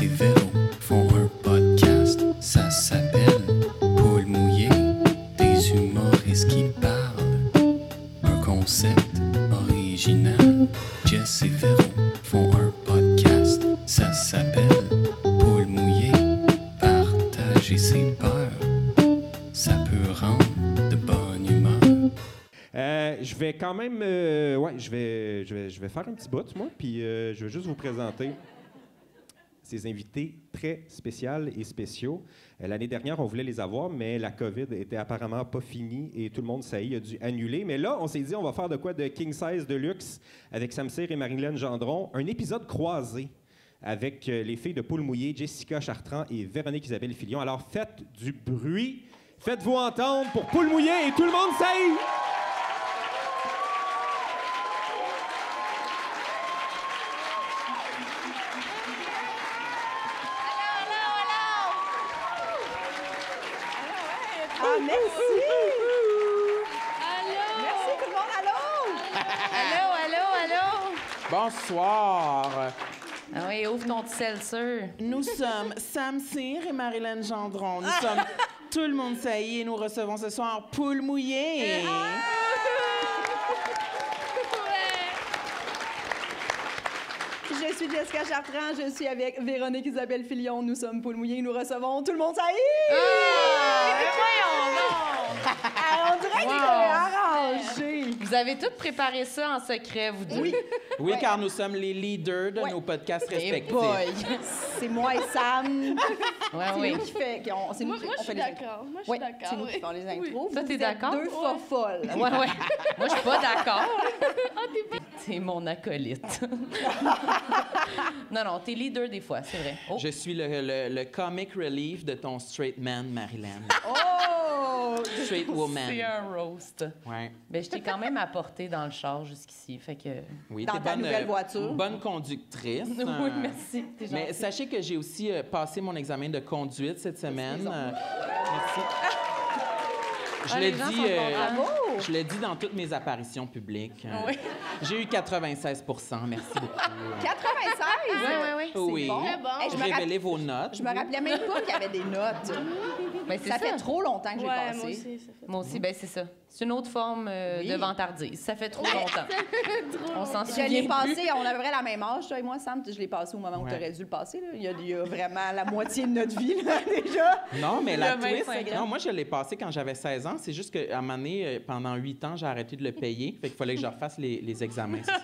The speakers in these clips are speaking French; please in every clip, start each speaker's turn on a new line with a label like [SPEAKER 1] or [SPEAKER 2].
[SPEAKER 1] et Véro font un podcast. Ça s'appelle Poule mouillée, des humoristes qui parlent. Un concept original. Jess et Véro font un podcast. Ça s'appelle Poule mouillée, partager ses peurs. Ça peut rendre de bonne humeur.
[SPEAKER 2] Euh, je vais quand même. euh, ouais, je vais, je, vais, je vais faire un petit bout, moi, puis euh, je vais juste vous présenter ces invités très spéciales et spéciaux. Euh, L'année dernière, on voulait les avoir, mais la COVID était apparemment pas finie et tout le monde ça y a dû annuler. Mais là, on s'est dit, on va faire de quoi de King Size de luxe avec Sam Cyr et Marilyn Gendron, un épisode croisé avec euh, les filles de Poule Mouillée, Jessica Chartrand et Véronique Isabelle Filion. Alors faites du bruit, faites-vous entendre pour Poule Mouillée et tout le monde ça y
[SPEAKER 3] Ah, merci!
[SPEAKER 4] Allô!
[SPEAKER 3] Merci tout le monde! Allô?
[SPEAKER 4] Allô, allô, allô!
[SPEAKER 5] Bonsoir.
[SPEAKER 4] Ah oui, ouvre ton seltzer.
[SPEAKER 5] Nous sommes Sam Cyr et Marilyn Gendron. Nous sommes tout le monde saillie et nous recevons ce soir Poule
[SPEAKER 4] Eh,
[SPEAKER 5] Mouillée.
[SPEAKER 4] ah.
[SPEAKER 3] Je suis Jessica Chartrand, je suis avec Véronique Isabelle Filion. Nous sommes Poule Mouillée, nous recevons tout le monde. Ça y est!
[SPEAKER 4] Ah! Eh
[SPEAKER 3] Ah, on dirait qu'il
[SPEAKER 4] Wow.
[SPEAKER 3] est arrangé!
[SPEAKER 4] Vous avez toutes préparé ça en secret, vous deux.
[SPEAKER 5] Oui, oui, car nous sommes les leaders de nos podcasts
[SPEAKER 4] Eh
[SPEAKER 5] respectifs.
[SPEAKER 4] boy!
[SPEAKER 3] C'est moi et Sam.
[SPEAKER 4] Ouais,
[SPEAKER 3] C'est
[SPEAKER 4] oui.
[SPEAKER 3] nous qui fait. qu'on- C'est nous
[SPEAKER 6] Moi,
[SPEAKER 3] qui
[SPEAKER 6] moi
[SPEAKER 3] on
[SPEAKER 6] je
[SPEAKER 3] fait
[SPEAKER 6] suis
[SPEAKER 3] les intros.
[SPEAKER 6] d'accord. Moi, je
[SPEAKER 3] Oui,
[SPEAKER 6] suis d'accord.
[SPEAKER 3] c'est nous qui
[SPEAKER 6] oui.
[SPEAKER 3] faisons les intros.
[SPEAKER 4] Ça,
[SPEAKER 3] Vous
[SPEAKER 4] t'es
[SPEAKER 3] êtes
[SPEAKER 4] d'accord?
[SPEAKER 3] Deux fois folles.
[SPEAKER 4] Ouais, ouais. Moi, je suis pas d'accord. T'es mon acolyte. non, non, t'es leader des fois, c'est vrai. Oh.
[SPEAKER 5] Je suis le, le- le comic relief de ton straight man, Marilyn.
[SPEAKER 3] Oh!
[SPEAKER 5] Straight woman.
[SPEAKER 4] C'est un roast.
[SPEAKER 5] Ouais.
[SPEAKER 4] Ben, je t'ai quand même apporté dans le char jusqu'ici, fait que...
[SPEAKER 5] Oui,
[SPEAKER 3] Dans
[SPEAKER 5] t'es
[SPEAKER 3] ta
[SPEAKER 5] bonne, euh,
[SPEAKER 3] nouvelle voiture.
[SPEAKER 5] Bonne conductrice. hein.
[SPEAKER 4] Oui, merci. T'es gentil.
[SPEAKER 5] Ah. Mais sachez que j'ai aussi euh, passé mon examen de conduite cette semaine. Euh, merci. Je
[SPEAKER 4] Ah,
[SPEAKER 5] l'ai
[SPEAKER 4] les gens
[SPEAKER 5] dit, euh,
[SPEAKER 4] sont contents.
[SPEAKER 3] Bravo!
[SPEAKER 5] je l'ai dit dans toutes mes apparitions publiques. Euh,
[SPEAKER 4] Oui.
[SPEAKER 5] J'ai eu 96 merci beaucoup.
[SPEAKER 3] 96!
[SPEAKER 4] Ouais, ouais, ouais.
[SPEAKER 5] oui.
[SPEAKER 3] bon.
[SPEAKER 6] Très bon.
[SPEAKER 3] Hey, Eh, je me rappelle-
[SPEAKER 5] Révélez vos notes.
[SPEAKER 3] Je me rappelais même pas qu'il y avait des notes.
[SPEAKER 4] Ben, c'est
[SPEAKER 3] Ça fait trop longtemps que j'ai
[SPEAKER 6] Ah, Ouais,
[SPEAKER 3] passé.
[SPEAKER 6] moi aussi, ça fait
[SPEAKER 4] Moi aussi, ben c'est ça. C'est une autre forme euh,
[SPEAKER 3] Oui.
[SPEAKER 4] de vantardise. Ça fait trop longtemps.
[SPEAKER 6] trop
[SPEAKER 4] On s'en
[SPEAKER 3] Je l'ai
[SPEAKER 4] souvient plus.
[SPEAKER 3] passé, on a vrai la même âge, toi et moi, Sam. Je l'ai passé au moment où
[SPEAKER 5] Ouais.
[SPEAKER 3] tu aurais dû le passer. là. Il, y a, il y a vraiment la moitié de notre vie, là, déjà.
[SPEAKER 5] Non, mais la
[SPEAKER 4] Le 25
[SPEAKER 5] twist,
[SPEAKER 4] ans.
[SPEAKER 5] non, moi, je l'ai passé quand j'avais 16 ans. C'est juste qu'à un moment donné, euh, pendant 8 ans, j'ai arrêté de le payer. Fait qu'il fallait que je refasse les, les examens. c'est ça.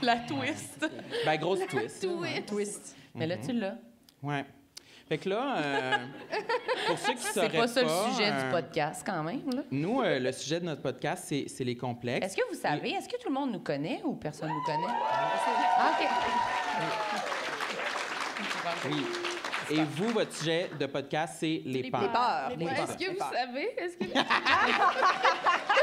[SPEAKER 4] La twist.
[SPEAKER 5] Ben, grosse twist. là, ouais.
[SPEAKER 6] Twist.
[SPEAKER 4] Twist. Mais là, tu l'as.
[SPEAKER 5] Ouais. Fait que là, euh, pour ceux qui sauraient
[SPEAKER 4] C'est pas ça le sujet
[SPEAKER 5] euh,
[SPEAKER 4] du podcast, quand même. là.
[SPEAKER 5] Nous, euh, le sujet de notre podcast, c'est c'est les complexes.
[SPEAKER 4] Est-ce que vous savez, est-ce que tout le monde nous connaît ou personne nous connaît? Ah, OK.
[SPEAKER 5] Oui. Et vous, votre sujet de podcast, c'est les,
[SPEAKER 6] Les
[SPEAKER 5] peurs.
[SPEAKER 3] peurs.
[SPEAKER 6] Mais
[SPEAKER 3] Les
[SPEAKER 6] bon,
[SPEAKER 3] peurs.
[SPEAKER 6] Est-ce que
[SPEAKER 3] Les
[SPEAKER 6] vous
[SPEAKER 3] peurs.
[SPEAKER 6] savez? Est-ce que...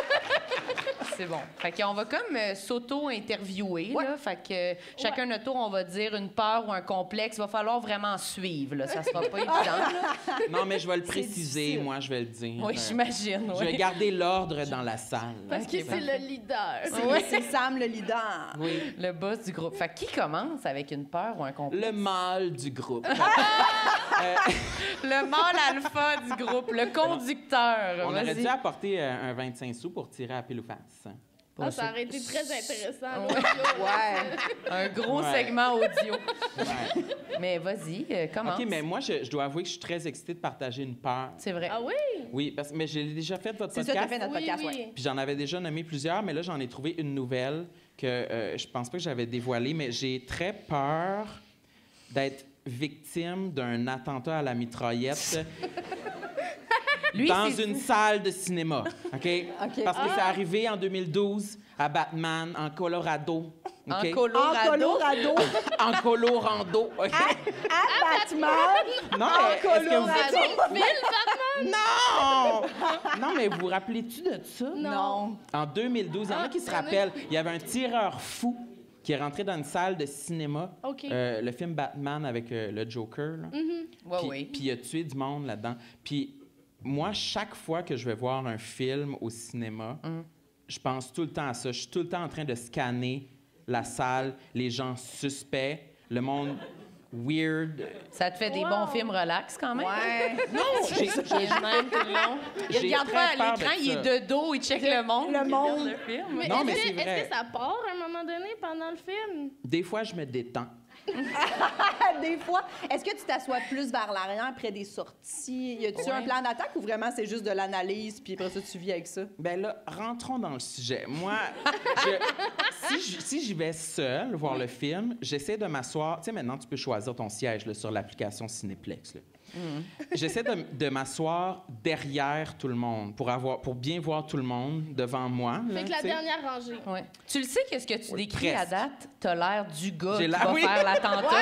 [SPEAKER 4] C'est bon. Fait qu'on va comme euh, s'auto-interviewer, là. Fait que euh, chacun notre tour, on va dire une peur ou un complexe. Va falloir vraiment suivre, là. Ça sera pas évident, là.
[SPEAKER 5] Non, mais je vais le préciser, moi, je vais le dire. Euh,
[SPEAKER 4] Oui, j'imagine,
[SPEAKER 5] Je vais
[SPEAKER 4] oui.
[SPEAKER 5] garder l'ordre dans la salle.
[SPEAKER 6] Parce que
[SPEAKER 4] Ok,
[SPEAKER 6] c'est le leader. Ah,
[SPEAKER 3] C'est
[SPEAKER 4] Ouais.
[SPEAKER 3] c'est Sam le leader.
[SPEAKER 5] Oui.
[SPEAKER 4] Le boss du groupe. Fait que qui commence avec une peur ou un complexe?
[SPEAKER 5] Le mâle du groupe.
[SPEAKER 4] Ah, Le, mâle alpha du groupe, le conducteur.
[SPEAKER 5] On aurait
[SPEAKER 4] Vas-y.
[SPEAKER 5] dû apporter euh, un 25 sous pour tirer à pile ou face.
[SPEAKER 6] Ah, ça aurait été très intéressant.
[SPEAKER 4] Ouais.
[SPEAKER 6] l'audio.
[SPEAKER 3] Ouais.
[SPEAKER 4] Un gros
[SPEAKER 5] Ouais.
[SPEAKER 4] segment audio.
[SPEAKER 5] Ouais.
[SPEAKER 4] Mais vas-y, euh, commence.
[SPEAKER 5] OK, mais moi, je, je dois avouer que je suis très excitée de partager une peur.
[SPEAKER 4] C'est vrai.
[SPEAKER 6] Ah oui?
[SPEAKER 5] Oui, parce mais j'ai déjà fait votre
[SPEAKER 3] C'est ça, t'as
[SPEAKER 5] podcast.
[SPEAKER 3] fait notre
[SPEAKER 6] Oui,
[SPEAKER 3] podcast, ouais.
[SPEAKER 6] oui.
[SPEAKER 5] Puis j'en avais déjà nommé plusieurs, mais là, j'en ai trouvé une nouvelle que euh, je pense pas que j'avais dévoilée, mais j'ai très peur d'être victime d'un attentat à la mitraillette
[SPEAKER 4] Lui,
[SPEAKER 5] dans
[SPEAKER 4] c'est- Ah.
[SPEAKER 5] une salle de cinéma. OK?
[SPEAKER 3] OK.
[SPEAKER 5] Parce que c'est arrivé en 2012 à Batman, en Colorado.
[SPEAKER 4] En
[SPEAKER 5] OK?
[SPEAKER 4] Colorado.
[SPEAKER 3] En Colorado,
[SPEAKER 5] en Colorando. OK?
[SPEAKER 4] Ah!
[SPEAKER 3] à Batman.
[SPEAKER 5] non, mais est-ce que vous-
[SPEAKER 6] C'est une ville,
[SPEAKER 5] Non! Non, mais vous vous rappelez-tu de ça?
[SPEAKER 3] Non.
[SPEAKER 5] En 2012, il y en a
[SPEAKER 6] Ah,
[SPEAKER 5] qui se
[SPEAKER 6] il y en a-
[SPEAKER 5] rappellent, il y avait un tireur fou qui est rentré dans une salle de cinéma,
[SPEAKER 6] OK. Mm-hmm.
[SPEAKER 5] euh, le film Batman avec euh, le Joker, là.
[SPEAKER 4] Ouais,
[SPEAKER 5] puis,
[SPEAKER 4] Ah oui.
[SPEAKER 5] puis il a tué du monde là-dedans. Puis moi, chaque fois que je vais voir un film au cinéma, je pense tout le temps à ça. Je suis tout le temps en train de scanner la salle, les gens suspects, le monde weird.
[SPEAKER 4] Ça te fait des
[SPEAKER 6] Wow.
[SPEAKER 4] bons films relax quand même.
[SPEAKER 3] Ouais.
[SPEAKER 5] Non, j'ai- j'ai-
[SPEAKER 4] Il est de même tout le long. Il
[SPEAKER 5] J'ai
[SPEAKER 4] regarde
[SPEAKER 5] très
[SPEAKER 4] pas à
[SPEAKER 5] peur
[SPEAKER 4] l'écran,
[SPEAKER 5] de
[SPEAKER 4] il est
[SPEAKER 5] ça.
[SPEAKER 4] de dos, il check le monde.
[SPEAKER 3] Le
[SPEAKER 4] il
[SPEAKER 3] monde.
[SPEAKER 4] regarde le film.
[SPEAKER 6] Mais
[SPEAKER 5] Non,
[SPEAKER 6] est-ce
[SPEAKER 5] mais
[SPEAKER 6] que-
[SPEAKER 5] c'est vrai.
[SPEAKER 6] Est-ce que ça part à un moment donné pendant le film?
[SPEAKER 3] Hein,
[SPEAKER 5] des fois, je me détends.
[SPEAKER 3] des fois, est-ce que tu t'assois plus vers l'arrière près des sorties? Y a-tu
[SPEAKER 4] Ouais.
[SPEAKER 3] un plan d'attaque ou vraiment c'est juste de l'analyse puis après ça, tu vis avec ça?
[SPEAKER 5] Ben là, rentrons dans le sujet. Moi, je- si j- si j'y vais seul voir le film, j'essaie de m'asseoir. Tu sais, maintenant, tu peux choisir ton siège là, sur l'application Cinéplex. là. J'essaie de, m- de m'asseoir derrière tout le monde pour, avoir, pour bien voir tout le monde devant moi. là,
[SPEAKER 6] Fait que la
[SPEAKER 5] tu sais.
[SPEAKER 6] dernière rangée.
[SPEAKER 4] Ouais. Tu le sais qu'est-ce que tu
[SPEAKER 5] Oui,
[SPEAKER 4] décris à
[SPEAKER 5] presque.
[SPEAKER 4] date? T'as l'air du gars
[SPEAKER 5] J'ai
[SPEAKER 4] qui
[SPEAKER 5] l'air-
[SPEAKER 4] va
[SPEAKER 5] oui.
[SPEAKER 4] faire l'attentat.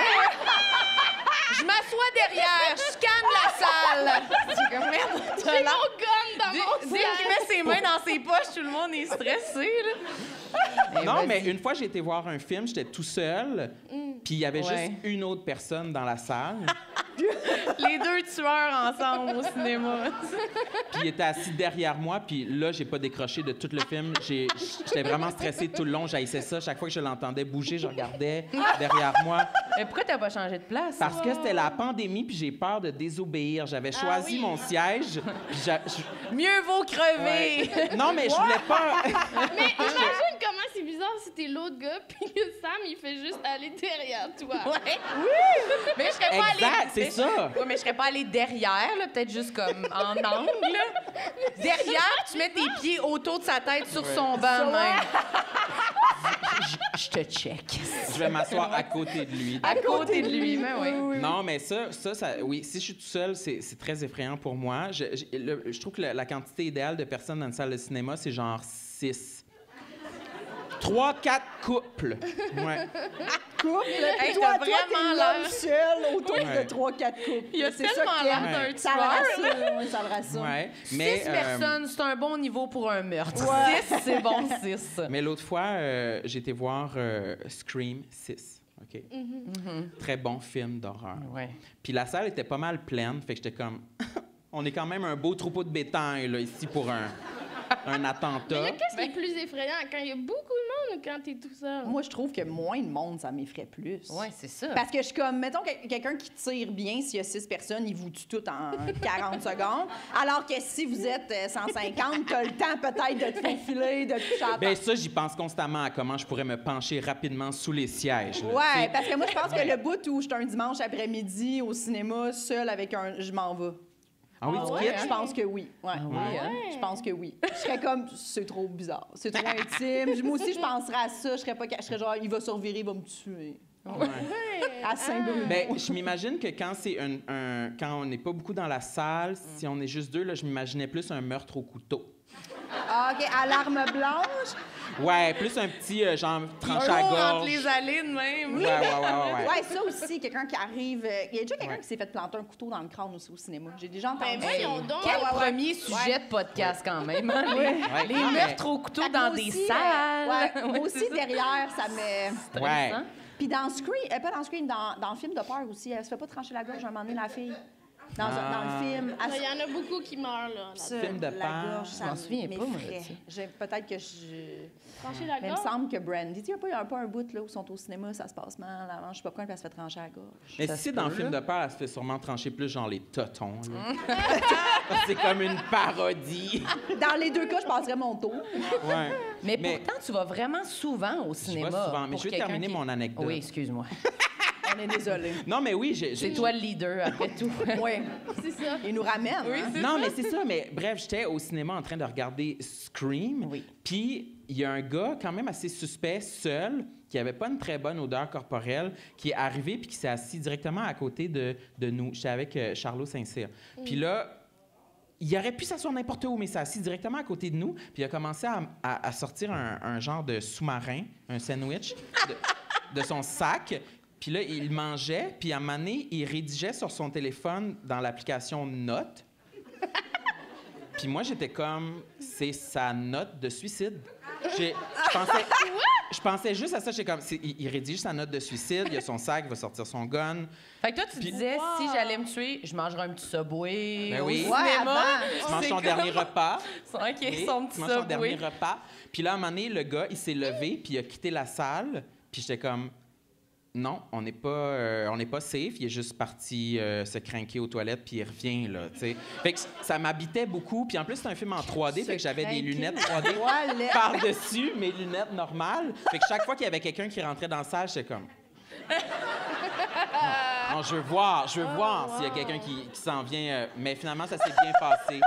[SPEAKER 4] Je m'assois derrière, je scanne la salle. C'est comme, merde, t'as
[SPEAKER 6] J'ai
[SPEAKER 4] l'air-
[SPEAKER 6] mon gun dans
[SPEAKER 4] Dès-
[SPEAKER 6] mon
[SPEAKER 4] Dès qu'il
[SPEAKER 6] sac!
[SPEAKER 4] met ses mains dans ses poches, tout le monde est stressé. Là.
[SPEAKER 5] Non, mais une fois, j'ai été voir un film, j'étais tout seul,
[SPEAKER 6] Mm.
[SPEAKER 5] puis il y avait
[SPEAKER 4] Ouais.
[SPEAKER 5] juste une autre personne dans la salle,
[SPEAKER 4] Les deux tueurs ensemble au cinéma.
[SPEAKER 5] puis il était assis derrière moi, puis là, j'ai pas décroché de tout le film. J'ai- J'étais vraiment stressé tout le long, j'haïssais ça. Chaque fois que je l'entendais bouger, je regardais derrière moi.
[SPEAKER 4] Mais pourquoi t'as pas changé de place?
[SPEAKER 5] Parce que c'était la pandémie, puis j'ai peur de désobéir. J'avais choisi
[SPEAKER 6] oui.
[SPEAKER 5] mon siège. puis j'a- je-
[SPEAKER 4] Mieux vaut crever!
[SPEAKER 5] Non, mais je voulais pas...
[SPEAKER 6] Mais imagine comment c'est bizarre si t'es l'autre gars puis que Sam il fait juste aller derrière toi.
[SPEAKER 4] Ouais. Mais je serais pas allée.
[SPEAKER 5] Exact, c'est ça.
[SPEAKER 4] Ouais, mais je serais pas allée derrière, là, peut-être juste comme en angle. là. Derrière, tu mets tes pieds autour de sa tête sur son banc, même. Je- Je te check.
[SPEAKER 5] Je vais m'asseoir à côté de lui.
[SPEAKER 4] À côté de lui, mais Ah oui.
[SPEAKER 5] Non, mais ça, ça, ça- oui, si je suis tout seul, c'est c'est très effrayant pour moi. Je, je- le- je trouve que la, la quantité idéale de personnes dans une salle de cinéma, c'est genre 6. Trois, quatre couples. Ouais.
[SPEAKER 3] Couple?
[SPEAKER 4] Hey,
[SPEAKER 3] toi,
[SPEAKER 4] t'as
[SPEAKER 3] toi,
[SPEAKER 4] vraiment
[SPEAKER 3] t'es l'homme
[SPEAKER 4] l'air-
[SPEAKER 3] seul autour
[SPEAKER 5] Ouais.
[SPEAKER 3] de trois, quatre couples.
[SPEAKER 4] Il a
[SPEAKER 3] C'est ça
[SPEAKER 4] tellement
[SPEAKER 3] qu'il aime.
[SPEAKER 4] l'air d'un
[SPEAKER 3] Ça le rassure, oui, ça le rassure.
[SPEAKER 5] ouais.
[SPEAKER 4] Six
[SPEAKER 5] euh,
[SPEAKER 4] personnes, c'est un bon niveau pour un meurtre. Six, c'est bon, six.
[SPEAKER 5] mais l'autre fois, euh, j'ai été voir euh, Scream 6. OK?
[SPEAKER 4] Mm-hmm.
[SPEAKER 5] Très bon film d'horreur.
[SPEAKER 4] Ouais.
[SPEAKER 5] Puis la salle était pas mal pleine, fait que j'étais comme. On est quand même un beau troupeau de bétail, là, ici, pour un, un
[SPEAKER 6] Mais
[SPEAKER 5] attentat.
[SPEAKER 6] là, qu'est-ce qui est plus effrayant quand il y a beaucoup de monde ou quand t'es tout seul?
[SPEAKER 3] Ben Moi, je trouve que moins de monde, ça m'effraie plus.
[SPEAKER 4] Ouais, c'est ça.
[SPEAKER 3] Parce que je suis comme, mettons, que- quelqu'un qui tire bien, s'il y a six personnes, il vous tue tout en 40 secondes. Alors que si vous êtes euh, 150, t'as le temps peut-être de te faufiler, de te toucher à
[SPEAKER 5] Ben
[SPEAKER 3] terre.
[SPEAKER 5] ça, j'y pense constamment à comment je pourrais me pencher rapidement sous les sièges. là, tu
[SPEAKER 3] Ouais,
[SPEAKER 5] sais.
[SPEAKER 3] parce que moi, je pense que le bout où je suis un dimanche après-midi au cinéma, seul avec un je m'en vais.
[SPEAKER 5] Ah oui,
[SPEAKER 4] Ah
[SPEAKER 5] tu
[SPEAKER 4] ouais,
[SPEAKER 5] quittes?
[SPEAKER 4] hein?
[SPEAKER 3] Je pense que oui. Ouais.
[SPEAKER 4] ouais, hein?
[SPEAKER 3] Je pense que oui. Je serais comme, c'est trop bizarre, c'est trop intime. Moi aussi, je penserais à ça. Je serais pas, je serais genre, il va survirer, il va me tuer. À
[SPEAKER 4] Ah.
[SPEAKER 3] Saint-Bruno.
[SPEAKER 5] Ben, je m'imagine que quand c'est un, un- quand on n'est pas beaucoup dans la salle,
[SPEAKER 4] Mm.
[SPEAKER 5] si on est juste deux, là, je m'imaginais plus un meurtre au couteau.
[SPEAKER 3] Ah, OK, alarme blanche.
[SPEAKER 5] Ouais, plus un petit euh, genre tranche à
[SPEAKER 4] Lourd entre
[SPEAKER 5] gorge.
[SPEAKER 4] les allées de même.
[SPEAKER 5] Ouais, ouais, ouais, ouais, ouais.
[SPEAKER 3] Ouais, ça aussi, quelqu'un qui arrive. euh, Il y a déjà quelqu'un
[SPEAKER 5] Ouais.
[SPEAKER 3] qui s'est fait planter un couteau dans le crâne aussi au cinéma. J'ai déjà entendu.
[SPEAKER 6] Ben voyons donc!
[SPEAKER 4] Quel
[SPEAKER 6] Ouais, ouais,
[SPEAKER 4] premier sujet de podcast, quand même. hein? Les, les
[SPEAKER 5] Ouais.
[SPEAKER 4] meurtres au couteau
[SPEAKER 3] Fait que
[SPEAKER 4] dans
[SPEAKER 3] moi
[SPEAKER 4] des
[SPEAKER 3] aussi, euh,
[SPEAKER 4] salles.
[SPEAKER 3] ouais, moi
[SPEAKER 4] Ouais,
[SPEAKER 3] aussi,
[SPEAKER 4] c'est ça.
[SPEAKER 3] derrière, ça me.
[SPEAKER 5] Ouais.
[SPEAKER 4] Stressant.
[SPEAKER 3] Puis dans Scream, euh, pas dans Scream, dans, dans le film de peur aussi, elle se fait pas trancher la gorge à un moment donné, la fille. Dans, un-
[SPEAKER 4] Ah.
[SPEAKER 3] dans le film.
[SPEAKER 6] Il
[SPEAKER 3] elle se-
[SPEAKER 6] y en a beaucoup qui meurent, là. là.
[SPEAKER 3] Ça,
[SPEAKER 5] film de
[SPEAKER 3] Euh, la
[SPEAKER 5] peur.
[SPEAKER 3] gorge,
[SPEAKER 5] Je
[SPEAKER 3] ça
[SPEAKER 4] m'en souviens pas, moi,
[SPEAKER 3] m'effraie.
[SPEAKER 4] de ça.
[SPEAKER 3] J'ai- Peut-être que je.
[SPEAKER 6] Trancher la
[SPEAKER 3] Mais il me
[SPEAKER 6] gorge.
[SPEAKER 3] semble que Brandy, tu sais, il n'y a pas- pas un bout là, où ils sont au cinéma, ça se passe mal, elle mange pas quoi, puis elle se fait trancher la gorge.
[SPEAKER 5] Mais
[SPEAKER 4] Ça
[SPEAKER 5] si
[SPEAKER 4] se
[SPEAKER 5] c'est dans le
[SPEAKER 4] peut,
[SPEAKER 5] film de peur, elle se fait sûrement trancher plus genre les totons. là.
[SPEAKER 4] Mm.
[SPEAKER 5] c'est comme une parodie.
[SPEAKER 3] Dans les deux cas, je passerais mon tour.
[SPEAKER 5] Ouais.
[SPEAKER 4] Mais,
[SPEAKER 5] Mais-
[SPEAKER 4] pourtant, tu vas vraiment souvent au cinéma.
[SPEAKER 5] souvent, mais
[SPEAKER 4] pour
[SPEAKER 5] je vais
[SPEAKER 4] quelqu'un
[SPEAKER 5] terminer mon anecdote.
[SPEAKER 4] Oui, excuse-moi.
[SPEAKER 3] On est désolé.
[SPEAKER 5] Non, mais oui, j'ai-
[SPEAKER 4] C'est
[SPEAKER 5] j'ai-
[SPEAKER 4] toi le leader, après tout.
[SPEAKER 3] Oui,
[SPEAKER 6] C'est ça.
[SPEAKER 3] il nous ramène.
[SPEAKER 4] Oui,
[SPEAKER 3] hein.
[SPEAKER 4] c'est
[SPEAKER 5] Non, mais c'est ça. Mais bref, j'étais au cinéma en train de regarder Scream.
[SPEAKER 4] Oui.
[SPEAKER 5] Puis il y a un gars quand même assez suspect, seul, qui avait pas une très bonne odeur corporelle, qui est arrivé puis qui s'est assis directement à côté de, de nous. J'étais avec euh, Charlot Saint-Cyr.
[SPEAKER 4] Mm.
[SPEAKER 5] Puis là, il aurait pu s'asseoir n'importe où, mais s'est assis directement à côté de nous. Puis il a commencé à, à- à sortir un, un genre de sous-marin, un sandwich, de, de son sac. Puis là, il mangeait. Puis à un moment donné, il rédigeait sur son téléphone dans l'application Note. Puis moi, j'étais comme, c'est sa note de suicide. J'ai-
[SPEAKER 4] Ah!
[SPEAKER 5] Je pensais, je pensais juste à ça. J'étais comme, c'est- il, il rédige sa note de suicide, il a son sac, il va sortir son gun.
[SPEAKER 4] Fait que toi, tu
[SPEAKER 5] Puis-
[SPEAKER 4] disais, si j'allais me tuer, je mangerais un petit Subway
[SPEAKER 5] Ben
[SPEAKER 4] au
[SPEAKER 5] oui.
[SPEAKER 4] cinéma.
[SPEAKER 3] Ouais, avant.
[SPEAKER 5] Tu manges
[SPEAKER 4] C'est
[SPEAKER 5] son
[SPEAKER 4] comme-
[SPEAKER 5] dernier repas.
[SPEAKER 4] OK,
[SPEAKER 5] Oui,
[SPEAKER 4] son
[SPEAKER 5] tu
[SPEAKER 4] petit
[SPEAKER 5] manges son dernier
[SPEAKER 4] Subway.
[SPEAKER 5] repas. Puis là, à un moment donné, le gars, il s'est levé, puis il a quitté la salle. Puis j'étais comme, non, on n'est pas, euh, on n'est pas safe. Il est juste parti euh, se craquer aux toilettes puis il revient là. tu sais. Fait que c- ça m'habitait beaucoup. Puis en plus c'est un film en 3D, fait que j'avais des
[SPEAKER 4] craquer
[SPEAKER 5] lunettes 3D
[SPEAKER 3] Toilette.
[SPEAKER 5] par dessus mes lunettes normales. Fait que chaque fois qu'il y avait quelqu'un qui rentrait dans la salle, j'étais comme. Non, non, je veux voir, je veux
[SPEAKER 4] Ah,
[SPEAKER 5] voir s'il y a quelqu'un qui, qui s'en vient. euh, mais finalement, ça s'est bien passé.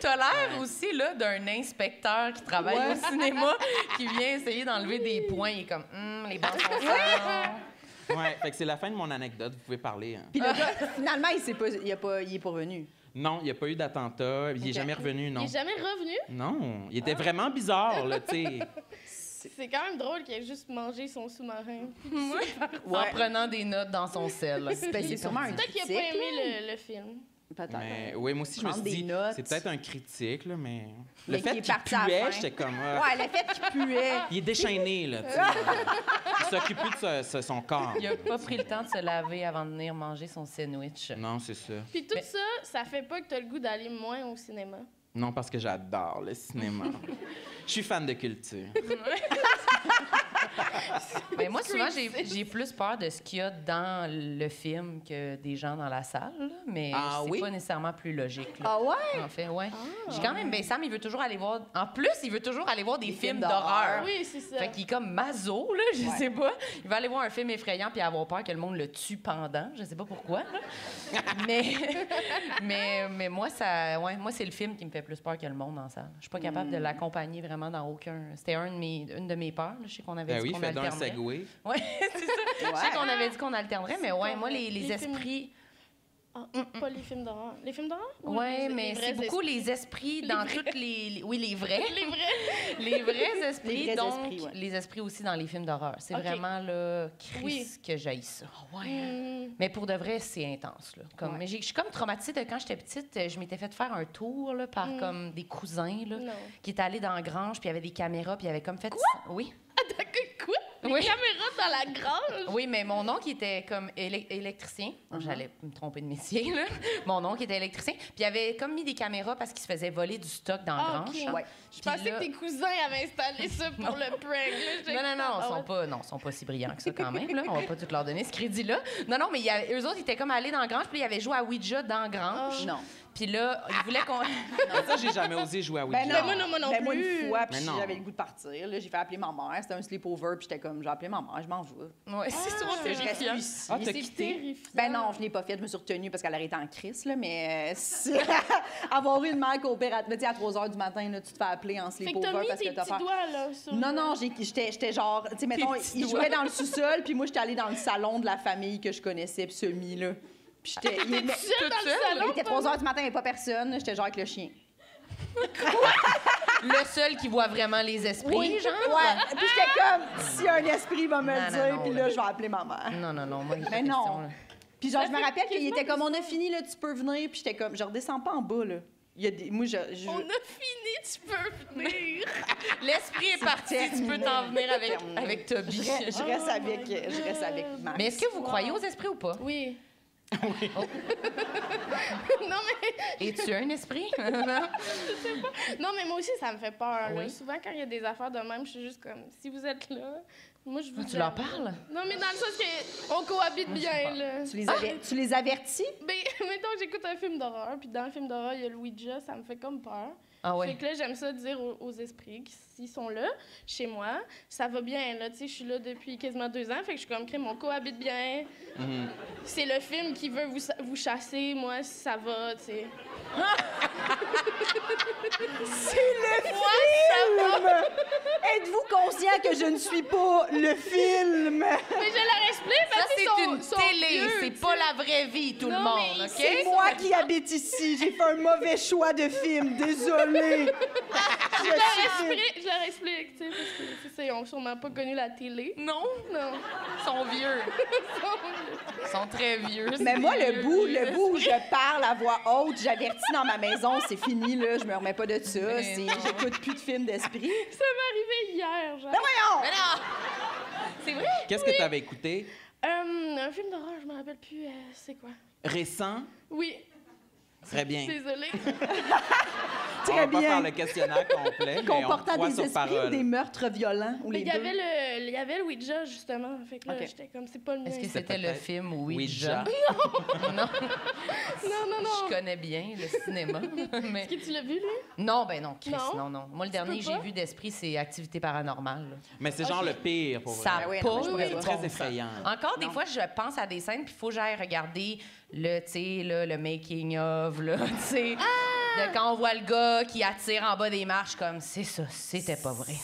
[SPEAKER 4] T'as l'air aussi là d'un inspecteur qui travaille au cinéma qui vient essayer d'enlever des points. Il est comme, Hum, les bandes sont sales.
[SPEAKER 5] Ouais, fait que c'est la fin de mon anecdote. Vous pouvez parler. hein.
[SPEAKER 3] Puis le gars, Euh, finalement, il s'est pas, il a pas, il est pas revenu.
[SPEAKER 5] Non, il n'y a pas eu d'attentat. Il n'est
[SPEAKER 6] Ok.
[SPEAKER 5] jamais revenu, non.
[SPEAKER 6] Il est jamais revenu.
[SPEAKER 5] Non, il
[SPEAKER 3] Ah.
[SPEAKER 5] était vraiment bizarre, là, tu sais.
[SPEAKER 6] C'est quand même drôle qu'il ait juste mangé son sous-marin.
[SPEAKER 4] en prenant des notes dans son sel.
[SPEAKER 3] Ben, c'est sûrement un
[SPEAKER 6] Peut-être qu'il a pas
[SPEAKER 3] critique,
[SPEAKER 6] aimé le, le film.
[SPEAKER 3] Peut-être.
[SPEAKER 5] Mais oui, moi aussi, je me suis
[SPEAKER 3] Prendre des
[SPEAKER 5] dit,
[SPEAKER 3] notes.
[SPEAKER 5] c'est peut-être un critique, là, mais.
[SPEAKER 3] Mais
[SPEAKER 5] Le
[SPEAKER 3] qu'il
[SPEAKER 5] fait
[SPEAKER 3] est
[SPEAKER 5] qu'il
[SPEAKER 3] parti à la fin.
[SPEAKER 5] puait, j'étais comme. ah,
[SPEAKER 3] Ouais, le fait qu'il puait.
[SPEAKER 5] Il est déchaîné, là, tu sais. Il s'occupe plus de ce- ce- son corps.
[SPEAKER 4] Il a pas pris le temps de se laver avant de venir manger son sandwich.
[SPEAKER 5] Non, c'est ça.
[SPEAKER 6] Puis tout
[SPEAKER 4] Mais-
[SPEAKER 6] ça, ça fait pas que t'as le goût d'aller moins au cinéma.
[SPEAKER 5] Non, parce que j'adore le cinéma. Je suis fan de culture.
[SPEAKER 4] Mais Ben, moi, souvent, j'ai j'ai plus peur de ce qu'il y a dans le film que des gens dans la salle, là, mais
[SPEAKER 5] Ah
[SPEAKER 4] c'est
[SPEAKER 5] oui?
[SPEAKER 4] pas nécessairement plus logique. là.
[SPEAKER 3] Ah ouais?
[SPEAKER 4] En fait, ouais. J'ai quand même. Ben, Sam, il veut toujours aller voir. En plus, il veut toujours aller voir des, films,
[SPEAKER 3] films
[SPEAKER 4] d'horreur.
[SPEAKER 3] d'horreur.
[SPEAKER 6] Oui, c'est ça.
[SPEAKER 4] Fait qu'il est comme mazo, là, je sais pas. Il va aller voir un film effrayant puis avoir peur que le monde le tue pendant. Je sais pas pourquoi. là. mais, mais, mais moi, ça, ouais, moi c'est le film qui me fait plus peur que le monde en salle. Je suis pas capable de
[SPEAKER 6] Mm.
[SPEAKER 4] l'accompagner vraiment dans aucun. C'était un de mes, une de mes peurs. là. Je sais qu'on avait
[SPEAKER 5] Ben
[SPEAKER 4] dit
[SPEAKER 5] oui,
[SPEAKER 4] qu'on
[SPEAKER 5] fais donc un
[SPEAKER 4] alternerait.
[SPEAKER 5] segway.
[SPEAKER 4] Ouais, c'est ça. Je sais
[SPEAKER 3] Ouais.
[SPEAKER 4] qu'on avait dit qu'on alternerait, mais ouais,
[SPEAKER 6] pas
[SPEAKER 4] moi,
[SPEAKER 6] vrai.
[SPEAKER 4] les, les
[SPEAKER 6] Les films-
[SPEAKER 4] esprits.
[SPEAKER 6] Ah, Pas les films d'horreur. Les films d'horreur? Ou
[SPEAKER 4] Ouais,
[SPEAKER 6] les- les
[SPEAKER 4] mais
[SPEAKER 6] vrais
[SPEAKER 4] c'est beaucoup
[SPEAKER 6] esprits?
[SPEAKER 4] les esprits dans toutes les, les- Oui, les vrais.
[SPEAKER 6] Les vrais.
[SPEAKER 4] Les vrais esprits,
[SPEAKER 3] Les vrais
[SPEAKER 4] donc
[SPEAKER 3] esprits, ouais.
[SPEAKER 4] les esprits aussi dans les films d'horreur. C'est
[SPEAKER 6] Ok.
[SPEAKER 4] vraiment là, Chris
[SPEAKER 6] Oui.
[SPEAKER 4] que j'aille ça. Mm.
[SPEAKER 6] Hmm.
[SPEAKER 4] Mais pour de vrai, c'est intense. Là. Comme,
[SPEAKER 3] Ouais.
[SPEAKER 4] mais j'ai- je suis comme traumatisée de quand j'étais petite, euh, je m'étais fait faire un tour là, par comme des cousins là,
[SPEAKER 6] Mm. Non.
[SPEAKER 4] qui étaient allés dans la grange, puis il y avait des caméras, puis il y avait comme fait... Oui.
[SPEAKER 6] Ah, D'accord, quoi? Les
[SPEAKER 4] Oui.
[SPEAKER 6] caméras dans la grange?
[SPEAKER 4] Oui, mais mon oncle était comme éle- électricien.
[SPEAKER 6] Uh-huh.
[SPEAKER 4] J'allais me tromper de métier, là. Mon oncle était électricien. Puis il avait comme mis des caméras parce qu'il se faisait voler du stock dans la
[SPEAKER 6] Ah,
[SPEAKER 4] grange.
[SPEAKER 6] ok.
[SPEAKER 4] hein.
[SPEAKER 3] Ouais.
[SPEAKER 6] Je
[SPEAKER 4] Puis
[SPEAKER 6] pensais
[SPEAKER 4] là-
[SPEAKER 6] que tes cousins avaient installé ça pour le prank. là. J'étais
[SPEAKER 4] Non, non, non,
[SPEAKER 6] comme,
[SPEAKER 4] ils
[SPEAKER 6] ah
[SPEAKER 4] sont
[SPEAKER 6] ouais.
[SPEAKER 4] pas, non, ils sont pas si brillants que ça quand même. Là. On va pas tout leur donner ce crédit-là. Non, non, mais il y avait- eux autres, ils étaient comme allés dans la grange, puis ils avaient joué à Ouija dans la
[SPEAKER 6] Ah,
[SPEAKER 4] grange.
[SPEAKER 3] Non.
[SPEAKER 4] Puis là, ils voulaient qu'on.
[SPEAKER 5] Mais Ah, ça, j'ai jamais osé jouer à Ouija.
[SPEAKER 3] Ben non,
[SPEAKER 6] moi non, moi non
[SPEAKER 3] Ben moi,
[SPEAKER 6] plus.
[SPEAKER 3] une fois, puis
[SPEAKER 5] Mais non.
[SPEAKER 3] j'avais le goût de partir. là, j'ai fait appeler ma mère. C'était un sleepover, puis j'étais comme, j'ai appelé ma mère, je m'en vais.
[SPEAKER 4] Ouais, c'est
[SPEAKER 6] Ah.
[SPEAKER 4] trop
[SPEAKER 3] Je reste
[SPEAKER 4] terrifiant.
[SPEAKER 3] plus ici.
[SPEAKER 5] Ah, t'as
[SPEAKER 3] C'est
[SPEAKER 5] quitté?
[SPEAKER 6] Terrifiant.
[SPEAKER 3] Ben non, je l'ai pas fait. Je me suis retenue parce qu'elle aurait été en crise, là, mais euh, si- avoir eu une mère coopérative, me dis à 3 h du matin, là, tu te fais appeler en
[SPEAKER 6] Fait que t'as
[SPEAKER 3] sleepover
[SPEAKER 6] mis
[SPEAKER 3] parce
[SPEAKER 6] tes
[SPEAKER 3] que t'as
[SPEAKER 6] petits
[SPEAKER 3] peur.
[SPEAKER 6] doigts, là, sur...
[SPEAKER 3] Non, non, j'ai- j'étais j'étais genre, tu sais, mettons,
[SPEAKER 4] petits
[SPEAKER 3] il
[SPEAKER 4] doigts.
[SPEAKER 3] jouait dans le sous-sol, puis moi, j'étais allée dans le salon de la famille que je connaissais, puis semi, là. Puis j'étais. il- mais-
[SPEAKER 6] Seule dans le salon,
[SPEAKER 3] Il était
[SPEAKER 6] toi.
[SPEAKER 3] 3 h du matin, il n'y avait pas personne. J'étais genre avec le chien.
[SPEAKER 4] Le seul qui voit vraiment les esprits, genre.
[SPEAKER 3] Ouais. Puis j'étais comme, si un esprit va me
[SPEAKER 4] Non,
[SPEAKER 3] le
[SPEAKER 4] non,
[SPEAKER 3] dire,
[SPEAKER 4] non,
[SPEAKER 3] puis
[SPEAKER 4] là.
[SPEAKER 3] là, je vais appeler ma mère.
[SPEAKER 4] Non, non, non, moi, il est pas
[SPEAKER 6] Ben
[SPEAKER 3] Mais
[SPEAKER 4] question,
[SPEAKER 3] non.
[SPEAKER 4] là.
[SPEAKER 3] Puis genre, je me
[SPEAKER 6] fait
[SPEAKER 3] rappelle qu'il
[SPEAKER 6] quasiment
[SPEAKER 3] était comme, on a fini, là, tu peux venir. Puis j'étais comme, je redescends pas en bas, là. Il y a des. Moi, je. je-
[SPEAKER 6] On a fini, tu peux venir.
[SPEAKER 4] L'esprit est parti, tu peux t'en venir avec, avec Toby.
[SPEAKER 3] Je reste- je reste
[SPEAKER 5] Oh
[SPEAKER 3] avec, je reste avec Max.
[SPEAKER 4] Mais est-ce que vous croyez aux esprits ou pas?
[SPEAKER 6] Oui.
[SPEAKER 4] Oh.
[SPEAKER 6] non, mais,
[SPEAKER 4] Es-tu un esprit?
[SPEAKER 6] non, mais moi aussi, ça me fait peur. là.
[SPEAKER 4] Oui.
[SPEAKER 6] Souvent, quand il y a des affaires de même, je suis juste comme, si vous êtes là, moi, je vous
[SPEAKER 4] tu leur
[SPEAKER 6] aime.
[SPEAKER 4] parles?
[SPEAKER 6] Non, mais dans le sens que on cohabite bien, là.
[SPEAKER 3] Tu les, aver- tu les avertis?
[SPEAKER 6] Mais mettons que j'écoute un film d'horreur, puis dans le film d'horreur, il y a le Ouija, ça me fait comme peur.
[SPEAKER 4] Ah
[SPEAKER 6] Fait
[SPEAKER 4] ouais.
[SPEAKER 6] que là, j'aime ça dire aux, aux esprits que s'ils sont là, chez moi, ça va bien, là, tu sais, je suis là depuis quasiment deux ans, fait que je suis comme, crème, on cohabite bien. C'est le film qui veut vous, sa- vous chasser, moi, ça va, tu sais.
[SPEAKER 3] film! Êtes-vous conscient que je ne suis pas le film?
[SPEAKER 6] Mais je leur explique,
[SPEAKER 4] Ça,
[SPEAKER 6] parce
[SPEAKER 4] c'est
[SPEAKER 6] qu'ils sont-
[SPEAKER 4] une
[SPEAKER 6] sont
[SPEAKER 4] télé,
[SPEAKER 6] vieux,
[SPEAKER 4] c'est
[SPEAKER 6] tu
[SPEAKER 4] pas
[SPEAKER 6] sais.
[SPEAKER 4] la vraie vie, tout le
[SPEAKER 6] Non,
[SPEAKER 4] monde,
[SPEAKER 6] mais
[SPEAKER 4] OK?
[SPEAKER 6] c'est
[SPEAKER 3] C'est moi qui habite ici. J'ai fait un mauvais choix de film. Désolée. Je
[SPEAKER 6] Je leur
[SPEAKER 3] suis-
[SPEAKER 6] explique, je leur explique, tu sais, parce que, c'est ça, ils ont sûrement pas connu la télé.
[SPEAKER 4] Non,
[SPEAKER 6] Non.
[SPEAKER 4] ils sont vieux. Ils sont très vieux.
[SPEAKER 3] Mais
[SPEAKER 4] c'est
[SPEAKER 3] moi, le
[SPEAKER 4] vieux,
[SPEAKER 3] bout,
[SPEAKER 4] vieux.
[SPEAKER 3] le bout où je parle à voix haute, j'avertis dans ma maison, c'est fini, là. Je me remets pas de ça.
[SPEAKER 4] Mais
[SPEAKER 3] C'est-
[SPEAKER 4] non.
[SPEAKER 3] J'écoute plus de films d'esprit.
[SPEAKER 6] Ça m'est arrivé hier, genre.
[SPEAKER 3] Ben voyons!
[SPEAKER 4] Mais non! C'est vrai?
[SPEAKER 5] Qu'est-ce que t'avais écouté?
[SPEAKER 6] Euh, un film d'horreur, je me rappelle plus, euh, c'est quoi?
[SPEAKER 5] Récent?
[SPEAKER 6] Oui.
[SPEAKER 5] Très bien.
[SPEAKER 6] Désolée.
[SPEAKER 3] Très
[SPEAKER 5] On va pas faire
[SPEAKER 3] bien.
[SPEAKER 5] le questionnaire complet, mais on
[SPEAKER 3] Comportant
[SPEAKER 5] croit
[SPEAKER 3] des
[SPEAKER 5] sur
[SPEAKER 3] esprits ou
[SPEAKER 5] parole.
[SPEAKER 3] des meurtres violents ou
[SPEAKER 6] Mais
[SPEAKER 3] les
[SPEAKER 6] il y
[SPEAKER 3] deux.
[SPEAKER 6] avait le, il y avait le Ouija, justement. Fait que là,
[SPEAKER 3] Ok.
[SPEAKER 6] j'étais comme, c'est pas le mien.
[SPEAKER 4] Est-ce que
[SPEAKER 5] C'est
[SPEAKER 4] c'était le
[SPEAKER 5] peut-être
[SPEAKER 4] film Ouija? non,
[SPEAKER 5] Ouija.
[SPEAKER 6] Non, non, non.
[SPEAKER 4] je connais bien le cinéma. mais...
[SPEAKER 6] Est-ce que tu l'as vu, lui?
[SPEAKER 4] Non, ben non, Chris,
[SPEAKER 6] Non?
[SPEAKER 4] non, non. Moi, le dernier que
[SPEAKER 6] peux
[SPEAKER 4] j'ai
[SPEAKER 6] pas?
[SPEAKER 4] vu d'esprit, c'est Activité paranormale. là.
[SPEAKER 5] Mais c'est genre le pire, pour
[SPEAKER 4] Ça
[SPEAKER 5] vrai.
[SPEAKER 4] n'a
[SPEAKER 3] Ah oui, non,
[SPEAKER 4] pas
[SPEAKER 3] Ah mais
[SPEAKER 4] de
[SPEAKER 3] je pourrais
[SPEAKER 5] pas.
[SPEAKER 4] bon Ah,
[SPEAKER 5] Très
[SPEAKER 4] sens.
[SPEAKER 5] effrayant.
[SPEAKER 4] Encore des
[SPEAKER 3] Non.
[SPEAKER 4] fois, je pense à des scènes, puis il faut que j'aille regarder le, tu sais, là, le making of, là, tu sais. De quand on voit le gars qui attire en bas des marches, comme c'est ça, c'était pas vrai.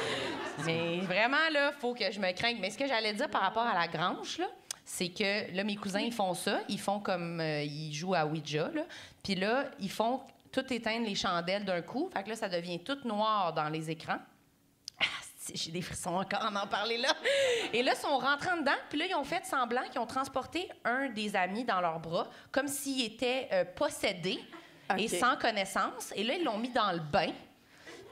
[SPEAKER 4] Mais vraiment, là, faut que je me craigne. Mais ce que j'allais dire par rapport à la grange, là, c'est que là, mes cousins, ils font ça. Ils font comme. euh, ils jouent à Ouija, là. Puis là, ils font tout éteindre les chandelles d'un coup. Fait que là, ça devient tout noir dans les écrans. Ah, si, J'ai des frissons encore en en parler là. Et là, ils sont rentrés en dedans, puis là, ils ont fait semblant qu'ils ont transporté un des amis dans leurs bras, comme s'il était euh, possédé et
[SPEAKER 3] Ok.
[SPEAKER 4] sans connaissance. Et là, ils l'ont mis dans le bain.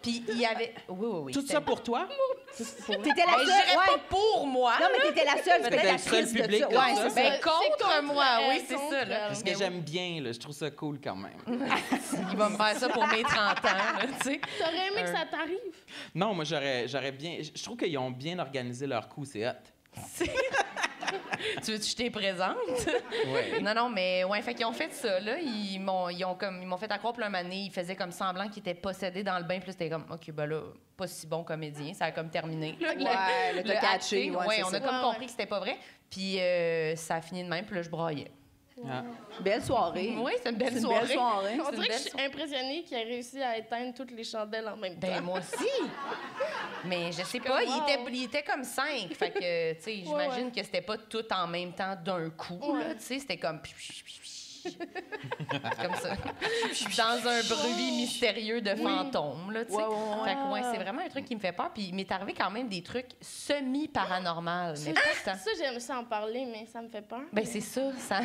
[SPEAKER 4] Puis il y avait. Oui, oui, oui.
[SPEAKER 5] Tout
[SPEAKER 4] c'était-
[SPEAKER 5] ça pour toi?
[SPEAKER 3] T'étais la
[SPEAKER 4] Ben,
[SPEAKER 3] seule.
[SPEAKER 4] je dirais
[SPEAKER 3] ouais.
[SPEAKER 4] pas pour moi.
[SPEAKER 3] Non, mais t'étais la seule. C'était
[SPEAKER 5] T'étais
[SPEAKER 3] la
[SPEAKER 5] le seul
[SPEAKER 3] crise de
[SPEAKER 5] public
[SPEAKER 3] ça.
[SPEAKER 5] comme
[SPEAKER 3] Ouais,
[SPEAKER 5] ça.
[SPEAKER 3] c'est-
[SPEAKER 4] Ben,
[SPEAKER 6] C'est
[SPEAKER 4] contre,
[SPEAKER 6] contre
[SPEAKER 4] moi,
[SPEAKER 6] elle,
[SPEAKER 4] oui, c'est
[SPEAKER 6] contre
[SPEAKER 4] ça. Là.
[SPEAKER 6] elle.
[SPEAKER 5] Ce
[SPEAKER 4] Mais
[SPEAKER 5] que j'aime bien, là, je trouve ça cool quand
[SPEAKER 3] Mm-hmm.
[SPEAKER 5] même.
[SPEAKER 4] oui, Il va me faire ça pour mes 30 ans, là, tu sais.
[SPEAKER 6] T'aurais aimé que
[SPEAKER 4] Un.
[SPEAKER 6] ça t'arrive?
[SPEAKER 5] Non, moi, j'aurais j'aurais bien... Je trouve qu'ils ont bien organisé leur coup, c'est hot.
[SPEAKER 4] Tu veux que je t'y présente?
[SPEAKER 5] Ouais.
[SPEAKER 4] non, non, mais ouais, fait qu'ils ont fait ça, là. Ils m'ont, ils ont comme, ils m'ont fait à croire, puis là, un moment donné, ils faisaient comme semblant qu'ils étaient possédés dans le bain, puis là, c'était comme, OK, ben là, pas si bon comédien, ça a comme terminé. là, le-
[SPEAKER 3] Ouais, le
[SPEAKER 4] le
[SPEAKER 3] t'as catché.
[SPEAKER 4] acting.
[SPEAKER 3] Ouais,
[SPEAKER 4] Ouais,
[SPEAKER 3] c'est
[SPEAKER 4] on a
[SPEAKER 3] ça.
[SPEAKER 4] comme
[SPEAKER 6] Ouais,
[SPEAKER 4] compris
[SPEAKER 6] ouais.
[SPEAKER 4] que c'était pas vrai. Puis euh, ça a fini de même, puis là, je broyais.
[SPEAKER 5] Ah.
[SPEAKER 3] Belle soirée.
[SPEAKER 4] Oui, c'est une belle
[SPEAKER 3] C'est une
[SPEAKER 4] soirée.
[SPEAKER 3] belle soirée.
[SPEAKER 6] On
[SPEAKER 4] une
[SPEAKER 6] dirait que
[SPEAKER 4] belle
[SPEAKER 6] je suis
[SPEAKER 4] soirée.
[SPEAKER 6] impressionnée qu'il a réussi à éteindre toutes les chandelles en même temps.
[SPEAKER 4] Ben, moi aussi! Mais je sais pas, il,
[SPEAKER 6] wow.
[SPEAKER 4] était, il était comme cinq. Fait que, tu sais, j'imagine
[SPEAKER 6] ouais.
[SPEAKER 4] que c'était pas tout en même temps d'un coup, là.
[SPEAKER 6] Ouais.
[SPEAKER 4] Tu sais, c'était comme. comme ça. Dans un bruit mystérieux de fantôme, là, tu sais.
[SPEAKER 3] Ouais, ouais, ouais.
[SPEAKER 4] Fait que, ouais, c'est vraiment un truc qui me fait peur. Puis il m'est arrivé quand même des trucs semi-paranormales, mais pas tant.
[SPEAKER 6] Ça, j'aime ça en parler, mais ça me fait peur.
[SPEAKER 4] Ben, c'est ça, ça.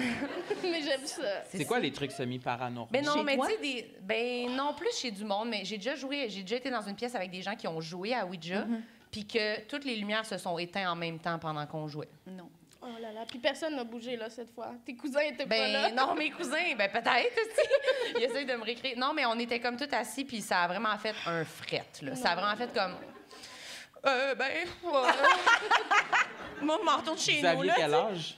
[SPEAKER 6] mais j'aime ça.
[SPEAKER 5] C'est quoi les trucs semi-paranormaux?
[SPEAKER 4] Ben non,
[SPEAKER 3] Chez
[SPEAKER 4] mais tu
[SPEAKER 3] toi?
[SPEAKER 4] sais, des... ben non plus chez du monde, mais j'ai déjà joué, j'ai déjà été dans une pièce avec des gens qui ont joué à Ouija,
[SPEAKER 3] Mhm.
[SPEAKER 4] puis que toutes les lumières se sont éteintes en même temps pendant qu'on jouait.
[SPEAKER 3] Non.
[SPEAKER 6] Oh là là. Puis personne n'a bougé, là, cette fois. Tes cousins étaient pas là.
[SPEAKER 4] Ben non, mes cousins, ben peut-être aussi. Ils essayent de me réécrire. Non, mais on était comme tout assis, puis ça a vraiment fait un fret. Là. Ça a vraiment fait comme. Euh, ben, ouais. Moi, je m'en retourne chez
[SPEAKER 5] Vous
[SPEAKER 4] nous,
[SPEAKER 5] aviez
[SPEAKER 4] là.
[SPEAKER 5] quel
[SPEAKER 4] tu sais.
[SPEAKER 5] âge?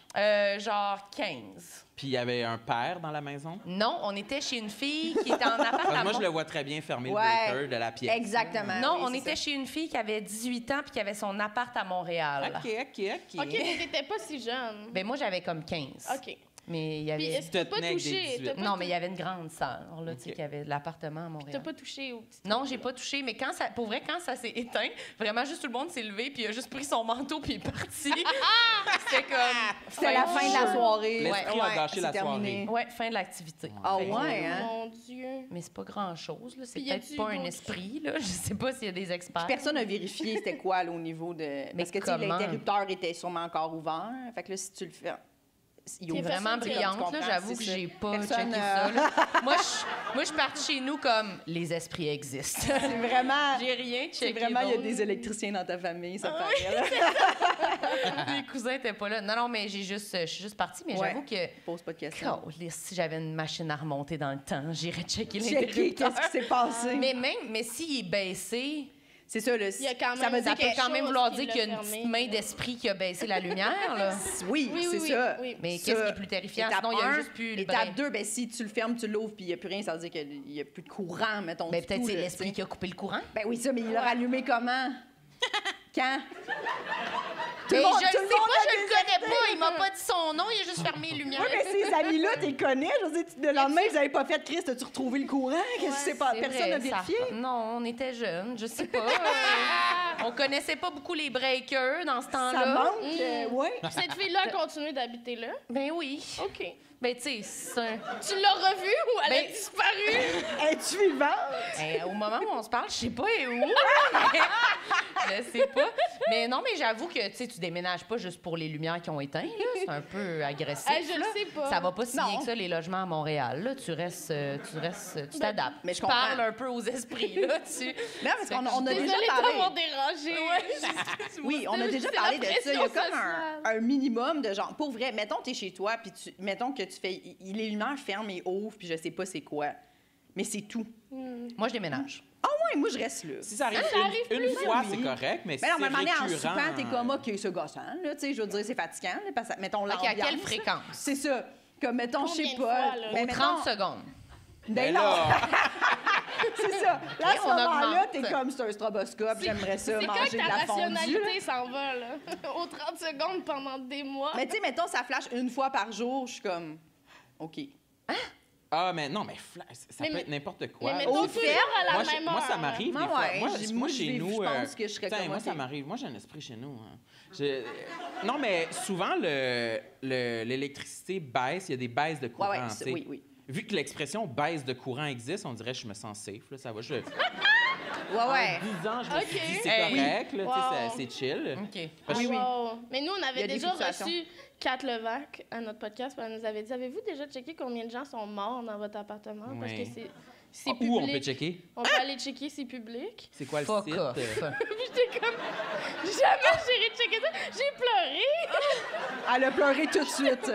[SPEAKER 4] Euh, genre 15.
[SPEAKER 5] Puis il y avait un père dans la maison?
[SPEAKER 4] Non, on était chez une fille qui était en appart
[SPEAKER 5] Parce
[SPEAKER 4] à
[SPEAKER 5] que moi, je
[SPEAKER 4] Mont-
[SPEAKER 5] le vois très bien fermer
[SPEAKER 3] Ouais.
[SPEAKER 5] le breaker de la pièce.
[SPEAKER 3] Exactement.
[SPEAKER 4] Non,
[SPEAKER 3] oui,
[SPEAKER 4] on
[SPEAKER 3] c'est
[SPEAKER 4] était
[SPEAKER 3] ça.
[SPEAKER 4] chez une fille qui avait 18 ans puis qui avait son appart à Montréal.
[SPEAKER 5] OK, OK, OK.
[SPEAKER 6] OK, mais t'étais pas si jeune.
[SPEAKER 4] Ben moi j'avais comme 15.
[SPEAKER 6] OK.
[SPEAKER 4] Mais il y
[SPEAKER 6] Puis
[SPEAKER 4] avait
[SPEAKER 6] est-ce que
[SPEAKER 5] Tu
[SPEAKER 6] t'as
[SPEAKER 5] te
[SPEAKER 6] pas
[SPEAKER 5] tenais avec des
[SPEAKER 6] touché?
[SPEAKER 5] 18.
[SPEAKER 6] T'as pas
[SPEAKER 4] Non,
[SPEAKER 6] tou-
[SPEAKER 4] mais il y avait une grande sœur là, tu sais
[SPEAKER 5] Ok.
[SPEAKER 4] qui avait de l'appartement à
[SPEAKER 6] T'as
[SPEAKER 4] Montréal.
[SPEAKER 6] pas touché au petit...
[SPEAKER 4] Non, j'ai pas touché, mais quand ça, pour vrai, quand ça s'est éteint, vraiment juste tout le monde s'est levé puis il a juste pris son manteau puis il est parti. C'était comme
[SPEAKER 3] C'était la fin de la soirée.
[SPEAKER 5] L'esprit
[SPEAKER 3] Ouais,
[SPEAKER 5] a
[SPEAKER 3] ouais,
[SPEAKER 5] gâché
[SPEAKER 3] c'est
[SPEAKER 5] la
[SPEAKER 3] terminé.
[SPEAKER 5] soirée.
[SPEAKER 4] Ouais, fin de l'activité.
[SPEAKER 3] Ah
[SPEAKER 4] Fait que-
[SPEAKER 3] ouais, hein?
[SPEAKER 6] Mon Dieu.
[SPEAKER 4] Mais c'est pas grand chose là, c'est
[SPEAKER 6] Puis y a-tu
[SPEAKER 4] peut-être pas un
[SPEAKER 6] d'autres-
[SPEAKER 4] esprit là, je sais pas s'il y a des experts.
[SPEAKER 3] hein. Personne n'a vérifié c'était quoi là, au niveau de. Parce que tu sais,
[SPEAKER 4] comment?
[SPEAKER 3] l'interrupteur était sûrement encore ouvert. Fait que là, si tu le fais. Il
[SPEAKER 4] T'es
[SPEAKER 3] ouvre.
[SPEAKER 4] vraiment
[SPEAKER 3] Tu
[SPEAKER 4] brillante, là,
[SPEAKER 3] comprends,
[SPEAKER 4] j'avoue
[SPEAKER 3] c'est
[SPEAKER 4] que
[SPEAKER 3] ça.
[SPEAKER 4] j'ai pas
[SPEAKER 3] Personne,
[SPEAKER 4] checké
[SPEAKER 3] euh,
[SPEAKER 4] ça. là. moi, je, moi, je suis partie chez nous comme les esprits existent.
[SPEAKER 3] C'est vraiment.
[SPEAKER 4] J'ai rien
[SPEAKER 3] c'est
[SPEAKER 4] checké. Ah
[SPEAKER 3] Vraiment, il y a
[SPEAKER 4] d'autre.
[SPEAKER 3] des électriciens dans ta famille, ça paraît. là.
[SPEAKER 4] Mes cousins étaient pas là. Non, non, mais j'ai juste, euh, je suis juste partie, mais
[SPEAKER 3] Ouais.
[SPEAKER 4] j'avoue que.
[SPEAKER 3] Pose pas de questions.
[SPEAKER 4] Caliste, si j'avais une machine à remonter dans le temps, j'irais checker
[SPEAKER 3] Checker
[SPEAKER 4] l'interrupteur.
[SPEAKER 3] qu'est-ce qui s'est passé.
[SPEAKER 4] Mais même, mais s'il est baissé,
[SPEAKER 3] C'est ça, là.
[SPEAKER 6] Il y a quand
[SPEAKER 3] ça
[SPEAKER 6] même
[SPEAKER 3] veut
[SPEAKER 4] ça
[SPEAKER 3] dire
[SPEAKER 4] peut
[SPEAKER 6] quelque
[SPEAKER 4] quand même
[SPEAKER 6] chose
[SPEAKER 4] vouloir
[SPEAKER 6] qui
[SPEAKER 4] dire
[SPEAKER 6] l'a
[SPEAKER 4] qu'il y a une
[SPEAKER 6] fermé,
[SPEAKER 4] petite main
[SPEAKER 6] là.
[SPEAKER 4] d'esprit qui a baissé la lumière, là.
[SPEAKER 3] que. Oui,
[SPEAKER 6] Oui,
[SPEAKER 3] c'est
[SPEAKER 6] oui, oui,
[SPEAKER 3] ça.
[SPEAKER 6] oui.
[SPEAKER 4] Mais
[SPEAKER 3] Ça,
[SPEAKER 4] qu'est-ce qui est plus terrifiant?
[SPEAKER 3] étape
[SPEAKER 4] Sinon, il y a
[SPEAKER 3] un,
[SPEAKER 4] juste plus le
[SPEAKER 3] Étape
[SPEAKER 4] brin.
[SPEAKER 3] 2, ben, si tu le fermes, tu l'ouvres, puis il n'y a plus rien, ça veut dire qu'il n'y a plus de courant, mettons.
[SPEAKER 4] Mais Ben,
[SPEAKER 3] du
[SPEAKER 4] peut-être
[SPEAKER 3] tout,
[SPEAKER 4] c'est
[SPEAKER 3] là,
[SPEAKER 4] l'esprit
[SPEAKER 3] tu sais.
[SPEAKER 4] qui a coupé le courant.
[SPEAKER 3] Ben oui, ça, mais il l'a rallumé comment? Quand? Tout
[SPEAKER 4] Mais
[SPEAKER 3] le monde-
[SPEAKER 4] je le
[SPEAKER 3] tout
[SPEAKER 4] sais
[SPEAKER 3] le
[SPEAKER 4] pas,
[SPEAKER 3] monde a
[SPEAKER 4] je le
[SPEAKER 3] des
[SPEAKER 4] connais pas. Il m'a pas dit son nom, il a juste fermé les lumières.
[SPEAKER 3] Oui, mais ces amis-là, tu les connais. Je veux dire, tu- le lendemain, ils n'avaient pas fait Chris, as-tu retrouvé le courant? Qu'est-ce qui s'est passé?
[SPEAKER 4] C'est
[SPEAKER 3] Personne n'a
[SPEAKER 4] vrai,
[SPEAKER 3] vérifié.
[SPEAKER 4] ça- Non, on était jeunes, je sais pas. Euh, on connaissait pas beaucoup les breakers dans ce
[SPEAKER 3] Ça,
[SPEAKER 4] temps-là.
[SPEAKER 3] manque,
[SPEAKER 4] Mm.
[SPEAKER 3] euh, ouais.
[SPEAKER 6] Puis Cette fille-là a continué d'habiter là.
[SPEAKER 4] Ben oui.
[SPEAKER 6] OK.
[SPEAKER 4] Ben tu sais, c'est un-
[SPEAKER 6] Tu l'as revue ou elle
[SPEAKER 4] Ben-
[SPEAKER 6] a disparu?
[SPEAKER 3] Es-tu vivante?
[SPEAKER 4] Ben, au moment où on se parle, je sais pas et où. mais je sais pas. Mais non, mais j'avoue que tu sais, tu déménages pas juste pour les lumières qui ont éteint. là. C'est un peu agressif.
[SPEAKER 3] Ah,
[SPEAKER 6] Hey, je le
[SPEAKER 4] là.
[SPEAKER 6] sais pas.
[SPEAKER 4] Ça va pas si
[SPEAKER 3] Non.
[SPEAKER 4] bien que ça, les logements à Montréal. là. Tu restes, euh, tu restes, euh, tu t'adaptes.
[SPEAKER 3] Ben, mais je
[SPEAKER 4] Tu
[SPEAKER 3] comprends.
[SPEAKER 4] parles un peu aux esprits. Là, tu...
[SPEAKER 3] Non, parce qu'on on a déjà
[SPEAKER 6] Désolée
[SPEAKER 3] parlé.
[SPEAKER 6] d'avoir dérangé.
[SPEAKER 3] Oui, on a déjà
[SPEAKER 6] C'est
[SPEAKER 3] parlé
[SPEAKER 6] la
[SPEAKER 3] de ça. Il y a
[SPEAKER 6] pression
[SPEAKER 3] comme un,
[SPEAKER 6] sociale.
[SPEAKER 3] un minimum de genre. Pour vrai, mettons, t'es chez toi, puis tu, mettons que tu fais. il- Les lumières ferment et ouvrent, puis je sais pas c'est quoi. Mais c'est tout.
[SPEAKER 4] Moi, je déménage.
[SPEAKER 3] Ah ouais, moi, je reste là.
[SPEAKER 5] Si ça arrive, une, une fois, c'est correct, mais,
[SPEAKER 3] Mais Ben non,
[SPEAKER 5] si
[SPEAKER 3] mais à
[SPEAKER 5] c'est
[SPEAKER 3] un moment donné, en
[SPEAKER 5] récurrent,
[SPEAKER 3] soupant, t'es comme, OK, ce gossant, là, tu sais, je veux dire, c'est fatigant, là, parce que, mettons,
[SPEAKER 4] Fait
[SPEAKER 3] l'ambiance.
[SPEAKER 4] qu'à quelle fréquence?
[SPEAKER 3] C'est ça. Comme, mettons, je
[SPEAKER 6] Combien
[SPEAKER 3] sais
[SPEAKER 6] de
[SPEAKER 3] pas.
[SPEAKER 6] fois, là?
[SPEAKER 3] mais
[SPEAKER 4] Aux 30
[SPEAKER 3] mettons-
[SPEAKER 4] secondes.
[SPEAKER 5] ben
[SPEAKER 3] Ben non,
[SPEAKER 5] là,
[SPEAKER 3] c'est ça. Là, à ce
[SPEAKER 4] on
[SPEAKER 3] moment-là,
[SPEAKER 4] augmente.
[SPEAKER 3] t'es comme, c'est un stroboscope, j'aimerais ça,
[SPEAKER 6] C'est quand
[SPEAKER 3] manger de la
[SPEAKER 6] ta
[SPEAKER 3] fondue. là.
[SPEAKER 6] rationalité s'en va, là. Aux 30 secondes pendant des mois.
[SPEAKER 3] Mais tu sais, mettons, ça flash une fois par jour, je suis comme, OK.
[SPEAKER 5] ah, mais non, mais fla- ça
[SPEAKER 6] Mais-
[SPEAKER 5] peut être n'importe quoi. là.
[SPEAKER 6] mais mettons
[SPEAKER 3] Au
[SPEAKER 6] toujours
[SPEAKER 3] fer,
[SPEAKER 6] à la
[SPEAKER 5] moi, je-
[SPEAKER 6] même heure.
[SPEAKER 5] moi, ça m'arrive
[SPEAKER 3] Ah
[SPEAKER 5] des fois.
[SPEAKER 3] ouais,
[SPEAKER 5] Moi,
[SPEAKER 3] j'ai-
[SPEAKER 5] je-
[SPEAKER 3] moi,
[SPEAKER 5] moi,
[SPEAKER 3] je
[SPEAKER 5] chez
[SPEAKER 3] vis-
[SPEAKER 5] nous...
[SPEAKER 3] je pense
[SPEAKER 5] euh,
[SPEAKER 3] que je serais
[SPEAKER 5] putain,
[SPEAKER 3] comme,
[SPEAKER 5] Moi,
[SPEAKER 3] OK.
[SPEAKER 5] ça m'arrive. Moi, j'ai un esprit chez nous. hein. Je- Non, mais souvent, le- le- l'électricité baisse. Il y a des baisses de courant.
[SPEAKER 3] Ouais, ouais, ça-
[SPEAKER 5] tu sais.
[SPEAKER 3] oui, oui.
[SPEAKER 5] Vu que l'expression baisse de courant existe, on dirait je me sens safe. Là, ça va. Je,
[SPEAKER 3] Ouais, ouais.
[SPEAKER 5] En 10 ans, je me suis
[SPEAKER 6] Ok.
[SPEAKER 5] dit, c'est
[SPEAKER 4] Hey.
[SPEAKER 5] correct. là, tu sais,
[SPEAKER 6] Wow.
[SPEAKER 5] ça- C'est chill.
[SPEAKER 4] OK.
[SPEAKER 5] Parce que
[SPEAKER 3] oui.
[SPEAKER 6] Wow. Mais nous, on
[SPEAKER 3] Il y
[SPEAKER 6] avait
[SPEAKER 3] a des
[SPEAKER 6] déjà
[SPEAKER 3] fluctuations.
[SPEAKER 6] reçu Kat Levac à notre podcast. puis Elle nous avait dit Avez-vous déjà checké combien de gens sont morts dans votre appartement Parce que
[SPEAKER 5] Ouais.
[SPEAKER 6] c'est c'est public.
[SPEAKER 5] Où on peut checker?
[SPEAKER 6] On peut aller checker, c'est public.
[SPEAKER 5] C'est quoi le
[SPEAKER 4] Fuck
[SPEAKER 5] site?
[SPEAKER 4] off.
[SPEAKER 5] euh?
[SPEAKER 6] Puis j'étais comme Jamais j'irai checker ça. J'ai
[SPEAKER 3] Ah.
[SPEAKER 6] pleuré.
[SPEAKER 3] Elle a pleuré tout de suite.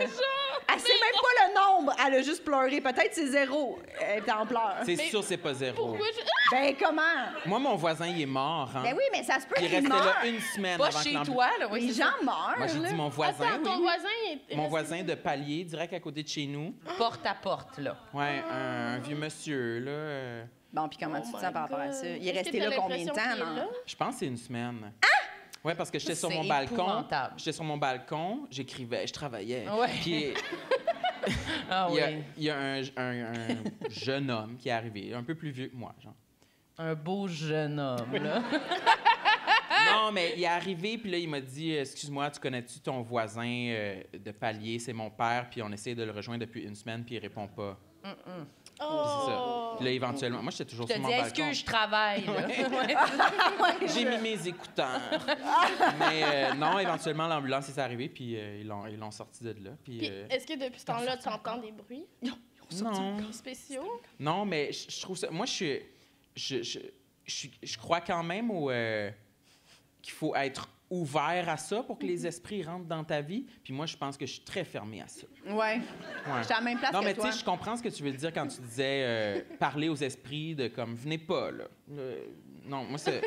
[SPEAKER 3] Elle sait Ah, même pas le nombre. Elle a juste pleuré. Peut-être c'est zéro. Elle était en pleurs.
[SPEAKER 5] C'est sûr, c'est pas zéro.
[SPEAKER 6] Pourquoi je-
[SPEAKER 3] Ben comment?
[SPEAKER 5] Moi, mon voisin, il est mort. Hein?
[SPEAKER 3] Ben oui, mais ça se peut
[SPEAKER 5] Il
[SPEAKER 3] qu'il
[SPEAKER 5] restait
[SPEAKER 3] meure.
[SPEAKER 5] là une semaine
[SPEAKER 4] Pas
[SPEAKER 5] avant que
[SPEAKER 4] chez
[SPEAKER 5] l'ambu-
[SPEAKER 4] toi, là. Oui,
[SPEAKER 3] Les
[SPEAKER 4] c'est
[SPEAKER 3] gens meurent.
[SPEAKER 5] Moi, j'ai
[SPEAKER 3] là.
[SPEAKER 5] dit mon voisin.
[SPEAKER 6] Attends, Ah, ton
[SPEAKER 5] oui.
[SPEAKER 6] voisin est.
[SPEAKER 5] Mon voisin de palier, direct à côté de chez nous.
[SPEAKER 4] ça. porte à porte, là.
[SPEAKER 5] Ouais,
[SPEAKER 4] Ah.
[SPEAKER 5] un, un vieux monsieur, là. euh,
[SPEAKER 3] Bon, puis comment
[SPEAKER 6] Oh
[SPEAKER 3] tu te
[SPEAKER 6] my
[SPEAKER 3] sens par rapport à ça?
[SPEAKER 6] God.
[SPEAKER 3] Il est
[SPEAKER 6] Est-ce
[SPEAKER 3] resté
[SPEAKER 6] que t'as
[SPEAKER 3] là combien de
[SPEAKER 6] l'impression
[SPEAKER 3] temps?
[SPEAKER 6] qu'il est
[SPEAKER 3] non?
[SPEAKER 6] là?
[SPEAKER 5] Je pense que c'est une semaine. Ah! Ouais, parce que j'étais sur
[SPEAKER 4] C'est
[SPEAKER 5] mon balcon.
[SPEAKER 4] épouvantable.
[SPEAKER 5] J'étais sur mon balcon, j'écrivais, je travaillais.
[SPEAKER 4] Ouais.
[SPEAKER 5] Puis
[SPEAKER 4] Ah
[SPEAKER 5] il y a,
[SPEAKER 4] oui.
[SPEAKER 5] il y a un, un- un jeune homme qui est arrivé, un peu plus vieux que moi, genre.
[SPEAKER 4] Un beau jeune homme, là. Ah!
[SPEAKER 5] Non, mais il est arrivé, puis là, il m'a dit euh, Excuse-moi, tu connais-tu ton voisin euh, de palier C'est mon père, puis on essaie de le rejoindre depuis une semaine, puis il répond pas. Puis c'est ça.
[SPEAKER 6] Oh.
[SPEAKER 5] Puis là, éventuellement, moi, j'étais toujours
[SPEAKER 4] Je te
[SPEAKER 5] sur mon
[SPEAKER 4] dis, est-ce
[SPEAKER 5] balcon.
[SPEAKER 4] que je travaille, là?
[SPEAKER 5] J'ai mis mes écouteurs. mais euh, non, éventuellement, l'ambulance est arrivée, puis euh, ils l'ont- ils l'ont sorti de là. Puis,
[SPEAKER 6] Puis
[SPEAKER 5] euh, Mmh.
[SPEAKER 6] est-ce que depuis ce temps-là, tu entends des bruits
[SPEAKER 5] non.
[SPEAKER 6] spéciaux
[SPEAKER 5] Non, mais je je trouve ça. Moi, je suis. Je, je, je suis- je crois quand même au. euh, qu'il faut être ouvert à ça pour que les esprits rentrent dans ta vie. Puis moi, je pense que je suis très fermé à ça.
[SPEAKER 3] Ouais.
[SPEAKER 5] Ouais.
[SPEAKER 3] J'étais à la même place
[SPEAKER 5] non,
[SPEAKER 3] que
[SPEAKER 5] mais
[SPEAKER 3] toi.
[SPEAKER 5] tu sais, je comprends ce que tu veux dire quand tu disais euh, parler aux esprits de comme venez pas là. Euh, non, moi c'est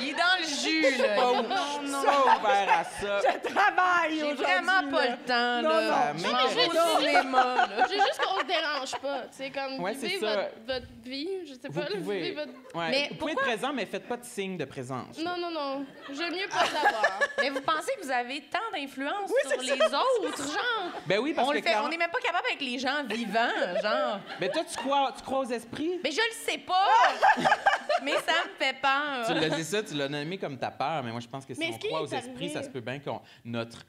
[SPEAKER 4] Il est dans le jus, là.
[SPEAKER 5] pas, ou- pas ouvert à ça.
[SPEAKER 3] Je travaille
[SPEAKER 4] J'ai
[SPEAKER 3] aujourd'hui.
[SPEAKER 4] vraiment pas le temps,
[SPEAKER 3] Non,
[SPEAKER 4] là.
[SPEAKER 5] non,
[SPEAKER 4] Je
[SPEAKER 5] mais
[SPEAKER 4] m'en
[SPEAKER 5] je
[SPEAKER 4] vais
[SPEAKER 5] vais
[SPEAKER 4] au cinéma, là.
[SPEAKER 6] Je veux juste qu'on se dérange pas. Tu sais, comme
[SPEAKER 5] Ouais, c'est
[SPEAKER 6] vivez
[SPEAKER 5] ça.
[SPEAKER 6] votre, votre vie. Je sais
[SPEAKER 5] Vous
[SPEAKER 6] pas, là,
[SPEAKER 5] pouvez,
[SPEAKER 6] vivez votre.
[SPEAKER 5] ouais,
[SPEAKER 4] Mais
[SPEAKER 5] vous pouvez être présent, mais faites pas de signe de présence. là.
[SPEAKER 6] Non, non, non. J'aime mieux pas savoir.
[SPEAKER 4] Mais vous pensez que vous avez tant d'influence sur les autres, genre?
[SPEAKER 5] Ben oui, parce
[SPEAKER 4] On
[SPEAKER 5] que
[SPEAKER 4] le fait,
[SPEAKER 5] clairement-
[SPEAKER 4] on n'est même pas capable avec les gens vivants, genre.
[SPEAKER 5] Mais toi, tu crois, tu crois aux esprits?
[SPEAKER 4] Mais je le sais pas! mais ça me fait
[SPEAKER 5] Tu
[SPEAKER 4] peur.
[SPEAKER 5] l'as dit ça, tu l'as nommé comme ta peur, mais moi je pense que si
[SPEAKER 6] Mais
[SPEAKER 5] on
[SPEAKER 6] est-ce qu'il
[SPEAKER 5] croit aux
[SPEAKER 6] est arrivé-
[SPEAKER 5] esprits, ça se peut bien que notre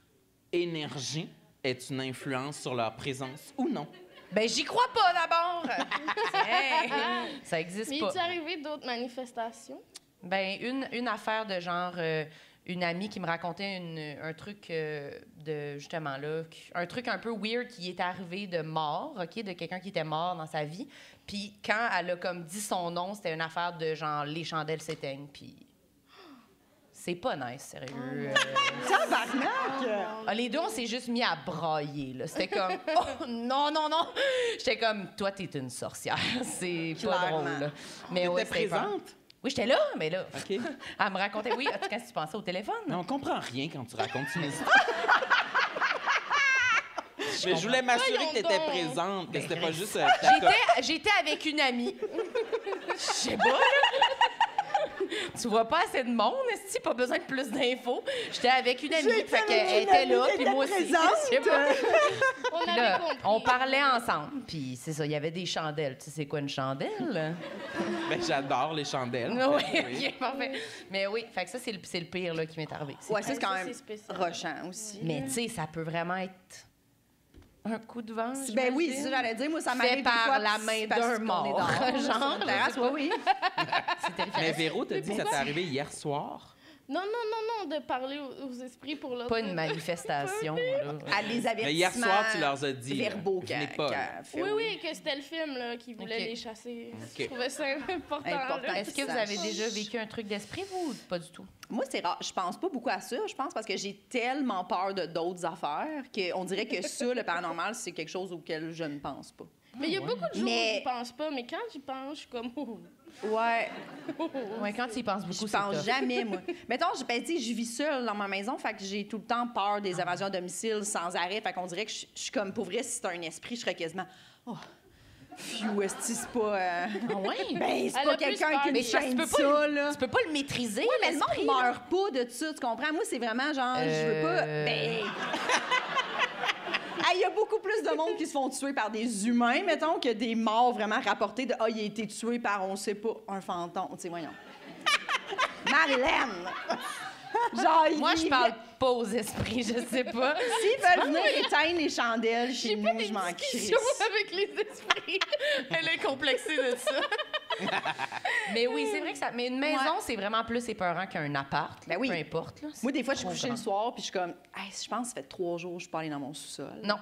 [SPEAKER 5] énergie ait une influence sur leur présence ou non.
[SPEAKER 4] Ben, j'y crois pas d'abord! Hey, ça
[SPEAKER 6] Ah, Mais
[SPEAKER 4] existe pas.
[SPEAKER 6] est-il arrivé d'autres manifestations?
[SPEAKER 4] Ben, une, une affaire de genre, euh, une amie qui me racontait une- un truc euh, de, justement, là, qui- un truc un peu weird qui est arrivé de mort, OK, de quelqu'un qui était mort dans sa vie. Puis quand elle a comme dit son nom, c'était une affaire de genre, les chandelles s'éteignent, puis... C'est pas nice, sérieux. Euh,
[SPEAKER 3] Tabarnak!
[SPEAKER 4] ah, les deux, on s'est juste mis à brailler, là. C'était comme, oh, non, non, non! J'étais comme, toi, t'es une sorcière. C'est pas
[SPEAKER 3] Clairement.
[SPEAKER 4] drôle, là. Mais ouais,
[SPEAKER 5] T'es
[SPEAKER 4] c'était pas-
[SPEAKER 5] présente?
[SPEAKER 4] oui, j'étais là, mais là.
[SPEAKER 5] OK.
[SPEAKER 4] Elle me racontait, oui, en tout cas, si tu pensais au téléphone.
[SPEAKER 5] Non, on comprend rien quand tu racontes une histoire. Mais je voulais m'assurer
[SPEAKER 6] Voyons
[SPEAKER 5] que t'étais
[SPEAKER 6] donc.
[SPEAKER 5] présente, que c'était pas juste euh, ta cop-
[SPEAKER 4] J'étais, j'étais avec une amie. Je sais pas, là. Tu vois pas assez de monde, si pas besoin de plus d'infos. J'étais avec une amie,
[SPEAKER 3] J'étais
[SPEAKER 4] fait qu'elle
[SPEAKER 3] avec une
[SPEAKER 4] était
[SPEAKER 3] amie,
[SPEAKER 4] là, puis
[SPEAKER 3] t'étais
[SPEAKER 4] moi aussi.
[SPEAKER 3] présente.
[SPEAKER 4] Je sais pas.
[SPEAKER 6] On
[SPEAKER 4] Puis
[SPEAKER 6] avait
[SPEAKER 4] là,
[SPEAKER 6] compris.
[SPEAKER 4] on parlait ensemble, puis c'est ça, il y avait des chandelles. Tu sais c'est quoi une chandelle?
[SPEAKER 5] Ben, j'adore les chandelles.
[SPEAKER 4] oui, ok, parfait. Mais oui, fait que ça, c'est le, c'est le pire là, qui m'est arrivé. C'est-
[SPEAKER 3] Ouais, ça, c'est quand
[SPEAKER 6] Ah, Ben, Ça, c'est
[SPEAKER 3] même
[SPEAKER 6] spécial.
[SPEAKER 3] rochant aussi.
[SPEAKER 4] Mais tu sais, ça peut vraiment être un coup de vent.
[SPEAKER 3] Ben oui, c'est
[SPEAKER 4] j'imagine.
[SPEAKER 3] ça que j'allais dire. Moi, ça
[SPEAKER 4] Fait
[SPEAKER 3] m'arrive des
[SPEAKER 4] par
[SPEAKER 3] fois,
[SPEAKER 4] la
[SPEAKER 3] puis
[SPEAKER 4] main
[SPEAKER 3] c'est parce
[SPEAKER 4] d'un
[SPEAKER 3] qu'on est
[SPEAKER 4] mort.
[SPEAKER 3] dehors, là,
[SPEAKER 4] Genre,
[SPEAKER 3] sur une terrasse, oui, oui.
[SPEAKER 4] C'est terrifiant.
[SPEAKER 5] Mais Véro t'a dit que ça t'est arrivé hier soir.
[SPEAKER 6] Non, non, non, non, de parler aux, aux esprits pour l'autre.
[SPEAKER 4] Pas une manifestation. là.
[SPEAKER 3] À des avertissements
[SPEAKER 5] Mais hier soir, tu leur as dit. là,
[SPEAKER 3] verbaux
[SPEAKER 5] venez
[SPEAKER 3] qu'elle
[SPEAKER 5] pas, là.
[SPEAKER 3] qu'elle fait,
[SPEAKER 6] Oui, oui, que c'était le film là, qui voulait
[SPEAKER 4] Ok.
[SPEAKER 6] les chasser.
[SPEAKER 5] Ok.
[SPEAKER 6] Je trouvais ça important.
[SPEAKER 3] Important.
[SPEAKER 6] là.
[SPEAKER 4] Est-ce que vous avez déjà vécu un truc d'esprit, vous, ou pas du tout?
[SPEAKER 3] Moi, c'est rare. Je pense pas beaucoup à ça. Je pense parce que j'ai tellement peur de d'autres affaires qu'on dirait que ça, le paranormal, c'est quelque chose auquel je ne pense pas.
[SPEAKER 6] Mais il y a beaucoup de jours
[SPEAKER 3] Mais-
[SPEAKER 6] où j'y pense pas, mais quand j'y pense, je suis comme. Oh,
[SPEAKER 3] Ouais,
[SPEAKER 6] oh, oh.
[SPEAKER 4] Oui, quand tu y penses
[SPEAKER 3] je
[SPEAKER 4] beaucoup, c'est
[SPEAKER 3] pense
[SPEAKER 4] tough.
[SPEAKER 3] jamais, moi. Mettons, je, ben, tu sais, je vis seule dans ma maison, fait que j'ai tout le temps peur des invasions à domicile sans arrêt. Fait qu'on dirait que je je suis comme, pour vrai, si c'était un esprit, je serais quasiment... Oh, phew, est-ce que c'est pas... euh,
[SPEAKER 4] Ah ouais?
[SPEAKER 3] Ben, c'est
[SPEAKER 6] Elle
[SPEAKER 3] pas
[SPEAKER 6] a plus
[SPEAKER 3] quelqu'un
[SPEAKER 6] peur
[SPEAKER 3] qui me
[SPEAKER 6] des-
[SPEAKER 4] parce que
[SPEAKER 3] chaîne
[SPEAKER 4] tu peux pas
[SPEAKER 3] ça, là.
[SPEAKER 4] Tu peux pas le maîtriser,
[SPEAKER 3] Oui, mais le
[SPEAKER 4] l'esprit,
[SPEAKER 3] monde
[SPEAKER 4] là.
[SPEAKER 3] meurt pas de ça, tu comprends? Moi, c'est vraiment genre, je veux pas.
[SPEAKER 4] Euh.
[SPEAKER 3] Ben. Ah, Il y a beaucoup plus de monde qui se font tuer par des humains, mettons, que des morts vraiment rapportés de Ah, il a été tué par, on sait pas, un fantôme. Tu sais, voyons. Marilyn! Genre, ils-
[SPEAKER 4] Moi, je parle pas aux esprits, je sais pas.
[SPEAKER 3] S'ils veulent venir éteindre les chandelles chez
[SPEAKER 6] J'ai
[SPEAKER 3] nous,
[SPEAKER 6] pas des
[SPEAKER 3] je m'en crisse.
[SPEAKER 6] discussions avec les esprits.
[SPEAKER 4] Elle est complexée de ça. mais oui, c'est vrai que ça. Mais une maison, c'est vraiment plus épeurant qu'un appart.
[SPEAKER 3] Ben oui.
[SPEAKER 4] Peu importe. Là,
[SPEAKER 3] Moi, des fois, je suis
[SPEAKER 4] Trop
[SPEAKER 3] couchée le
[SPEAKER 4] grand.
[SPEAKER 3] soir, puis je suis comme, Hey, je pense que ça fait trois jours que je suis pas allée dans mon sous-sol.
[SPEAKER 4] Non.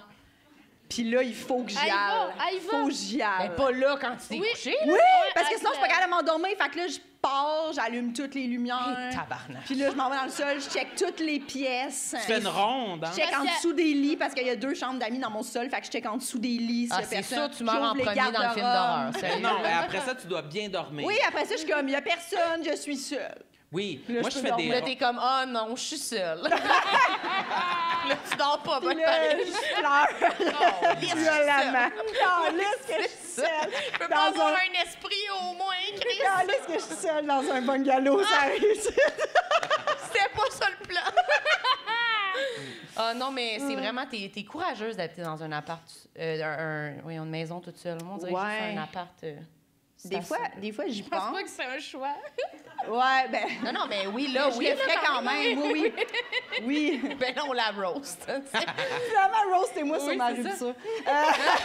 [SPEAKER 3] Puis là, il faut que j'y
[SPEAKER 6] Elle y va,
[SPEAKER 3] aille.
[SPEAKER 6] elle y va.
[SPEAKER 3] faut que j'y aille.
[SPEAKER 4] Ben, pas là quand tu t'es
[SPEAKER 6] Oui.
[SPEAKER 4] couché. là.
[SPEAKER 3] Ah Oui, parce que
[SPEAKER 6] elle
[SPEAKER 3] sinon, je
[SPEAKER 6] se
[SPEAKER 3] peux
[SPEAKER 6] lève.
[SPEAKER 3] pas capable de m'endormir. Fait que là, je pars, j'allume toutes les lumières.
[SPEAKER 4] Hey, tabarnak.
[SPEAKER 3] Puis là, je m'en vais dans le sol, je check toutes les pièces.
[SPEAKER 5] Tu fais une ronde, hein?
[SPEAKER 3] Je check en
[SPEAKER 6] Parce que-
[SPEAKER 3] dessous des lits parce qu'il y a deux chambres d'amis dans mon sol. Fait que je check en dessous des lits. s'il y
[SPEAKER 4] Ah,
[SPEAKER 3] a
[SPEAKER 4] c'est
[SPEAKER 3] personne.
[SPEAKER 4] sûr, tu meurs en
[SPEAKER 3] J'ouvre les
[SPEAKER 4] premier dans le film
[SPEAKER 3] garde-robes.
[SPEAKER 4] d'horreur. sérieux.
[SPEAKER 5] Non, mais après ça, tu dois bien dormir.
[SPEAKER 3] Oui, après ça, je suis comme, il y a personne, je suis seule.
[SPEAKER 5] Oui,
[SPEAKER 3] Là,
[SPEAKER 5] moi,
[SPEAKER 3] je
[SPEAKER 5] je
[SPEAKER 3] peux
[SPEAKER 5] fais des
[SPEAKER 4] Là,
[SPEAKER 5] rondes.
[SPEAKER 4] t'es comme, ah non, je suis seule. là, tu dors pas,
[SPEAKER 3] Puis
[SPEAKER 4] ben,
[SPEAKER 3] là,
[SPEAKER 4] pareil.
[SPEAKER 3] je pleure
[SPEAKER 4] Oh, lisse,
[SPEAKER 3] violemment. Calisse que je suis seule.
[SPEAKER 4] Je peux
[SPEAKER 3] Dans
[SPEAKER 4] pas avoir
[SPEAKER 3] un-
[SPEAKER 4] un esprit au moins, Chris.
[SPEAKER 3] Calisse que je suis seule dans un bungalow,
[SPEAKER 4] Ah!
[SPEAKER 3] ça arrive.
[SPEAKER 4] C'était pas ça le plan. Ah non, mais
[SPEAKER 3] Hmm.
[SPEAKER 4] c'est vraiment, t'es t'es courageuse d'habiter dans un appart, euh, un- un- oui, une maison toute seule. Moi, on dirait que je
[SPEAKER 3] Ouais.
[SPEAKER 4] fais un appart. euh,
[SPEAKER 3] Des
[SPEAKER 4] station.
[SPEAKER 3] fois, des fois j'y
[SPEAKER 6] Je pense
[SPEAKER 3] pense.
[SPEAKER 6] pas que c'est un choix.
[SPEAKER 3] Ouais, ben,
[SPEAKER 4] Non, non, mais oui, là,
[SPEAKER 3] je
[SPEAKER 4] oui.
[SPEAKER 3] le ferais quand même, oui, oui. Oui.
[SPEAKER 4] Ben là, on la roast. tu sais.
[SPEAKER 3] Finalement, Rose, c'est moi Ah, sur
[SPEAKER 4] Oui,
[SPEAKER 3] ma
[SPEAKER 4] c'est
[SPEAKER 3] rupture.
[SPEAKER 4] ça.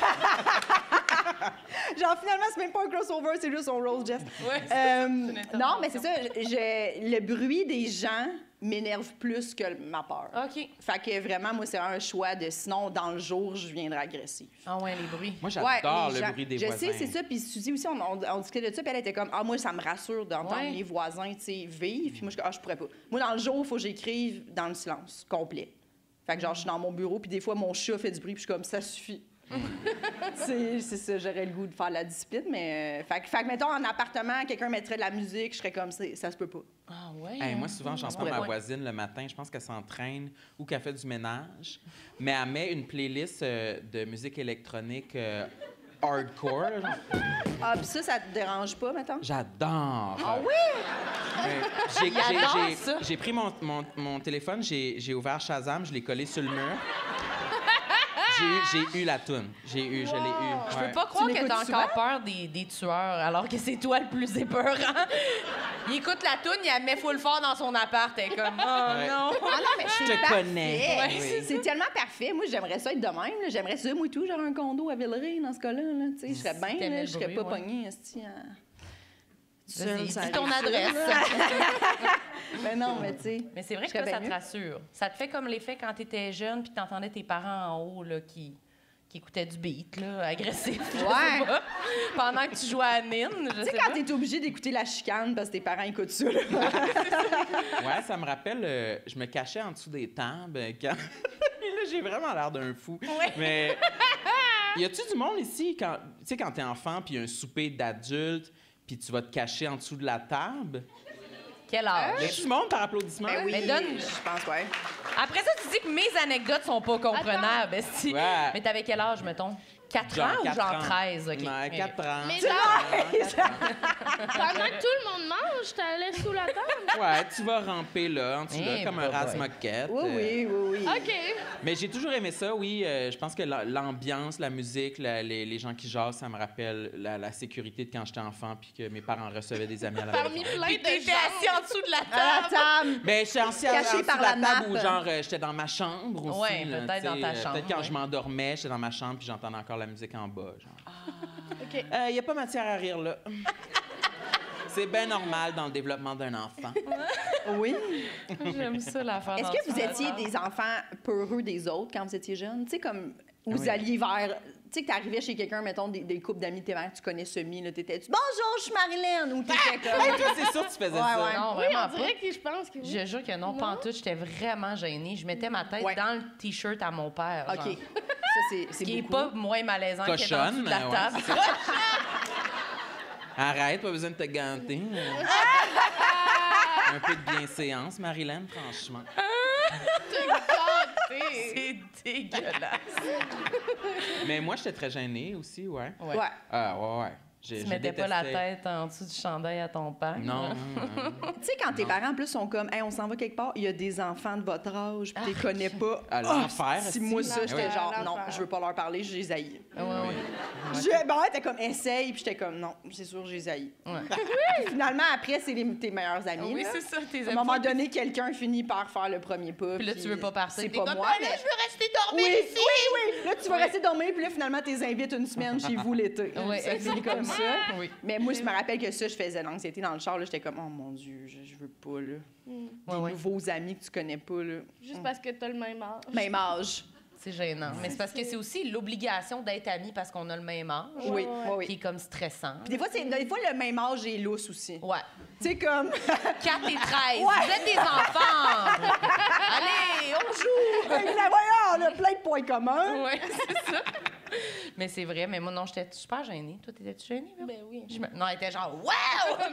[SPEAKER 3] Euh, Genre, finalement, c'est même pas un crossover, c'est juste on Rose Jess.
[SPEAKER 4] Ouais, c'est
[SPEAKER 3] Euh,
[SPEAKER 4] intervention.
[SPEAKER 3] non, mais c'est ça, je- je- le bruit des gens m'énerve plus que ma peur.
[SPEAKER 4] OK.
[SPEAKER 3] Fait que vraiment, moi, c'est un choix de sinon, dans le jour, je viendrai agressive.
[SPEAKER 4] Ah ouais, les bruits.
[SPEAKER 5] Moi,
[SPEAKER 3] Ouais,
[SPEAKER 5] j'adore
[SPEAKER 3] les
[SPEAKER 5] le
[SPEAKER 3] gens-
[SPEAKER 5] bruit des
[SPEAKER 3] je
[SPEAKER 5] voisins.
[SPEAKER 3] sais, c'est ça. Puis Suzy aussi, on, on, on discutait de ça. Puis elle était comme Ah, moi, ça me rassure d'entendre
[SPEAKER 4] Ouais.
[SPEAKER 3] les voisins tu sais, vivre. Puis moi, je suis comme, Ah, je pourrais pas. Moi, dans le jour, il faut que j'écrive dans le silence complet. Fait que genre, je suis dans mon bureau. Puis des fois, mon chat fait du bruit. Puis je suis comme Ça suffit. c'est c'est ça, j'aurais le goût de faire la discipline. Mais. euh, fait, que- fait que, mettons, en appartement, quelqu'un mettrait de la musique. Je serais comme C'est- Ça se peut pas.
[SPEAKER 4] Ah ouais.
[SPEAKER 5] Hey,
[SPEAKER 4] hein?
[SPEAKER 5] moi, souvent, j'entends
[SPEAKER 4] Ouais.
[SPEAKER 5] ma voisine le matin, je pense qu'elle s'entraîne ou qu'elle fait du ménage, mais elle met une playlist euh, de musique électronique euh, hardcore. là, genre.
[SPEAKER 3] Ah, puis ça, ça te dérange pas, mettons?
[SPEAKER 5] J'adore. Ah oui? J'ai, j'ai-
[SPEAKER 4] adore
[SPEAKER 5] j'ai-
[SPEAKER 4] ça.
[SPEAKER 5] j'ai pris mon, mon- mon téléphone, j'ai, j'ai ouvert Shazam, je l'ai collé sur le mur. j'ai, eu, j'ai eu la toune. J'ai eu, je l'ai eu.
[SPEAKER 4] Je
[SPEAKER 5] ouais.
[SPEAKER 4] peux pas croire que
[SPEAKER 3] l'écoutes
[SPEAKER 4] t'as
[SPEAKER 3] souvent?
[SPEAKER 4] encore peur des, des tueurs, alors que c'est toi le plus épeurant. il écoute la toune, il la met full fort dans son appart. Elle est comme, oh
[SPEAKER 5] Ouais.
[SPEAKER 4] non.
[SPEAKER 3] Ah non, mais
[SPEAKER 5] Je
[SPEAKER 3] c'est
[SPEAKER 5] te
[SPEAKER 3] parfait.
[SPEAKER 5] connais. Ouais.
[SPEAKER 3] C'est- C'est tellement parfait. Moi, j'aimerais ça être de même. là. J'aimerais ça, moi, et tout, genre un condo à Villeray, dans ce cas-là. là, tu sais. Je serais bien,
[SPEAKER 4] t'aimais
[SPEAKER 3] là,
[SPEAKER 4] le
[SPEAKER 3] je serais
[SPEAKER 4] bruit,
[SPEAKER 3] pas
[SPEAKER 4] ouais.
[SPEAKER 3] pognée, esti, hein. à-
[SPEAKER 4] Vas-y,
[SPEAKER 3] Seule, ça
[SPEAKER 4] dis ton
[SPEAKER 3] arrive.
[SPEAKER 4] adresse.
[SPEAKER 3] Mais Ben non, mais tu sais.
[SPEAKER 4] Mais c'est vrai
[SPEAKER 3] Je
[SPEAKER 4] que là,
[SPEAKER 3] serais
[SPEAKER 4] ça
[SPEAKER 3] bien
[SPEAKER 4] te
[SPEAKER 3] mieux.
[SPEAKER 4] rassure. Ça te fait comme l'effet quand t'étais jeune puis t'entendais tes parents en haut là, qui, qui écoutaient du beat, là, agressif. je sais
[SPEAKER 3] Ouais.
[SPEAKER 4] pas, pendant que tu jouais à Nine. Je
[SPEAKER 3] Tu
[SPEAKER 4] sais
[SPEAKER 3] sais,
[SPEAKER 4] pas.
[SPEAKER 3] quand t'es obligé d'écouter la chicane parce que tes parents écoutent ça, là.
[SPEAKER 5] Ouais, ça me rappelle, euh, je me cachais en dessous des tables euh, quand. Et là, j'ai vraiment l'air d'un fou. Mais. Y a-tu du monde ici, quand, tu sais, quand t'es enfant, puis y a un souper d'adulte, puis tu vas te cacher en dessous de la table?
[SPEAKER 4] Quel âge?
[SPEAKER 5] Y a-tu du monde par applaudissement?
[SPEAKER 3] Ben oui,
[SPEAKER 4] Mais donne-
[SPEAKER 3] je pense, ouais.
[SPEAKER 4] Après ça, tu dis que mes anecdotes sont pas comprenables. esti.
[SPEAKER 5] Ouais.
[SPEAKER 4] Mais t'avais quel âge, mettons? 4
[SPEAKER 5] Genre
[SPEAKER 4] ans ou
[SPEAKER 5] quatre
[SPEAKER 4] genre
[SPEAKER 5] ans.
[SPEAKER 4] 13? OK.
[SPEAKER 5] Ouais,
[SPEAKER 4] OK.
[SPEAKER 5] 4 ans.
[SPEAKER 6] Mais
[SPEAKER 4] Ah,
[SPEAKER 6] genre, pendant que tout le monde mange, t'allais sous la table.
[SPEAKER 5] Ouais, tu vas ramper là, en dessous là,
[SPEAKER 4] Eh,
[SPEAKER 5] comme un
[SPEAKER 4] bah,
[SPEAKER 5] ras
[SPEAKER 4] ouais.
[SPEAKER 5] moquette. Euh,
[SPEAKER 3] Oui, oui, oui, oui.
[SPEAKER 6] OK.
[SPEAKER 5] Mais j'ai toujours aimé ça, oui. euh, je pense que la- l'ambiance, la musique, la- les, les gens qui jasent, ça me rappelle la, la sécurité de quand j'étais enfant, puis que mes parents recevaient des amis à la maison.
[SPEAKER 6] Parmi plein
[SPEAKER 4] Puis
[SPEAKER 6] de
[SPEAKER 4] t'étais
[SPEAKER 6] gens.
[SPEAKER 4] assis en dessous de la
[SPEAKER 3] À la
[SPEAKER 4] table.
[SPEAKER 3] table.
[SPEAKER 5] Ben, j'étais assis à-
[SPEAKER 3] Caché
[SPEAKER 5] en dessous
[SPEAKER 3] par
[SPEAKER 5] de
[SPEAKER 3] la nappe.
[SPEAKER 5] table ou genre euh, j'étais dans ma chambre aussi.
[SPEAKER 4] Ouais,
[SPEAKER 5] là,
[SPEAKER 4] peut-être dans
[SPEAKER 5] tu sais,
[SPEAKER 4] ta
[SPEAKER 5] euh,
[SPEAKER 4] chambre,
[SPEAKER 5] Peut-être quand
[SPEAKER 4] ouais.
[SPEAKER 5] je m'endormais, j'étais dans ma chambre puis j'entendais encore la musique en bas. Genre.
[SPEAKER 6] OK.
[SPEAKER 5] Euh, y a pas matière à rire là. C'est bien normal dans le développement d'un enfant.
[SPEAKER 3] Oui.
[SPEAKER 4] J'aime ça l'affaire.
[SPEAKER 3] Est-ce
[SPEAKER 4] dans
[SPEAKER 3] que
[SPEAKER 4] le
[SPEAKER 3] vous étiez
[SPEAKER 4] sous-marin.
[SPEAKER 3] des enfants peureux des autres quand vous étiez jeune? Tu sais, comme où vous
[SPEAKER 5] Oui.
[SPEAKER 3] alliez vers. Tu sais, que t'arrivais chez quelqu'un, mettons, des, des couples d'amis de tes mères, tu connais semi, là, t'étais-tu Bonjour, je suis Marilyn! Ou t'étais comme.
[SPEAKER 5] Hey, toi, c'est sûr que tu faisais
[SPEAKER 3] Ouais,
[SPEAKER 5] ça.
[SPEAKER 3] ouais.
[SPEAKER 4] Non,
[SPEAKER 6] Oui,
[SPEAKER 4] vraiment
[SPEAKER 6] on
[SPEAKER 4] pas.
[SPEAKER 6] dirait que je pense que oui.
[SPEAKER 4] Je jure que non, pas en tout. J'étais vraiment gênée. Je mettais ma tête
[SPEAKER 3] Ouais.
[SPEAKER 4] dans le T-shirt à mon père. Ah! genre.
[SPEAKER 3] OK. Ça, c'est.
[SPEAKER 4] Ce
[SPEAKER 3] c'est
[SPEAKER 4] qui est
[SPEAKER 3] beaucoup.
[SPEAKER 4] pas moins malaisant que dans
[SPEAKER 5] Cochonne, ben
[SPEAKER 4] de la
[SPEAKER 5] ouais,
[SPEAKER 4] table.
[SPEAKER 5] Arrête, pas besoin de te ganter. Un peu de bienséance, Marilyn, franchement.
[SPEAKER 4] C'est dégueulasse.
[SPEAKER 5] Mais moi, j'étais très gênée aussi, ouais.
[SPEAKER 4] Ouais.
[SPEAKER 3] Ouais.
[SPEAKER 5] Ah, ouais, ouais. J'ai-
[SPEAKER 4] Tu
[SPEAKER 5] j'ai
[SPEAKER 4] mettais pas la Oh
[SPEAKER 5] détesté.
[SPEAKER 4] tête en dessous du chandail à ton père.
[SPEAKER 5] Non.
[SPEAKER 3] Tu sais, quand tes parents, en plus, sont comme, hey, on s'en va quelque part, il y a des enfants de votre âge,
[SPEAKER 4] Ah,
[SPEAKER 3] puis t'es connais pas. Ah,
[SPEAKER 5] À l'enfer.
[SPEAKER 3] Si moi,
[SPEAKER 5] si. Ah
[SPEAKER 3] ça, j'étais
[SPEAKER 6] Ouais.
[SPEAKER 3] genre,
[SPEAKER 6] L'enfer.
[SPEAKER 3] non, je veux pas leur parler, je les haïs.
[SPEAKER 4] Ah Ouais, ouais.
[SPEAKER 3] Je, ben ouais, t'es comme, essaye, puis j'étais comme, non, c'est sûr, je les haïs.
[SPEAKER 4] Ouais.
[SPEAKER 3] Puis Finalement, après, c'est les- tes meilleurs amis.
[SPEAKER 4] Oui,
[SPEAKER 3] là.
[SPEAKER 4] c'est ça, tes
[SPEAKER 3] À un moment
[SPEAKER 4] épaules.
[SPEAKER 3] donné, quelqu'un finit par faire le premier pas.
[SPEAKER 4] Puis là, tu veux pas partir.
[SPEAKER 3] C'est
[SPEAKER 4] T'es
[SPEAKER 3] pas
[SPEAKER 4] comme,
[SPEAKER 3] moi.
[SPEAKER 4] Ah,
[SPEAKER 3] mais-
[SPEAKER 4] là, je veux rester dormir
[SPEAKER 3] oui,
[SPEAKER 4] ici.
[SPEAKER 3] oui, oui. Là, tu vas rester dormir, puis là, finalement, t'es invites une semaine chez vous l'été.
[SPEAKER 4] Ouais,
[SPEAKER 3] ça finit
[SPEAKER 4] exactement.
[SPEAKER 3] comme ça.
[SPEAKER 4] Oui.
[SPEAKER 3] Mais moi, je me rappelle que ça, je faisais de l'anxiété dans le char. là. J'étais comme, oh mon Dieu, je, je veux pas, là. Des
[SPEAKER 4] Ouais, ouais.
[SPEAKER 3] nouveaux amis que tu connais pas, là.
[SPEAKER 6] Juste parce que t'as le même âge.
[SPEAKER 3] Même âge.
[SPEAKER 4] C'est gênant. Mais c'est parce que c'est aussi l'obligation d'être amis parce qu'on a le même âge,
[SPEAKER 3] Oui, oui,
[SPEAKER 4] qui est
[SPEAKER 3] oui.
[SPEAKER 4] comme stressant.
[SPEAKER 3] Puis des fois, c'est- des fois, le même âge est lousse aussi.
[SPEAKER 5] Oh.
[SPEAKER 4] Ouais.
[SPEAKER 3] Tu sais, comme.
[SPEAKER 4] 4 et 13,
[SPEAKER 3] Ouais.
[SPEAKER 4] vous êtes des enfants! Allez, on joue!
[SPEAKER 3] Fait que là, Ben voyons, là, plein de points communs.
[SPEAKER 4] Ouais, c'est ça. Mais c'est vrai, mais moi, non, j'étais super gênée. Toi, t'étais-tu gênée? Véro?
[SPEAKER 6] Ben oui.
[SPEAKER 4] Je me- Non, elle était genre, wow!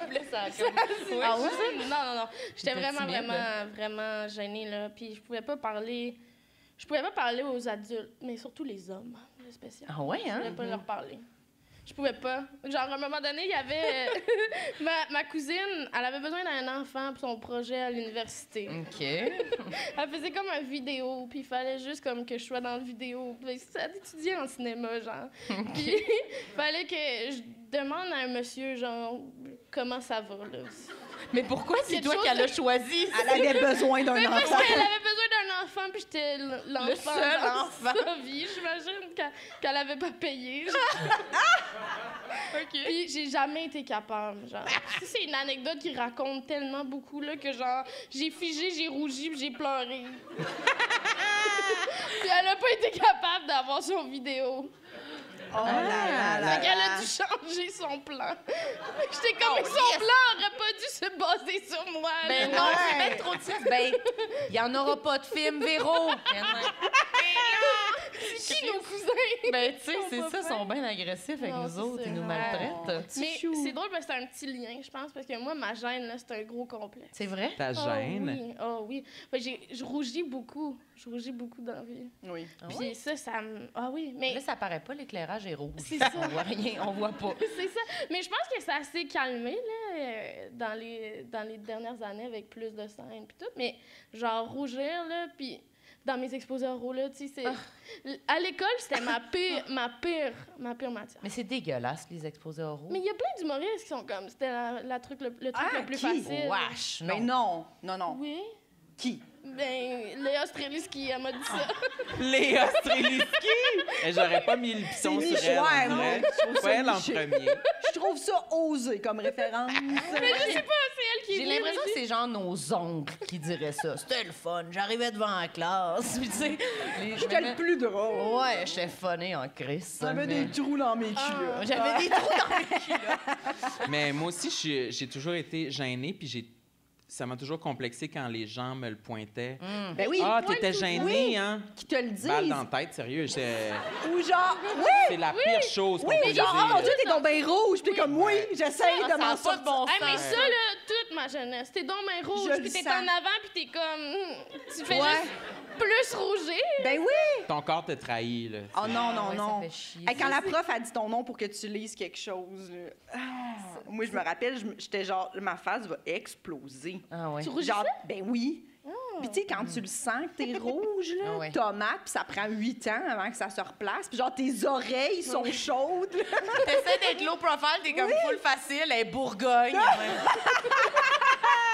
[SPEAKER 4] Puis là, ça a comme-
[SPEAKER 6] Oui,
[SPEAKER 4] Ah
[SPEAKER 6] je-
[SPEAKER 4] ouais?
[SPEAKER 6] Non, non, non.
[SPEAKER 4] T'étais
[SPEAKER 6] J'étais vraiment,
[SPEAKER 4] timide,
[SPEAKER 6] vraiment, vraiment gênée, là. Puis je pouvais pas parler... Je pouvais pas parler aux adultes, mais surtout les hommes, c'est spécial.
[SPEAKER 4] Ah ouais, hein?
[SPEAKER 6] Je pouvais pas leur parler. Je pouvais pas. Genre, à un moment donné, il y avait... euh, ma, ma cousine, elle avait besoin d'un enfant pour son projet à l'université.
[SPEAKER 4] Mm. OK.
[SPEAKER 6] Elle faisait comme un vidéo, puis il fallait juste comme que je sois dans le vidéo. Puis Elle étudiait en cinéma, genre. Puis il fallait que je demande à un monsieur, genre, comment ça va, là.
[SPEAKER 4] Mais pourquoi c'est
[SPEAKER 6] Quelque
[SPEAKER 4] toi
[SPEAKER 6] chose
[SPEAKER 4] qu'elle a choisi?
[SPEAKER 3] Elle avait besoin d'un
[SPEAKER 6] Parce
[SPEAKER 3] enfant.
[SPEAKER 6] qu'elle avait besoin d'un enfant, puis j'étais l- l'enfant
[SPEAKER 4] Le seul
[SPEAKER 6] dans
[SPEAKER 4] enfant.
[SPEAKER 6] sa vie, j'imagine, qu'elle qu'elle avait pas payé.
[SPEAKER 4] OK.
[SPEAKER 6] Puis j'ai jamais été capable, genre. Ça, C'est une anecdote qui raconte tellement beaucoup, là, que genre, j'ai figé, j'ai rougi, puis j'ai pleuré. puis elle a pas été capable d'avoir son vidéo.
[SPEAKER 3] Oh là là là.
[SPEAKER 6] Fait qu'elle a
[SPEAKER 3] là.
[SPEAKER 6] dû changer son plan. J'étais comme, mais son plan aurait pas dû se baser sur moi.
[SPEAKER 4] Ben
[SPEAKER 6] là.
[SPEAKER 4] non, c'est bien trop de stress. Ben, il n'y en aura pas de film, Véro! Ben, non.
[SPEAKER 6] C'est qui nos cousins?
[SPEAKER 4] Ben, tu sais,
[SPEAKER 6] Ils sont
[SPEAKER 4] c'est
[SPEAKER 6] pas
[SPEAKER 4] ça, ils
[SPEAKER 6] fins.
[SPEAKER 4] sont bien agressifs avec
[SPEAKER 6] Non,
[SPEAKER 4] nous
[SPEAKER 6] c'est
[SPEAKER 4] autres,
[SPEAKER 6] ça.
[SPEAKER 4] ils nous
[SPEAKER 6] Ouais.
[SPEAKER 4] maltraitent.
[SPEAKER 6] Mais
[SPEAKER 3] Chou.
[SPEAKER 6] c'est drôle parce que c'est un petit lien, je pense, parce que moi, ma gêne, là, c'est un gros complexe.
[SPEAKER 4] C'est vrai?
[SPEAKER 5] Ta gêne.
[SPEAKER 6] Oh oui, oh oui. Fait que j'ai- je rougis beaucoup. Je rougis beaucoup d'envie.
[SPEAKER 3] Oui.
[SPEAKER 4] Ah
[SPEAKER 6] Puis
[SPEAKER 4] ouais?
[SPEAKER 6] ça, ça me. Ah oui, mais
[SPEAKER 4] Là, ça paraît pas, l'éclairage est rouge.
[SPEAKER 6] C'est ça.
[SPEAKER 4] On voit rien, on voit pas.
[SPEAKER 6] c'est ça. Mais je pense que ça s'est calmé, là, euh, dans les, dans les dernières années avec plus de scènes, puis tout. Mais genre, rougir, là, puis dans mes exposés oraux, là, tu sais, c'est.
[SPEAKER 4] Ah.
[SPEAKER 6] L- À l'école, c'était ma pire, ma pire, ma pire matière.
[SPEAKER 4] Mais c'est dégueulasse, les exposés oraux.
[SPEAKER 6] Mais il y a plein d'humoristes qui sont comme. C'était la, la truc, le, le truc
[SPEAKER 3] Ah,
[SPEAKER 6] le plus
[SPEAKER 3] qui?
[SPEAKER 6] facile.
[SPEAKER 4] Wesh, non.
[SPEAKER 3] Mais non, non, non.
[SPEAKER 6] Oui.
[SPEAKER 3] Qui?
[SPEAKER 6] Ben, Léa Streliski, elle m'a dit ça.
[SPEAKER 5] Léa Streliski! Eh, J'aurais pas mis le
[SPEAKER 3] C'est
[SPEAKER 5] pisson sur
[SPEAKER 3] niché,
[SPEAKER 5] elle,
[SPEAKER 3] ouais,
[SPEAKER 5] en
[SPEAKER 3] moi,
[SPEAKER 5] vrai.
[SPEAKER 3] je trouve ça
[SPEAKER 5] Pas elle en
[SPEAKER 3] niché.
[SPEAKER 5] premier.
[SPEAKER 3] Je trouve ça osé comme référence.
[SPEAKER 6] Je sais pas, c'est elle qui
[SPEAKER 4] J'ai
[SPEAKER 6] rit,
[SPEAKER 4] l'impression
[SPEAKER 6] mais
[SPEAKER 4] que c'est genre nos oncles qui diraient ça. C'était le fun, j'arrivais devant la classe, puis tu sais... les-
[SPEAKER 3] J'étais le plus drôle.
[SPEAKER 4] Ouais, j'étais funné en crise.
[SPEAKER 3] J'avais
[SPEAKER 4] mais-
[SPEAKER 3] des trous dans mes culottes.
[SPEAKER 4] J'avais des trous dans
[SPEAKER 5] Mais moi aussi, je suis- j'ai toujours été gênée, puis j'ai... ça m'a toujours complexé quand les gens me le pointaient.
[SPEAKER 4] Mm.
[SPEAKER 3] Ben oui,
[SPEAKER 5] Ah,
[SPEAKER 6] Ils
[SPEAKER 5] t'étais
[SPEAKER 6] pointent
[SPEAKER 5] gênée,
[SPEAKER 6] toujours.
[SPEAKER 5] hein?
[SPEAKER 3] qui te le
[SPEAKER 5] Balle dans
[SPEAKER 3] disent.
[SPEAKER 5] la tête, sérieux. j'étais-
[SPEAKER 3] Ou genre,
[SPEAKER 5] C'est
[SPEAKER 3] oui,
[SPEAKER 5] la pire chose qu'on peut
[SPEAKER 3] oui, genre, oh
[SPEAKER 5] dire.
[SPEAKER 3] mon Dieu, t'es donc bien rouge. Puis t'es comme, oui, j'essaye
[SPEAKER 4] Ça
[SPEAKER 3] de
[SPEAKER 4] n'a
[SPEAKER 3] m'en
[SPEAKER 4] pas de
[SPEAKER 3] sortir.
[SPEAKER 4] bon
[SPEAKER 6] Hey, Ah, mais
[SPEAKER 4] sens.
[SPEAKER 6] ça, là, toute ma jeunesse, t'es donc main rouge,
[SPEAKER 3] Je
[SPEAKER 6] puis
[SPEAKER 3] le
[SPEAKER 6] t'es
[SPEAKER 3] sens.
[SPEAKER 6] en avant, puis t'es comme... hum, Tu fais
[SPEAKER 3] Ouais.
[SPEAKER 6] juste plus rougir.
[SPEAKER 3] Ben oui.
[SPEAKER 5] Ton corps te trahit, là.
[SPEAKER 3] Oh non, non,
[SPEAKER 4] Ah, Ouais, ça
[SPEAKER 3] non.
[SPEAKER 4] fait chier.
[SPEAKER 3] Hey, quand la prof a dit ton nom pour que tu lises quelque chose, là, ah, moi, je me rappelle, je me- j'étais genre, ma face va exploser.
[SPEAKER 4] Ah ouais.
[SPEAKER 6] Tu rougissais?
[SPEAKER 3] Genre, ben oui. Puis tu sais, quand tu le sens que t'es rouge, là,
[SPEAKER 4] Ah ouais.
[SPEAKER 3] tomate, puis ça prend huit ans avant que ça se replace. Puis genre, tes oreilles sont chaudes. là.
[SPEAKER 4] T'essaies d'être low profile, t'es comme full facile, elle est bourgogne.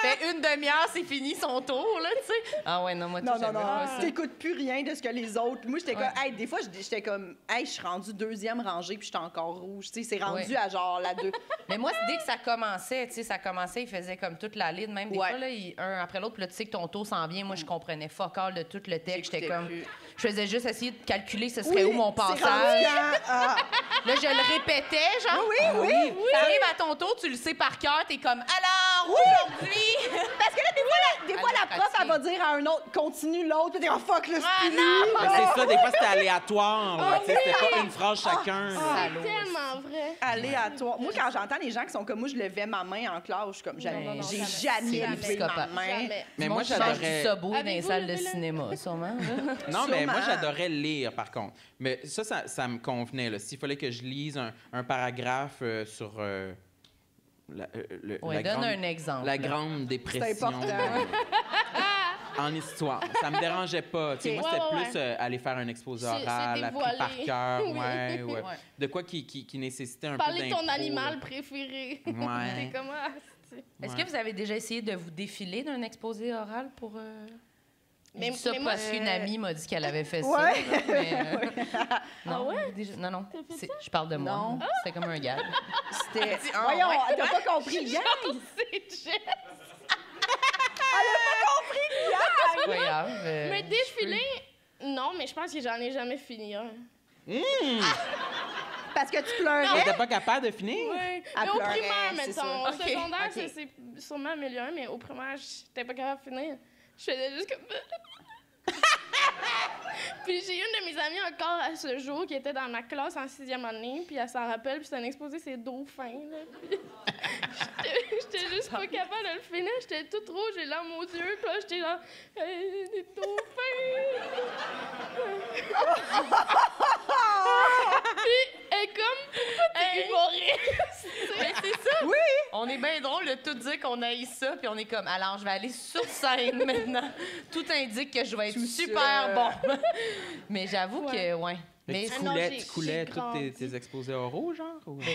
[SPEAKER 4] Fait une demi-heure, c'est fini son tour, là, tu sais. Ah ouais, non, moi, tu
[SPEAKER 3] Non,
[SPEAKER 4] sais,
[SPEAKER 3] non,
[SPEAKER 4] j'aimais
[SPEAKER 3] non.
[SPEAKER 4] pas ça.
[SPEAKER 3] T'écoutes plus rien de ce que les autres. Moi, j'étais
[SPEAKER 4] Ouais.
[SPEAKER 3] comme, hey, des fois, j'étais- j'étais comme, hey, je suis rendue deuxième rangée puis j'étais encore rouge. Tu sais, c'est rendu
[SPEAKER 4] Ouais.
[SPEAKER 3] à genre la deux.
[SPEAKER 4] Mais moi, dès que ça commençait, tu sais, ça commençait, il faisait comme toute la ligne, même des
[SPEAKER 3] Ouais. Mm.
[SPEAKER 4] fois, là, il- un après l'autre, puis là, tu sais que ton tour s'en vient. Moi, je comprenais fuck all de tout le texte. J'étais
[SPEAKER 3] J'écoutais
[SPEAKER 4] comme.
[SPEAKER 3] plus.
[SPEAKER 4] Je faisais juste essayer de calculer ce serait où mon
[SPEAKER 3] c'est rendu
[SPEAKER 4] passage.
[SPEAKER 3] quand, ah,
[SPEAKER 4] Là, je le répétais, genre.
[SPEAKER 3] Oui, oui, oui.
[SPEAKER 4] T'arrives à ton tour, tu le sais par cœur, t'es comme alors aujourd'hui.
[SPEAKER 3] Parce que là, des fois, la, des fois, la
[SPEAKER 4] Allez,
[SPEAKER 3] prof, elle va
[SPEAKER 4] fatigué.
[SPEAKER 3] dire à un autre, continue l'autre, puis t'es comme, fuck, là, c'est
[SPEAKER 4] Ah,
[SPEAKER 3] fini.
[SPEAKER 4] non!
[SPEAKER 5] Ben, c'est ça, des fois, c'était aléatoire. là, tu sais, c'était pas une phrase
[SPEAKER 4] Ah,
[SPEAKER 5] chacun. là.
[SPEAKER 4] Salaud,
[SPEAKER 6] C'est tellement vrai.
[SPEAKER 3] Aléatoire. Moi, quand j'entends les gens qui sont comme moi, je levais ma main en classe, je suis comme jamais.
[SPEAKER 4] non, non,
[SPEAKER 3] J'ai
[SPEAKER 6] jamais.
[SPEAKER 3] jamais,
[SPEAKER 6] C'est
[SPEAKER 3] levé
[SPEAKER 4] des
[SPEAKER 3] ma
[SPEAKER 4] psychopathes.
[SPEAKER 3] main.
[SPEAKER 6] Jamais.
[SPEAKER 5] Mais
[SPEAKER 4] Du
[SPEAKER 5] moi,
[SPEAKER 4] monde qui change
[SPEAKER 5] j'adorais-
[SPEAKER 4] du Subway dans les
[SPEAKER 6] Avez-vous
[SPEAKER 4] salles de
[SPEAKER 6] levé la-
[SPEAKER 4] cinéma, sûrement. là.
[SPEAKER 5] Non, mais moi,
[SPEAKER 3] Sûrement.
[SPEAKER 5] j'adorais lire, par contre. Mais ça, ça, ça me convenait. là. S'il fallait que je lise un, un paragraphe euh, sur euh, la, euh, le-
[SPEAKER 4] Ouais,
[SPEAKER 5] la
[SPEAKER 4] donne
[SPEAKER 5] grande,
[SPEAKER 4] un exemple.
[SPEAKER 5] La Grande Dépression.
[SPEAKER 3] important.
[SPEAKER 5] en histoire. Ça me dérangeait pas. Tu sais,
[SPEAKER 6] Ok.
[SPEAKER 5] Moi, c'était
[SPEAKER 6] Ouais, ouais,
[SPEAKER 5] plus euh, aller faire un exposé
[SPEAKER 6] C'est- c'est
[SPEAKER 5] oral, appris par
[SPEAKER 6] dévoilé.
[SPEAKER 5] cœur.
[SPEAKER 6] Oui.
[SPEAKER 5] ouais, ouais.
[SPEAKER 4] Ouais.
[SPEAKER 5] De quoi qui, qui, qui nécessitait un peu
[SPEAKER 6] Parler de ton
[SPEAKER 5] d'impro, là.
[SPEAKER 6] animal préféré.
[SPEAKER 5] Ouais.
[SPEAKER 6] T'es comme, ah, c'est-
[SPEAKER 4] Est-ce
[SPEAKER 5] Ouais.
[SPEAKER 4] que vous avez déjà essayé de vous défiler d'un exposé oral pour. euh, je
[SPEAKER 6] Mais-
[SPEAKER 4] dis ça
[SPEAKER 6] mais moi,
[SPEAKER 4] parce qu'une
[SPEAKER 3] euh,
[SPEAKER 4] amie m'a dit qu'elle avait fait ça.
[SPEAKER 3] Ouais.
[SPEAKER 4] là, mais, euh, non,
[SPEAKER 6] Ah
[SPEAKER 4] déjà- non, non.
[SPEAKER 6] T'as fait
[SPEAKER 4] c'est- Je parle de moi.
[SPEAKER 3] Non.
[SPEAKER 4] là. C'était comme un gag.
[SPEAKER 3] C'était.
[SPEAKER 4] dit, ah,
[SPEAKER 3] Voyons,
[SPEAKER 4] ouais.
[SPEAKER 3] t'as pas compris, Yann?
[SPEAKER 6] c'est jet.
[SPEAKER 4] C'est pas grave, euh,
[SPEAKER 6] Mais défiler, non, mais je pense que j'en ai jamais fini un.
[SPEAKER 3] Parce que tu pleurais.
[SPEAKER 5] T'étais pas capable de finir?
[SPEAKER 6] Ouais.
[SPEAKER 3] À
[SPEAKER 6] Mais au
[SPEAKER 3] pleurer,
[SPEAKER 6] primaire,
[SPEAKER 3] c'est
[SPEAKER 6] mettons.
[SPEAKER 3] sûr.
[SPEAKER 6] Au
[SPEAKER 3] Ok,
[SPEAKER 6] secondaire,
[SPEAKER 3] ok.
[SPEAKER 6] ça c'est sûrement amélioré, mais au primaire, j'étais pas capable de finir. Je faisais juste comme. puis j'ai une de mes amies encore à ce jour qui était dans ma classe en sixième année, puis elle s'en rappelle, puis c'est un exposé, c'est dauphin, là. Puis j'étais- J'étais juste pas capable de le finir, j'étais toute rouge, j'ai larmes aux yeux, puis là, j'étais genre. Euh, des dauphins! puis elle est comme. Elle est humoriste!
[SPEAKER 4] Mais c'est ça!
[SPEAKER 3] Oui!
[SPEAKER 4] On est bien drôle de tout dire qu'on haït ça, puis on est comme, alors je vais aller sur scène maintenant. Tout indique que je vais être
[SPEAKER 3] Tout
[SPEAKER 4] super
[SPEAKER 3] seul.
[SPEAKER 4] bon. mais j'avoue
[SPEAKER 6] Ouais.
[SPEAKER 4] que, ouais.
[SPEAKER 5] Mais
[SPEAKER 4] Mais
[SPEAKER 5] tu
[SPEAKER 6] Ah non,
[SPEAKER 5] coulais,
[SPEAKER 6] j'ai-
[SPEAKER 5] tu coulais
[SPEAKER 6] j'ai
[SPEAKER 5] tous tes,
[SPEAKER 6] grandi. Ben,
[SPEAKER 5] tes exposés oraux, genre? ou-
[SPEAKER 3] Bah,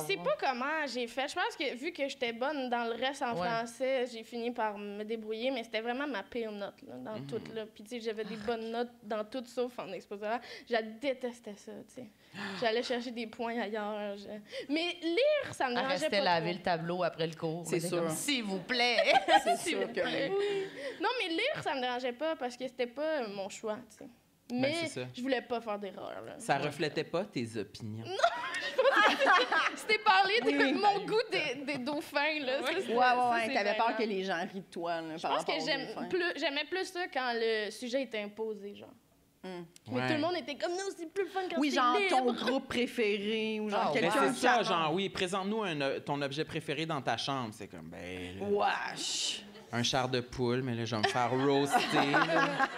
[SPEAKER 6] Je sais pas comment j'ai fait. Je pense que vu que j'étais bonne dans le reste en
[SPEAKER 4] Ouais.
[SPEAKER 6] français, j'ai fini par me débrouiller, mais c'était vraiment ma pire note là, dans
[SPEAKER 3] Mhm.
[SPEAKER 6] tout. Là. Puis tu sais, j'avais
[SPEAKER 3] Ah,
[SPEAKER 6] des bonnes notes dans tout sauf en exposé. oral. Je détestais ça, tu sais. J'allais chercher des points ailleurs. je- Mais lire, ça
[SPEAKER 3] Ah,
[SPEAKER 6] me
[SPEAKER 4] Elle
[SPEAKER 6] dérangeait
[SPEAKER 4] restait
[SPEAKER 6] pas
[SPEAKER 4] laver le
[SPEAKER 6] trop.
[SPEAKER 4] tableau après le cours.
[SPEAKER 3] C'est
[SPEAKER 4] Elle était comme,
[SPEAKER 3] sûr.
[SPEAKER 4] S'il vous plaît.
[SPEAKER 3] C'est
[SPEAKER 4] S'il
[SPEAKER 3] sûr
[SPEAKER 4] vous
[SPEAKER 3] que
[SPEAKER 4] plaît.
[SPEAKER 6] Non, mais lire, ça me dérangeait pas parce que c'était pas euh, mon choix, tu sais.
[SPEAKER 3] Ben,
[SPEAKER 6] Mais
[SPEAKER 5] c'est ça.
[SPEAKER 6] je voulais pas faire d'erreur. là.
[SPEAKER 5] Ça reflétait pas tes opinions.
[SPEAKER 6] C'était parler de
[SPEAKER 3] Oui. Ben,
[SPEAKER 6] mon goût des, des dauphins, là. Ça, c'était-
[SPEAKER 3] Ouais, ouais,
[SPEAKER 6] ça,
[SPEAKER 3] ouais.
[SPEAKER 6] c'est
[SPEAKER 3] T'avais peur
[SPEAKER 6] vraiment-
[SPEAKER 3] que les gens rient de toi, là,
[SPEAKER 6] Je
[SPEAKER 3] par
[SPEAKER 6] pense
[SPEAKER 3] rapport
[SPEAKER 6] que
[SPEAKER 3] aux
[SPEAKER 6] j'aime
[SPEAKER 3] dauphins.
[SPEAKER 6] plus- j'aimais plus ça quand le sujet était imposé, genre. Mais
[SPEAKER 5] Ouais.
[SPEAKER 6] tout le monde était comme, non, c'est plus le fun quand
[SPEAKER 3] Hmm. Oui,
[SPEAKER 6] c'est
[SPEAKER 3] genre
[SPEAKER 6] libre.
[SPEAKER 3] ton groupe préféré ou genre
[SPEAKER 4] Ah,
[SPEAKER 5] Mais
[SPEAKER 3] quelqu'un
[SPEAKER 5] ben, c'est
[SPEAKER 3] de
[SPEAKER 5] ça,
[SPEAKER 3] ta-
[SPEAKER 5] genre, oui, présente-nous un, euh, ton objet préféré dans ta chambre. C'est comme, ben, là,
[SPEAKER 3] Wesh!
[SPEAKER 5] un char de poule, mais là, je vais me faire roaster. là.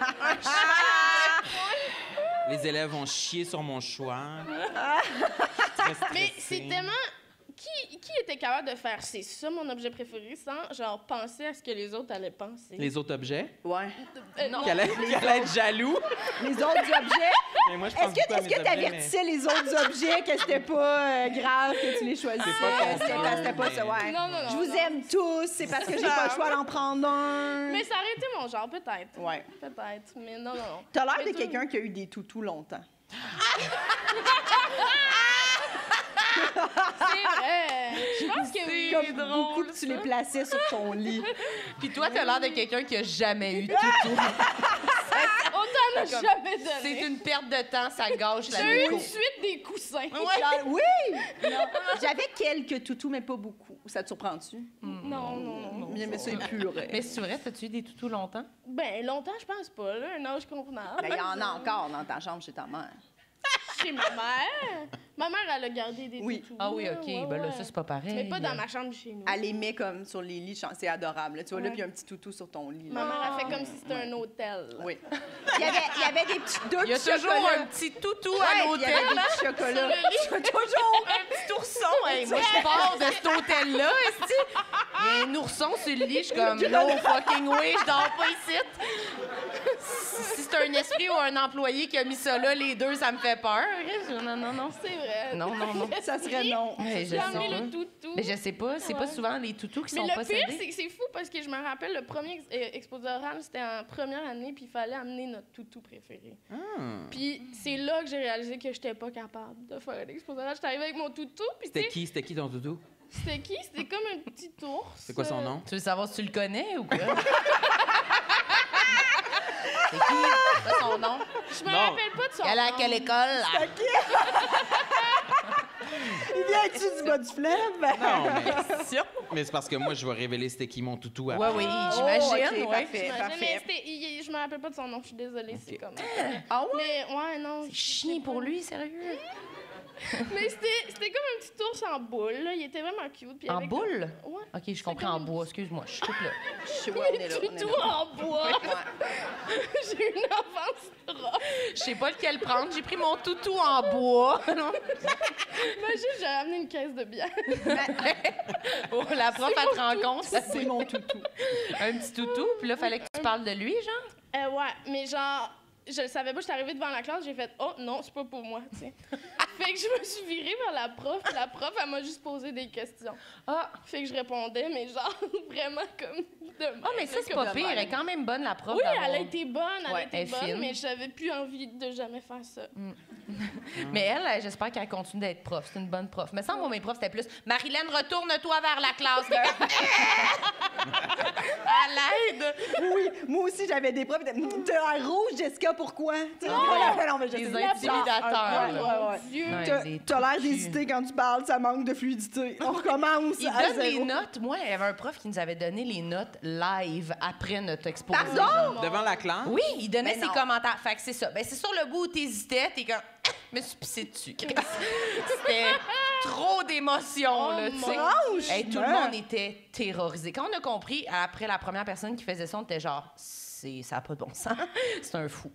[SPEAKER 5] Les élèves vont chier sur mon choix. Je suis très
[SPEAKER 6] Mais
[SPEAKER 5] stressée.
[SPEAKER 6] c'est tellement... Qui, qui était capable de faire, c'est ça mon objet préféré, sans, genre, penser à ce que les autres allaient penser?
[SPEAKER 5] Les autres objets?
[SPEAKER 3] Ouais.
[SPEAKER 6] Euh, non.
[SPEAKER 5] Qu'elle allait, qu'elle allait être jaloux?
[SPEAKER 3] Les autres objets.
[SPEAKER 5] Mais moi, je pense
[SPEAKER 3] Est-ce que
[SPEAKER 5] beaucoup à
[SPEAKER 3] est-ce
[SPEAKER 5] mes objets,
[SPEAKER 3] que
[SPEAKER 5] mais-
[SPEAKER 3] t'avertissais les autres objets que c'était pas euh, grave que tu les choisissais?
[SPEAKER 5] C'est pas
[SPEAKER 3] C'était
[SPEAKER 5] concret,
[SPEAKER 3] pas, c'était pas ça, ouais.
[SPEAKER 6] Non, non, non,
[SPEAKER 3] Je vous
[SPEAKER 6] non.
[SPEAKER 3] aime tous, c'est parce que j'ai pas le choix d'en prendre un.
[SPEAKER 6] Mais ça aurait été mon genre, peut-être.
[SPEAKER 3] Ouais.
[SPEAKER 6] Peut-être, mais non, non, non.
[SPEAKER 3] T'as l'air
[SPEAKER 6] Mais
[SPEAKER 3] de
[SPEAKER 6] tout-
[SPEAKER 3] quelqu'un qui a eu des toutous longtemps.
[SPEAKER 6] C'est vrai. Je pense que oui.
[SPEAKER 3] Comme beaucoup que tu les plaçais sur ton lit.
[SPEAKER 4] Puis toi, t'as l'air de quelqu'un qui a jamais eu
[SPEAKER 6] Ah!
[SPEAKER 4] de toutou.
[SPEAKER 6] On t'en a jamais
[SPEAKER 4] C'est
[SPEAKER 6] donné.
[SPEAKER 4] une perte de temps, ça gâche la
[SPEAKER 6] J'ai eu
[SPEAKER 4] déco.
[SPEAKER 6] une suite des coussins.
[SPEAKER 3] Genre, oui! J'avais quelques toutous, mais pas beaucoup. Ça te surprend-tu?
[SPEAKER 6] Non, non, non.
[SPEAKER 3] Mais, mais ça épurait.
[SPEAKER 4] Mais c'est vrai, t'as-tu eu des toutous longtemps?
[SPEAKER 6] Ben, longtemps, je pense pas, là. Un âge convenable.
[SPEAKER 3] Ben, Il y en a encore dans ta chambre chez ta mère.
[SPEAKER 6] Chez ma mère. Ma mère, elle a gardé des
[SPEAKER 3] Oui.
[SPEAKER 6] toutous.
[SPEAKER 4] Ah oui,
[SPEAKER 6] là,
[SPEAKER 4] OK.
[SPEAKER 6] ouais,
[SPEAKER 4] ben là,
[SPEAKER 6] ouais.
[SPEAKER 4] ça, c'est pas pareil.
[SPEAKER 6] Mais pas dans ma chambre chez nous.
[SPEAKER 3] Elle les met comme sur les lits, c'est adorable. là. Tu vois, là,
[SPEAKER 6] Ouais.
[SPEAKER 3] puis il y a un petit toutou sur ton lit.
[SPEAKER 6] Ma
[SPEAKER 3] là.
[SPEAKER 6] mère, elle fait comme si c'était un hôtel.
[SPEAKER 3] Oui. Il y avait, il y avait des petits deux
[SPEAKER 4] Il y a
[SPEAKER 3] petits
[SPEAKER 4] toujours
[SPEAKER 3] chocolats.
[SPEAKER 4] un petit toutou
[SPEAKER 3] Ouais,
[SPEAKER 4] à
[SPEAKER 3] puis Il y
[SPEAKER 4] l'hôtel.
[SPEAKER 3] avait des petits chocolats. toujours.
[SPEAKER 6] hein,
[SPEAKER 4] Un petit ourson. Hey, moi, je pars de cet hôtel-là, esti. Il y a un ourson sur le lit, je suis comme, no fucking way, je dors pas ici. Si c'est un esprit ou un employé qui a mis ça là, les deux, ça me fait peur. Non, non, non.
[SPEAKER 6] C'est vrai.
[SPEAKER 4] Non, non, non.
[SPEAKER 3] Ça serait non.
[SPEAKER 4] Mais je
[SPEAKER 6] J'ai
[SPEAKER 4] sais
[SPEAKER 6] emmené
[SPEAKER 4] pas.
[SPEAKER 6] le toutou.
[SPEAKER 4] Mais je sais pas, c'est pas
[SPEAKER 6] Ouais.
[SPEAKER 4] souvent les toutous qui
[SPEAKER 6] Mais
[SPEAKER 4] sont
[SPEAKER 6] le
[SPEAKER 4] possédés.
[SPEAKER 6] pire, c'est que c'est fou parce que je me rappelle le premier ex- euh, exposé oral, c'était en première année, puis il fallait amener notre toutou préféré.
[SPEAKER 5] Ah. Hmm.
[SPEAKER 6] Puis c'est là que j'ai réalisé que j'étais pas capable de faire un exposé oral. J'étais arrivée avec mon toutou, puis tu
[SPEAKER 5] C'était
[SPEAKER 6] sais,
[SPEAKER 5] qui? C'était qui ton doudou?
[SPEAKER 6] c'était qui? C'était comme un petit ours.
[SPEAKER 5] C'est quoi son
[SPEAKER 6] euh,
[SPEAKER 5] nom?
[SPEAKER 4] Tu veux savoir si tu le connais ou quoi? c'est qui? C'est quoi son nom?
[SPEAKER 6] Je me
[SPEAKER 5] Non.
[SPEAKER 6] rappelle pas de son
[SPEAKER 4] Elle est à
[SPEAKER 6] nom.
[SPEAKER 4] quelle école? là?
[SPEAKER 3] Il vient tu du bas du fleuve?
[SPEAKER 5] Non, mais, mais c'est parce que moi, je vais révéler c'était qui mon toutou après.
[SPEAKER 4] Ouais, oui, j'imagine,
[SPEAKER 3] Oh,
[SPEAKER 4] ouais.
[SPEAKER 3] ok, parfait,
[SPEAKER 6] J'imagine, mais
[SPEAKER 3] parfait.
[SPEAKER 6] c'était- il- il- je me rappelle pas de son nom, je suis désolée, c'est
[SPEAKER 5] Ok.
[SPEAKER 6] comme.
[SPEAKER 3] Ah ouais?
[SPEAKER 6] Mais ouais, non. je-
[SPEAKER 4] Chien pour lui, sérieux?
[SPEAKER 6] Mais c'était c'était comme un petit ours en boule, là. il était vraiment cute. puis il
[SPEAKER 4] En
[SPEAKER 6] avait comme-
[SPEAKER 4] boule?
[SPEAKER 6] Ouais.
[SPEAKER 4] OK, je comprends en
[SPEAKER 6] comme-
[SPEAKER 4] bois, excuse-moi, je suis toute là.
[SPEAKER 3] Je suis ouais, on est là, on est
[SPEAKER 6] Toutou
[SPEAKER 3] là.
[SPEAKER 6] en bois!
[SPEAKER 3] Ouais.
[SPEAKER 6] J'ai eu une enfance rough.
[SPEAKER 4] Je sais pas lequel prendre, j'ai pris mon toutou en bois. Non?
[SPEAKER 6] Imagine, j'aurais amené une caisse de bière.
[SPEAKER 4] Oh, la prof, elle te rencontre.
[SPEAKER 3] C'est mon toutou.
[SPEAKER 4] Un petit toutou, puis là, fallait que tu parles de lui, genre?
[SPEAKER 6] Euh, ouais, mais genre, je le savais pas, j'étais arrivée devant la classe, j'ai fait « Oh non, c'est pas pour moi », tu sais. fait que je me suis virée vers la prof, puis la prof, elle m'a juste posé des questions.
[SPEAKER 4] Ah,
[SPEAKER 6] Fait que je répondais, mais genre, vraiment comme de
[SPEAKER 4] ah, mais ça, c'est pas
[SPEAKER 3] de
[SPEAKER 4] pire.
[SPEAKER 3] même.
[SPEAKER 4] Elle est quand même bonne, la prof.
[SPEAKER 6] Oui,
[SPEAKER 4] Ah, d'avoir-
[SPEAKER 6] elle a été bonne, elle
[SPEAKER 4] Ouais,
[SPEAKER 6] a été
[SPEAKER 4] elle est
[SPEAKER 6] bonne,
[SPEAKER 4] fine.
[SPEAKER 6] mais j'avais plus envie de jamais faire ça.
[SPEAKER 4] Mais elle, elle, j'espère qu'elle continue d'être prof. C'est une bonne prof. Mais sans moi, mes profs, c'était plus Marilyn, retourne-toi vers la classe. à l'aide.
[SPEAKER 3] Oui, moi aussi, j'avais des profs. Tu as l'air rouge, Jessica, pourquoi? Tu sais, non, non, mais je
[SPEAKER 4] Ah, Des
[SPEAKER 3] sais pas.
[SPEAKER 4] intimidateurs,
[SPEAKER 3] Ouais,
[SPEAKER 4] là.
[SPEAKER 3] ouais, ouais.
[SPEAKER 6] Dieu!
[SPEAKER 4] Ouais,
[SPEAKER 3] T'as-
[SPEAKER 4] des
[SPEAKER 3] T'as l'air
[SPEAKER 4] trous de cul.
[SPEAKER 3] d'hésiter quand tu parles, ça manque de fluidité. On recommence
[SPEAKER 4] Il
[SPEAKER 3] à
[SPEAKER 4] donne les
[SPEAKER 3] zéro.
[SPEAKER 4] notes. Moi, il y avait un prof qui nous avait donné les notes live après notre exposé.
[SPEAKER 5] Devant la classe?
[SPEAKER 4] Oui, il donnait
[SPEAKER 3] Ben
[SPEAKER 4] ses
[SPEAKER 3] non.
[SPEAKER 4] commentaires. Fait que c'est ça. Ben, c'est sur le bout où t'hésitais, t'es comme... Ah, Je me suis pissé dessus. C'était trop d'émotions,
[SPEAKER 6] Oh
[SPEAKER 4] là, tu sais.
[SPEAKER 3] mon
[SPEAKER 4] Hey, tout
[SPEAKER 3] Dieu.
[SPEAKER 4] le monde était terrorisé. Quand on a compris, après la première personne qui faisait ça, on était genre... C'est, ça n'a pas de bon sens. C'est un fou.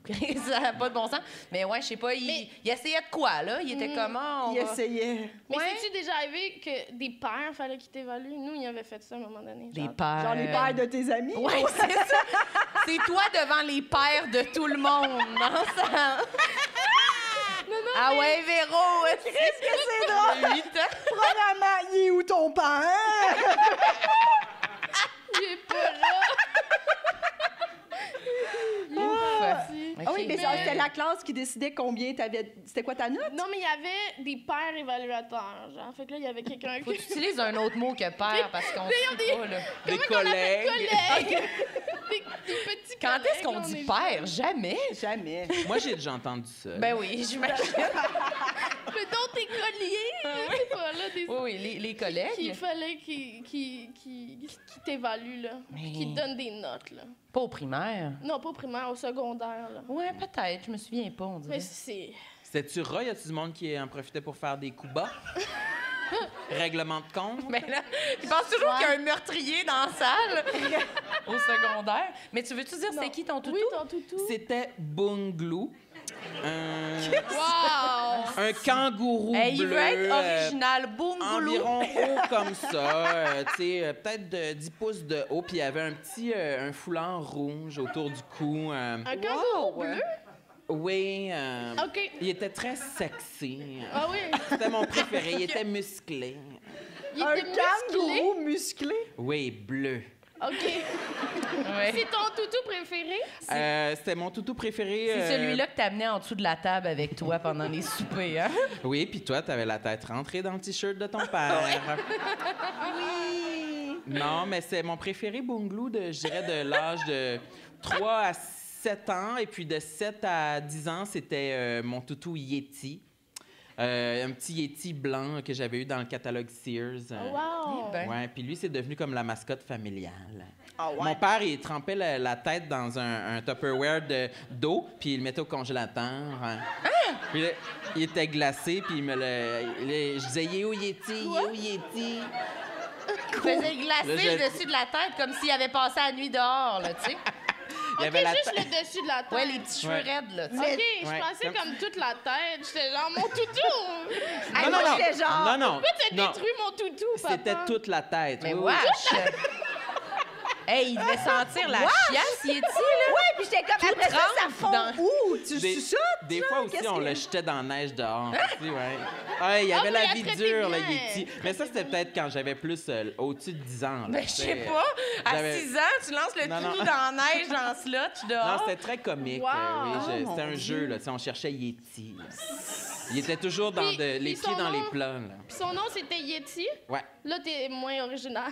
[SPEAKER 4] ça n'a pas de bon sens. Mais ouais, je sais pas, il,
[SPEAKER 6] Mais-
[SPEAKER 4] il essayait de quoi, là? Il était oh, comment?
[SPEAKER 3] Mm. Il essayait.
[SPEAKER 6] Mais
[SPEAKER 4] Ouais.
[SPEAKER 6] c'est-tu déjà arrivé que des pères, fallait qu'ils t'évaluent? Nous, ils avaient fait ça à un moment donné.
[SPEAKER 4] Des
[SPEAKER 6] genre.
[SPEAKER 4] pères.
[SPEAKER 3] Genre les pères de tes amis.
[SPEAKER 4] Euh, Ouais, c'est ça. C'est toi devant les pères de tout le monde, non? Ça... ah ouais, Véro! Qu'est-ce que
[SPEAKER 3] c'est drôle?
[SPEAKER 4] 8 ans?
[SPEAKER 3] Probablement, il est où ton père?
[SPEAKER 6] Il est pas là!
[SPEAKER 4] Ouf!
[SPEAKER 3] Ah oui, mais ça,
[SPEAKER 6] Mais-
[SPEAKER 3] c'était la classe qui décidait combien t'avais. C'était quoi ta note?
[SPEAKER 6] Non, mais il y avait des pères évaluateurs, genre. Fait que là, il y avait quelqu'un
[SPEAKER 4] Faut
[SPEAKER 6] qui...
[SPEAKER 4] que tu utilises un autre mot que père parce qu'on sait pas, là.
[SPEAKER 5] Des
[SPEAKER 6] Des
[SPEAKER 5] collègues?
[SPEAKER 6] collègues! des, des petits
[SPEAKER 4] Quand
[SPEAKER 6] collègues,
[SPEAKER 4] est-ce
[SPEAKER 6] là,
[SPEAKER 4] qu'on
[SPEAKER 6] on
[SPEAKER 4] dit
[SPEAKER 6] est-
[SPEAKER 4] père? Jamais!
[SPEAKER 3] Jamais.
[SPEAKER 5] Moi, j'ai déjà entendu ça.
[SPEAKER 4] Ben oui, j'imagine.
[SPEAKER 6] Mais donc, t'es
[SPEAKER 4] Ah
[SPEAKER 6] collé, c'est pas là, des...
[SPEAKER 4] Oui, oui, les, les
[SPEAKER 6] Qu'il
[SPEAKER 4] collègues.
[SPEAKER 6] fallait qu'ils qu'ils- qu'ils- qu'ils t'évaluent, là.
[SPEAKER 4] Mais-
[SPEAKER 6] Puis qu'ils te donnent des notes, là.
[SPEAKER 4] Pas au primaire.
[SPEAKER 6] Non, pas au primaire, au secondaire, là.
[SPEAKER 4] Ouais, peut-être. Je me souviens pas, on dirait.
[SPEAKER 6] Mais c'est...
[SPEAKER 5] C'était-tu rat? Y a-tu du monde qui en profitait pour faire des coups bas? Règlement de compte?
[SPEAKER 4] Mais là, il pense toujours qu'il y a un meurtrier dans la salle au secondaire. Mais tu veux-tu dire c'est
[SPEAKER 6] Non.
[SPEAKER 4] qui ton toutou?
[SPEAKER 6] Oui, ton toutou.
[SPEAKER 5] C'était Bunglou. Un,
[SPEAKER 6] Wow!
[SPEAKER 5] un kangourou
[SPEAKER 4] Hey, il
[SPEAKER 5] bleu.
[SPEAKER 4] veut être
[SPEAKER 5] euh,
[SPEAKER 4] original. Boum, boulou.
[SPEAKER 5] Environ haut comme ça, euh, tu sais, euh, peut-être de 10 pouces de haut, puis il y avait un petit euh, un foulard rouge autour du cou. euh,
[SPEAKER 6] Un kangourou bleu?
[SPEAKER 5] oui, euh,
[SPEAKER 6] OK.
[SPEAKER 5] il était très sexy. euh.
[SPEAKER 6] Ah oui,
[SPEAKER 5] C'était mon préféré, il était musclé.
[SPEAKER 6] il
[SPEAKER 3] Un
[SPEAKER 6] était musclé.
[SPEAKER 3] kangourou musclé.
[SPEAKER 5] Oui, bleu.
[SPEAKER 6] OK.
[SPEAKER 4] Ouais.
[SPEAKER 6] C'est ton toutou préféré?
[SPEAKER 5] Euh, C'était mon toutou préféré.
[SPEAKER 4] C'est
[SPEAKER 5] euh,
[SPEAKER 4] celui-là que t'amenais en dessous de la table avec toi pendant les soupers, hein?
[SPEAKER 5] Oui, puis toi, t'avais la tête rentrée dans le t-shirt de ton père.
[SPEAKER 3] Ah,
[SPEAKER 5] oui. Non, mais c'est mon préféré Bunglou, de, je dirais, de l'âge de 3 à 7 ans. Et puis de 7 à 10 ans, c'était euh, mon toutou Yeti. Euh, un petit Yeti blanc que j'avais eu dans le catalogue Sears.
[SPEAKER 6] Ah
[SPEAKER 5] Euh,
[SPEAKER 6] Wow!
[SPEAKER 4] ben.
[SPEAKER 5] Ouais, puis lui, c'est devenu comme la mascotte familiale.
[SPEAKER 3] Ah ouais.
[SPEAKER 5] Mon père, il trempait la, la tête dans un, un Tupperware de- d'eau, puis il le mettait au congélateur. hein. Puis là, il était glacé, puis il me le... il est- je disais « Yéo Yeti, Yéo Yeti
[SPEAKER 4] Il faisait
[SPEAKER 5] Là,
[SPEAKER 4] glacer
[SPEAKER 5] je-
[SPEAKER 4] le dessus de la tête comme s'il avait passé la nuit dehors, là, tu sais. ».
[SPEAKER 5] Il y
[SPEAKER 6] Ok,
[SPEAKER 5] avait la
[SPEAKER 6] juste
[SPEAKER 5] ta-
[SPEAKER 6] le dessus de la tête.
[SPEAKER 4] Ouais, les petits cheveux
[SPEAKER 5] Ouais.
[SPEAKER 4] raides, là. tu
[SPEAKER 6] Ok,
[SPEAKER 4] sais.
[SPEAKER 6] je
[SPEAKER 5] Ouais,
[SPEAKER 6] pensais
[SPEAKER 5] comme-
[SPEAKER 6] comme... toute la tête. J'étais genre, mon toutou!
[SPEAKER 3] Hey, moi, j'étais genre-
[SPEAKER 5] non, non,
[SPEAKER 6] Pourquoi t'as
[SPEAKER 5] non.
[SPEAKER 6] détruit mon toutou, papa?
[SPEAKER 5] C'était toute la tête.
[SPEAKER 4] Mais
[SPEAKER 5] oui, oui.
[SPEAKER 4] wesh! hey, il devait sentir la
[SPEAKER 3] Wesh!
[SPEAKER 4] chiasse, il est-il, là?
[SPEAKER 3] Ouais, puis j'étais comme, après ça, ça
[SPEAKER 4] trempe
[SPEAKER 3] fond
[SPEAKER 4] dans-
[SPEAKER 3] où? Tu
[SPEAKER 5] Des-
[SPEAKER 3] suçotes?
[SPEAKER 5] Des
[SPEAKER 3] genre?
[SPEAKER 5] fois aussi,
[SPEAKER 3] Qu'est-ce
[SPEAKER 5] on
[SPEAKER 3] que-
[SPEAKER 5] le jetait dans la neige dehors. aussi, ouais. Ah, il y avait
[SPEAKER 6] Ah,
[SPEAKER 5] la
[SPEAKER 6] mais
[SPEAKER 5] vie
[SPEAKER 6] elle traitait
[SPEAKER 5] dure, le
[SPEAKER 6] bien.
[SPEAKER 5] Yeti. Mais ça, c'était peut-être quand j'avais plus euh, au-dessus de 10 ans. là,
[SPEAKER 4] Ben,
[SPEAKER 5] tu
[SPEAKER 4] je sais
[SPEAKER 5] sais.
[SPEAKER 4] pas. À
[SPEAKER 5] j'avais-
[SPEAKER 4] 6 ans, tu lances le
[SPEAKER 5] Non,
[SPEAKER 4] toutou
[SPEAKER 5] non.
[SPEAKER 4] dans la neige, dans la slot, tu
[SPEAKER 5] Non,
[SPEAKER 4] dors.
[SPEAKER 5] c'était très comique.
[SPEAKER 6] Wow.
[SPEAKER 5] euh, oui,
[SPEAKER 6] Ah,
[SPEAKER 5] je-
[SPEAKER 6] mon
[SPEAKER 5] c'était un jeu, là. tu sais, on cherchait Yeti. là. Il était toujours dans
[SPEAKER 6] Puis-
[SPEAKER 5] de- les
[SPEAKER 6] puis son
[SPEAKER 5] pieds dans les
[SPEAKER 6] nom-
[SPEAKER 5] plats. là.
[SPEAKER 6] Puis son nom, c'était Yeti.
[SPEAKER 5] Ouais.
[SPEAKER 6] Là, t'es moins original.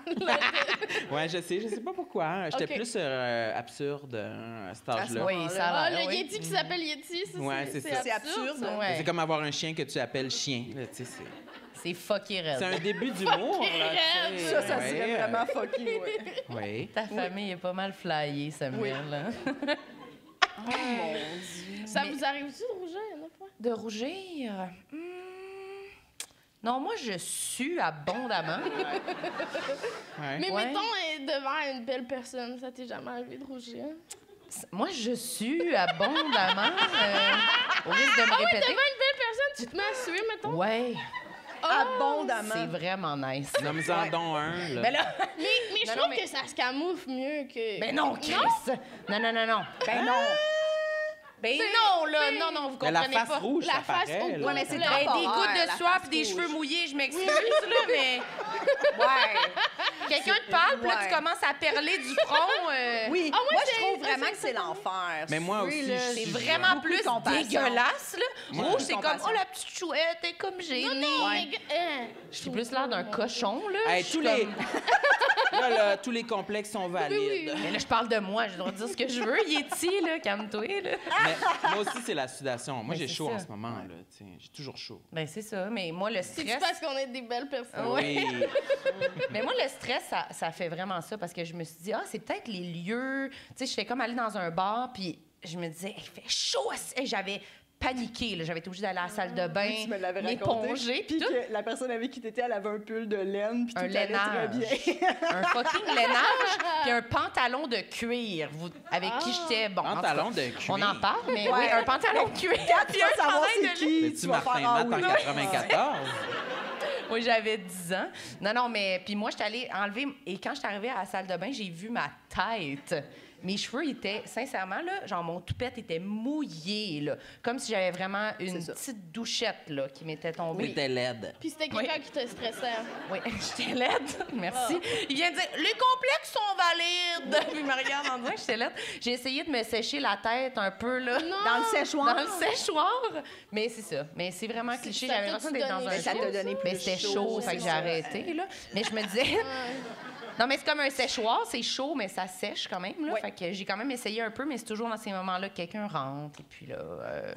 [SPEAKER 5] Ouais, je sais, je sais pas pourquoi. hein. J'étais
[SPEAKER 6] Ok.
[SPEAKER 5] plus euh, absurde hein, à cet âge-là.
[SPEAKER 4] oui, ça
[SPEAKER 6] Ah,
[SPEAKER 4] va.
[SPEAKER 6] le
[SPEAKER 4] oui.
[SPEAKER 6] Yeti qui s'appelle Yeti, ça,
[SPEAKER 5] Ouais,
[SPEAKER 6] c'est
[SPEAKER 5] c'est
[SPEAKER 6] c'est
[SPEAKER 5] ça.
[SPEAKER 3] C'est absurde. hein?
[SPEAKER 6] ça.
[SPEAKER 4] Ouais.
[SPEAKER 5] C'est comme avoir un chien que tu appelles chien. là, tu sais, c'est
[SPEAKER 4] C'est fucké raide.
[SPEAKER 5] c'est un début d'humour. là, tu sais.
[SPEAKER 3] Ça, ça
[SPEAKER 5] Ouais,
[SPEAKER 3] serait
[SPEAKER 5] euh,
[SPEAKER 3] vraiment fucké, ouais.
[SPEAKER 5] ouais.
[SPEAKER 4] Ta famille est pas mal flyée, Samuel. hein? là.
[SPEAKER 6] Ça
[SPEAKER 4] Mais-
[SPEAKER 6] vous arrive-tu de rougir, il y en a pas?
[SPEAKER 4] De rougir? hmm, Non, moi, je sue abondamment.
[SPEAKER 5] ouais.
[SPEAKER 6] Mais
[SPEAKER 4] Ouais.
[SPEAKER 6] mettons, euh, devant une belle personne, ça t'est jamais arrivé de rougir?
[SPEAKER 4] moi, je sue abondamment. euh, au risque de me
[SPEAKER 6] Devant une
[SPEAKER 4] répéter.
[SPEAKER 6] belle personne, tu te mets à suer, mettons?
[SPEAKER 4] Ouais, c'est
[SPEAKER 3] Abondamment.
[SPEAKER 4] Oh, vraiment nice.
[SPEAKER 5] Non, mais en dons un, là.
[SPEAKER 4] Mais là,
[SPEAKER 6] Mais, mais je
[SPEAKER 4] Non, non,
[SPEAKER 6] trouve
[SPEAKER 4] mais- Ben,
[SPEAKER 6] que ça se camoufle mieux que...
[SPEAKER 4] mais non, Ah! Chris! Non, non, non, non.
[SPEAKER 3] Ben non. Ben
[SPEAKER 6] Mais
[SPEAKER 4] Non, là,
[SPEAKER 6] mais-
[SPEAKER 4] non, non, vous
[SPEAKER 5] Mais la
[SPEAKER 4] comprenez
[SPEAKER 5] face
[SPEAKER 4] pas.
[SPEAKER 5] rouge,
[SPEAKER 6] La
[SPEAKER 5] ça
[SPEAKER 6] face
[SPEAKER 5] paraît,
[SPEAKER 6] au-
[SPEAKER 5] là.
[SPEAKER 3] Ouais, mais c'est
[SPEAKER 4] Ben,
[SPEAKER 3] temporaire,
[SPEAKER 4] des gouttes
[SPEAKER 3] la
[SPEAKER 4] de sueur
[SPEAKER 3] face
[SPEAKER 4] pis des
[SPEAKER 3] rouge.
[SPEAKER 4] cheveux mouillés, je m'excuse, là, mais
[SPEAKER 3] Ouais.
[SPEAKER 4] quelqu'un te parle, puis là,
[SPEAKER 3] Ouais.
[SPEAKER 4] tu commences à perler du front. euh,
[SPEAKER 3] Oui.
[SPEAKER 6] Ah, moi,
[SPEAKER 3] moi,
[SPEAKER 6] c'est-
[SPEAKER 3] je trouve
[SPEAKER 6] c'est-
[SPEAKER 3] vraiment que c'est l'enfer.
[SPEAKER 5] Mais moi
[SPEAKER 3] Oui,
[SPEAKER 5] aussi,
[SPEAKER 3] là,
[SPEAKER 5] je
[SPEAKER 4] C'est
[SPEAKER 5] suis
[SPEAKER 4] vraiment
[SPEAKER 3] Beaucoup
[SPEAKER 4] plus
[SPEAKER 3] de compassion.
[SPEAKER 4] dégueulasse, là.
[SPEAKER 5] Ouais.
[SPEAKER 4] Rouge, c'est
[SPEAKER 3] Beaucoup de
[SPEAKER 4] comme,
[SPEAKER 3] compassion.
[SPEAKER 4] oh, la petite chouette, elle est comme gênée.
[SPEAKER 6] Non, non, mais... g- hein, je
[SPEAKER 4] J'ai
[SPEAKER 6] trouve
[SPEAKER 4] plus
[SPEAKER 6] pas,
[SPEAKER 4] l'air d'un
[SPEAKER 6] moi.
[SPEAKER 4] cochon, là.
[SPEAKER 5] Hey,
[SPEAKER 4] Je suis
[SPEAKER 5] tous les...
[SPEAKER 4] comme-
[SPEAKER 5] là, là, tous les complexes sont valides.
[SPEAKER 6] Oui, oui.
[SPEAKER 4] Mais là, je parle de moi, je dois dire ce que je veux. Yeti, là, calme-toi, là.
[SPEAKER 5] Mais moi aussi, c'est la sudation. Moi,
[SPEAKER 4] Mais
[SPEAKER 5] j'ai
[SPEAKER 4] c'est
[SPEAKER 5] chaud
[SPEAKER 4] ça.
[SPEAKER 5] en ce moment, là. tu sais. J'ai toujours chaud.
[SPEAKER 4] Ben, c'est ça, mais moi, le
[SPEAKER 6] C'est-tu
[SPEAKER 4] stress...
[SPEAKER 6] parce qu'on est des belles personnes?
[SPEAKER 4] Ouais.
[SPEAKER 5] Oui.
[SPEAKER 4] Mais moi, le stress, ça, ça fait vraiment ça parce que je me suis dit, ah, c'est peut-être les lieux. Tu sais, je fais comme aller dans un bar, puis je me disais, il fait chaud. asti. Hey, J'avais paniqué, là. J'avais été obligée d'aller à la salle de bain,
[SPEAKER 3] Tu me l'avais raconté.
[SPEAKER 4] m'éponger, puis
[SPEAKER 3] Puis
[SPEAKER 4] tout.
[SPEAKER 3] que la personne avec qui t'étais, elle avait un pull de laine, puis tout
[SPEAKER 4] Un
[SPEAKER 3] allait très
[SPEAKER 4] lainage.
[SPEAKER 3] bien.
[SPEAKER 4] un fucking lainage, puis un pantalon de cuir, vous- avec qui j'étais. Bon, en tout cas,
[SPEAKER 5] Pantalon de cuir.
[SPEAKER 4] On en parle, mais
[SPEAKER 3] Ah. Ouais.
[SPEAKER 4] oui, un pantalon de cuir.
[SPEAKER 3] Quand tu
[SPEAKER 4] puis
[SPEAKER 3] vas
[SPEAKER 4] un
[SPEAKER 3] savoir
[SPEAKER 4] chandail
[SPEAKER 3] c'est
[SPEAKER 4] de
[SPEAKER 3] qui,
[SPEAKER 5] tu
[SPEAKER 3] tu vas faire
[SPEAKER 5] Martin Matt en
[SPEAKER 3] oui.
[SPEAKER 5] 94?
[SPEAKER 4] Oui, j'avais 10 ans. Non, non, mais puis moi, j'étais allée enlever. Et quand j'étais arrivée à la salle de bain, j'ai vu ma tête. Mes cheveux étaient, sincèrement, là, genre mon toupette était mouillé, là. Comme si j'avais vraiment une
[SPEAKER 3] C'est ça.
[SPEAKER 4] petite douchette, là, qui m'était
[SPEAKER 5] Oui.
[SPEAKER 4] tombée.
[SPEAKER 5] T'es laide.
[SPEAKER 6] Puis c'était quelqu'un qui te stressait.
[SPEAKER 4] Oui, j'étais laide. Merci.
[SPEAKER 3] Ah.
[SPEAKER 4] Il vient de dire Les complexes sont valides. Puis il me regarde en disant que j'étais laide. J'ai essayé de me sécher la tête un peu, là.
[SPEAKER 3] Dans le séchoir.
[SPEAKER 4] Dans le séchoir. Mais c'est ça. Mais c'est vraiment cliché.
[SPEAKER 6] ça
[SPEAKER 4] J'avais
[SPEAKER 6] t'a-tu
[SPEAKER 4] l'impression d'être dans
[SPEAKER 6] donné
[SPEAKER 4] un
[SPEAKER 6] chaud,
[SPEAKER 3] ça t'a donné
[SPEAKER 4] Mais
[SPEAKER 3] plus
[SPEAKER 4] c'était
[SPEAKER 3] chaud,
[SPEAKER 4] chaud,
[SPEAKER 6] c'est
[SPEAKER 4] fait que j'ai
[SPEAKER 6] ça.
[SPEAKER 4] arrêté, là. Mais je me disais... Non, mais c'est comme un séchoir. C'est chaud, mais ça sèche quand même, là.
[SPEAKER 3] Ouais.
[SPEAKER 4] Fait que j'ai quand même essayé un peu, mais c'est toujours dans ces moments-là que quelqu'un rentre. Et puis là... euh,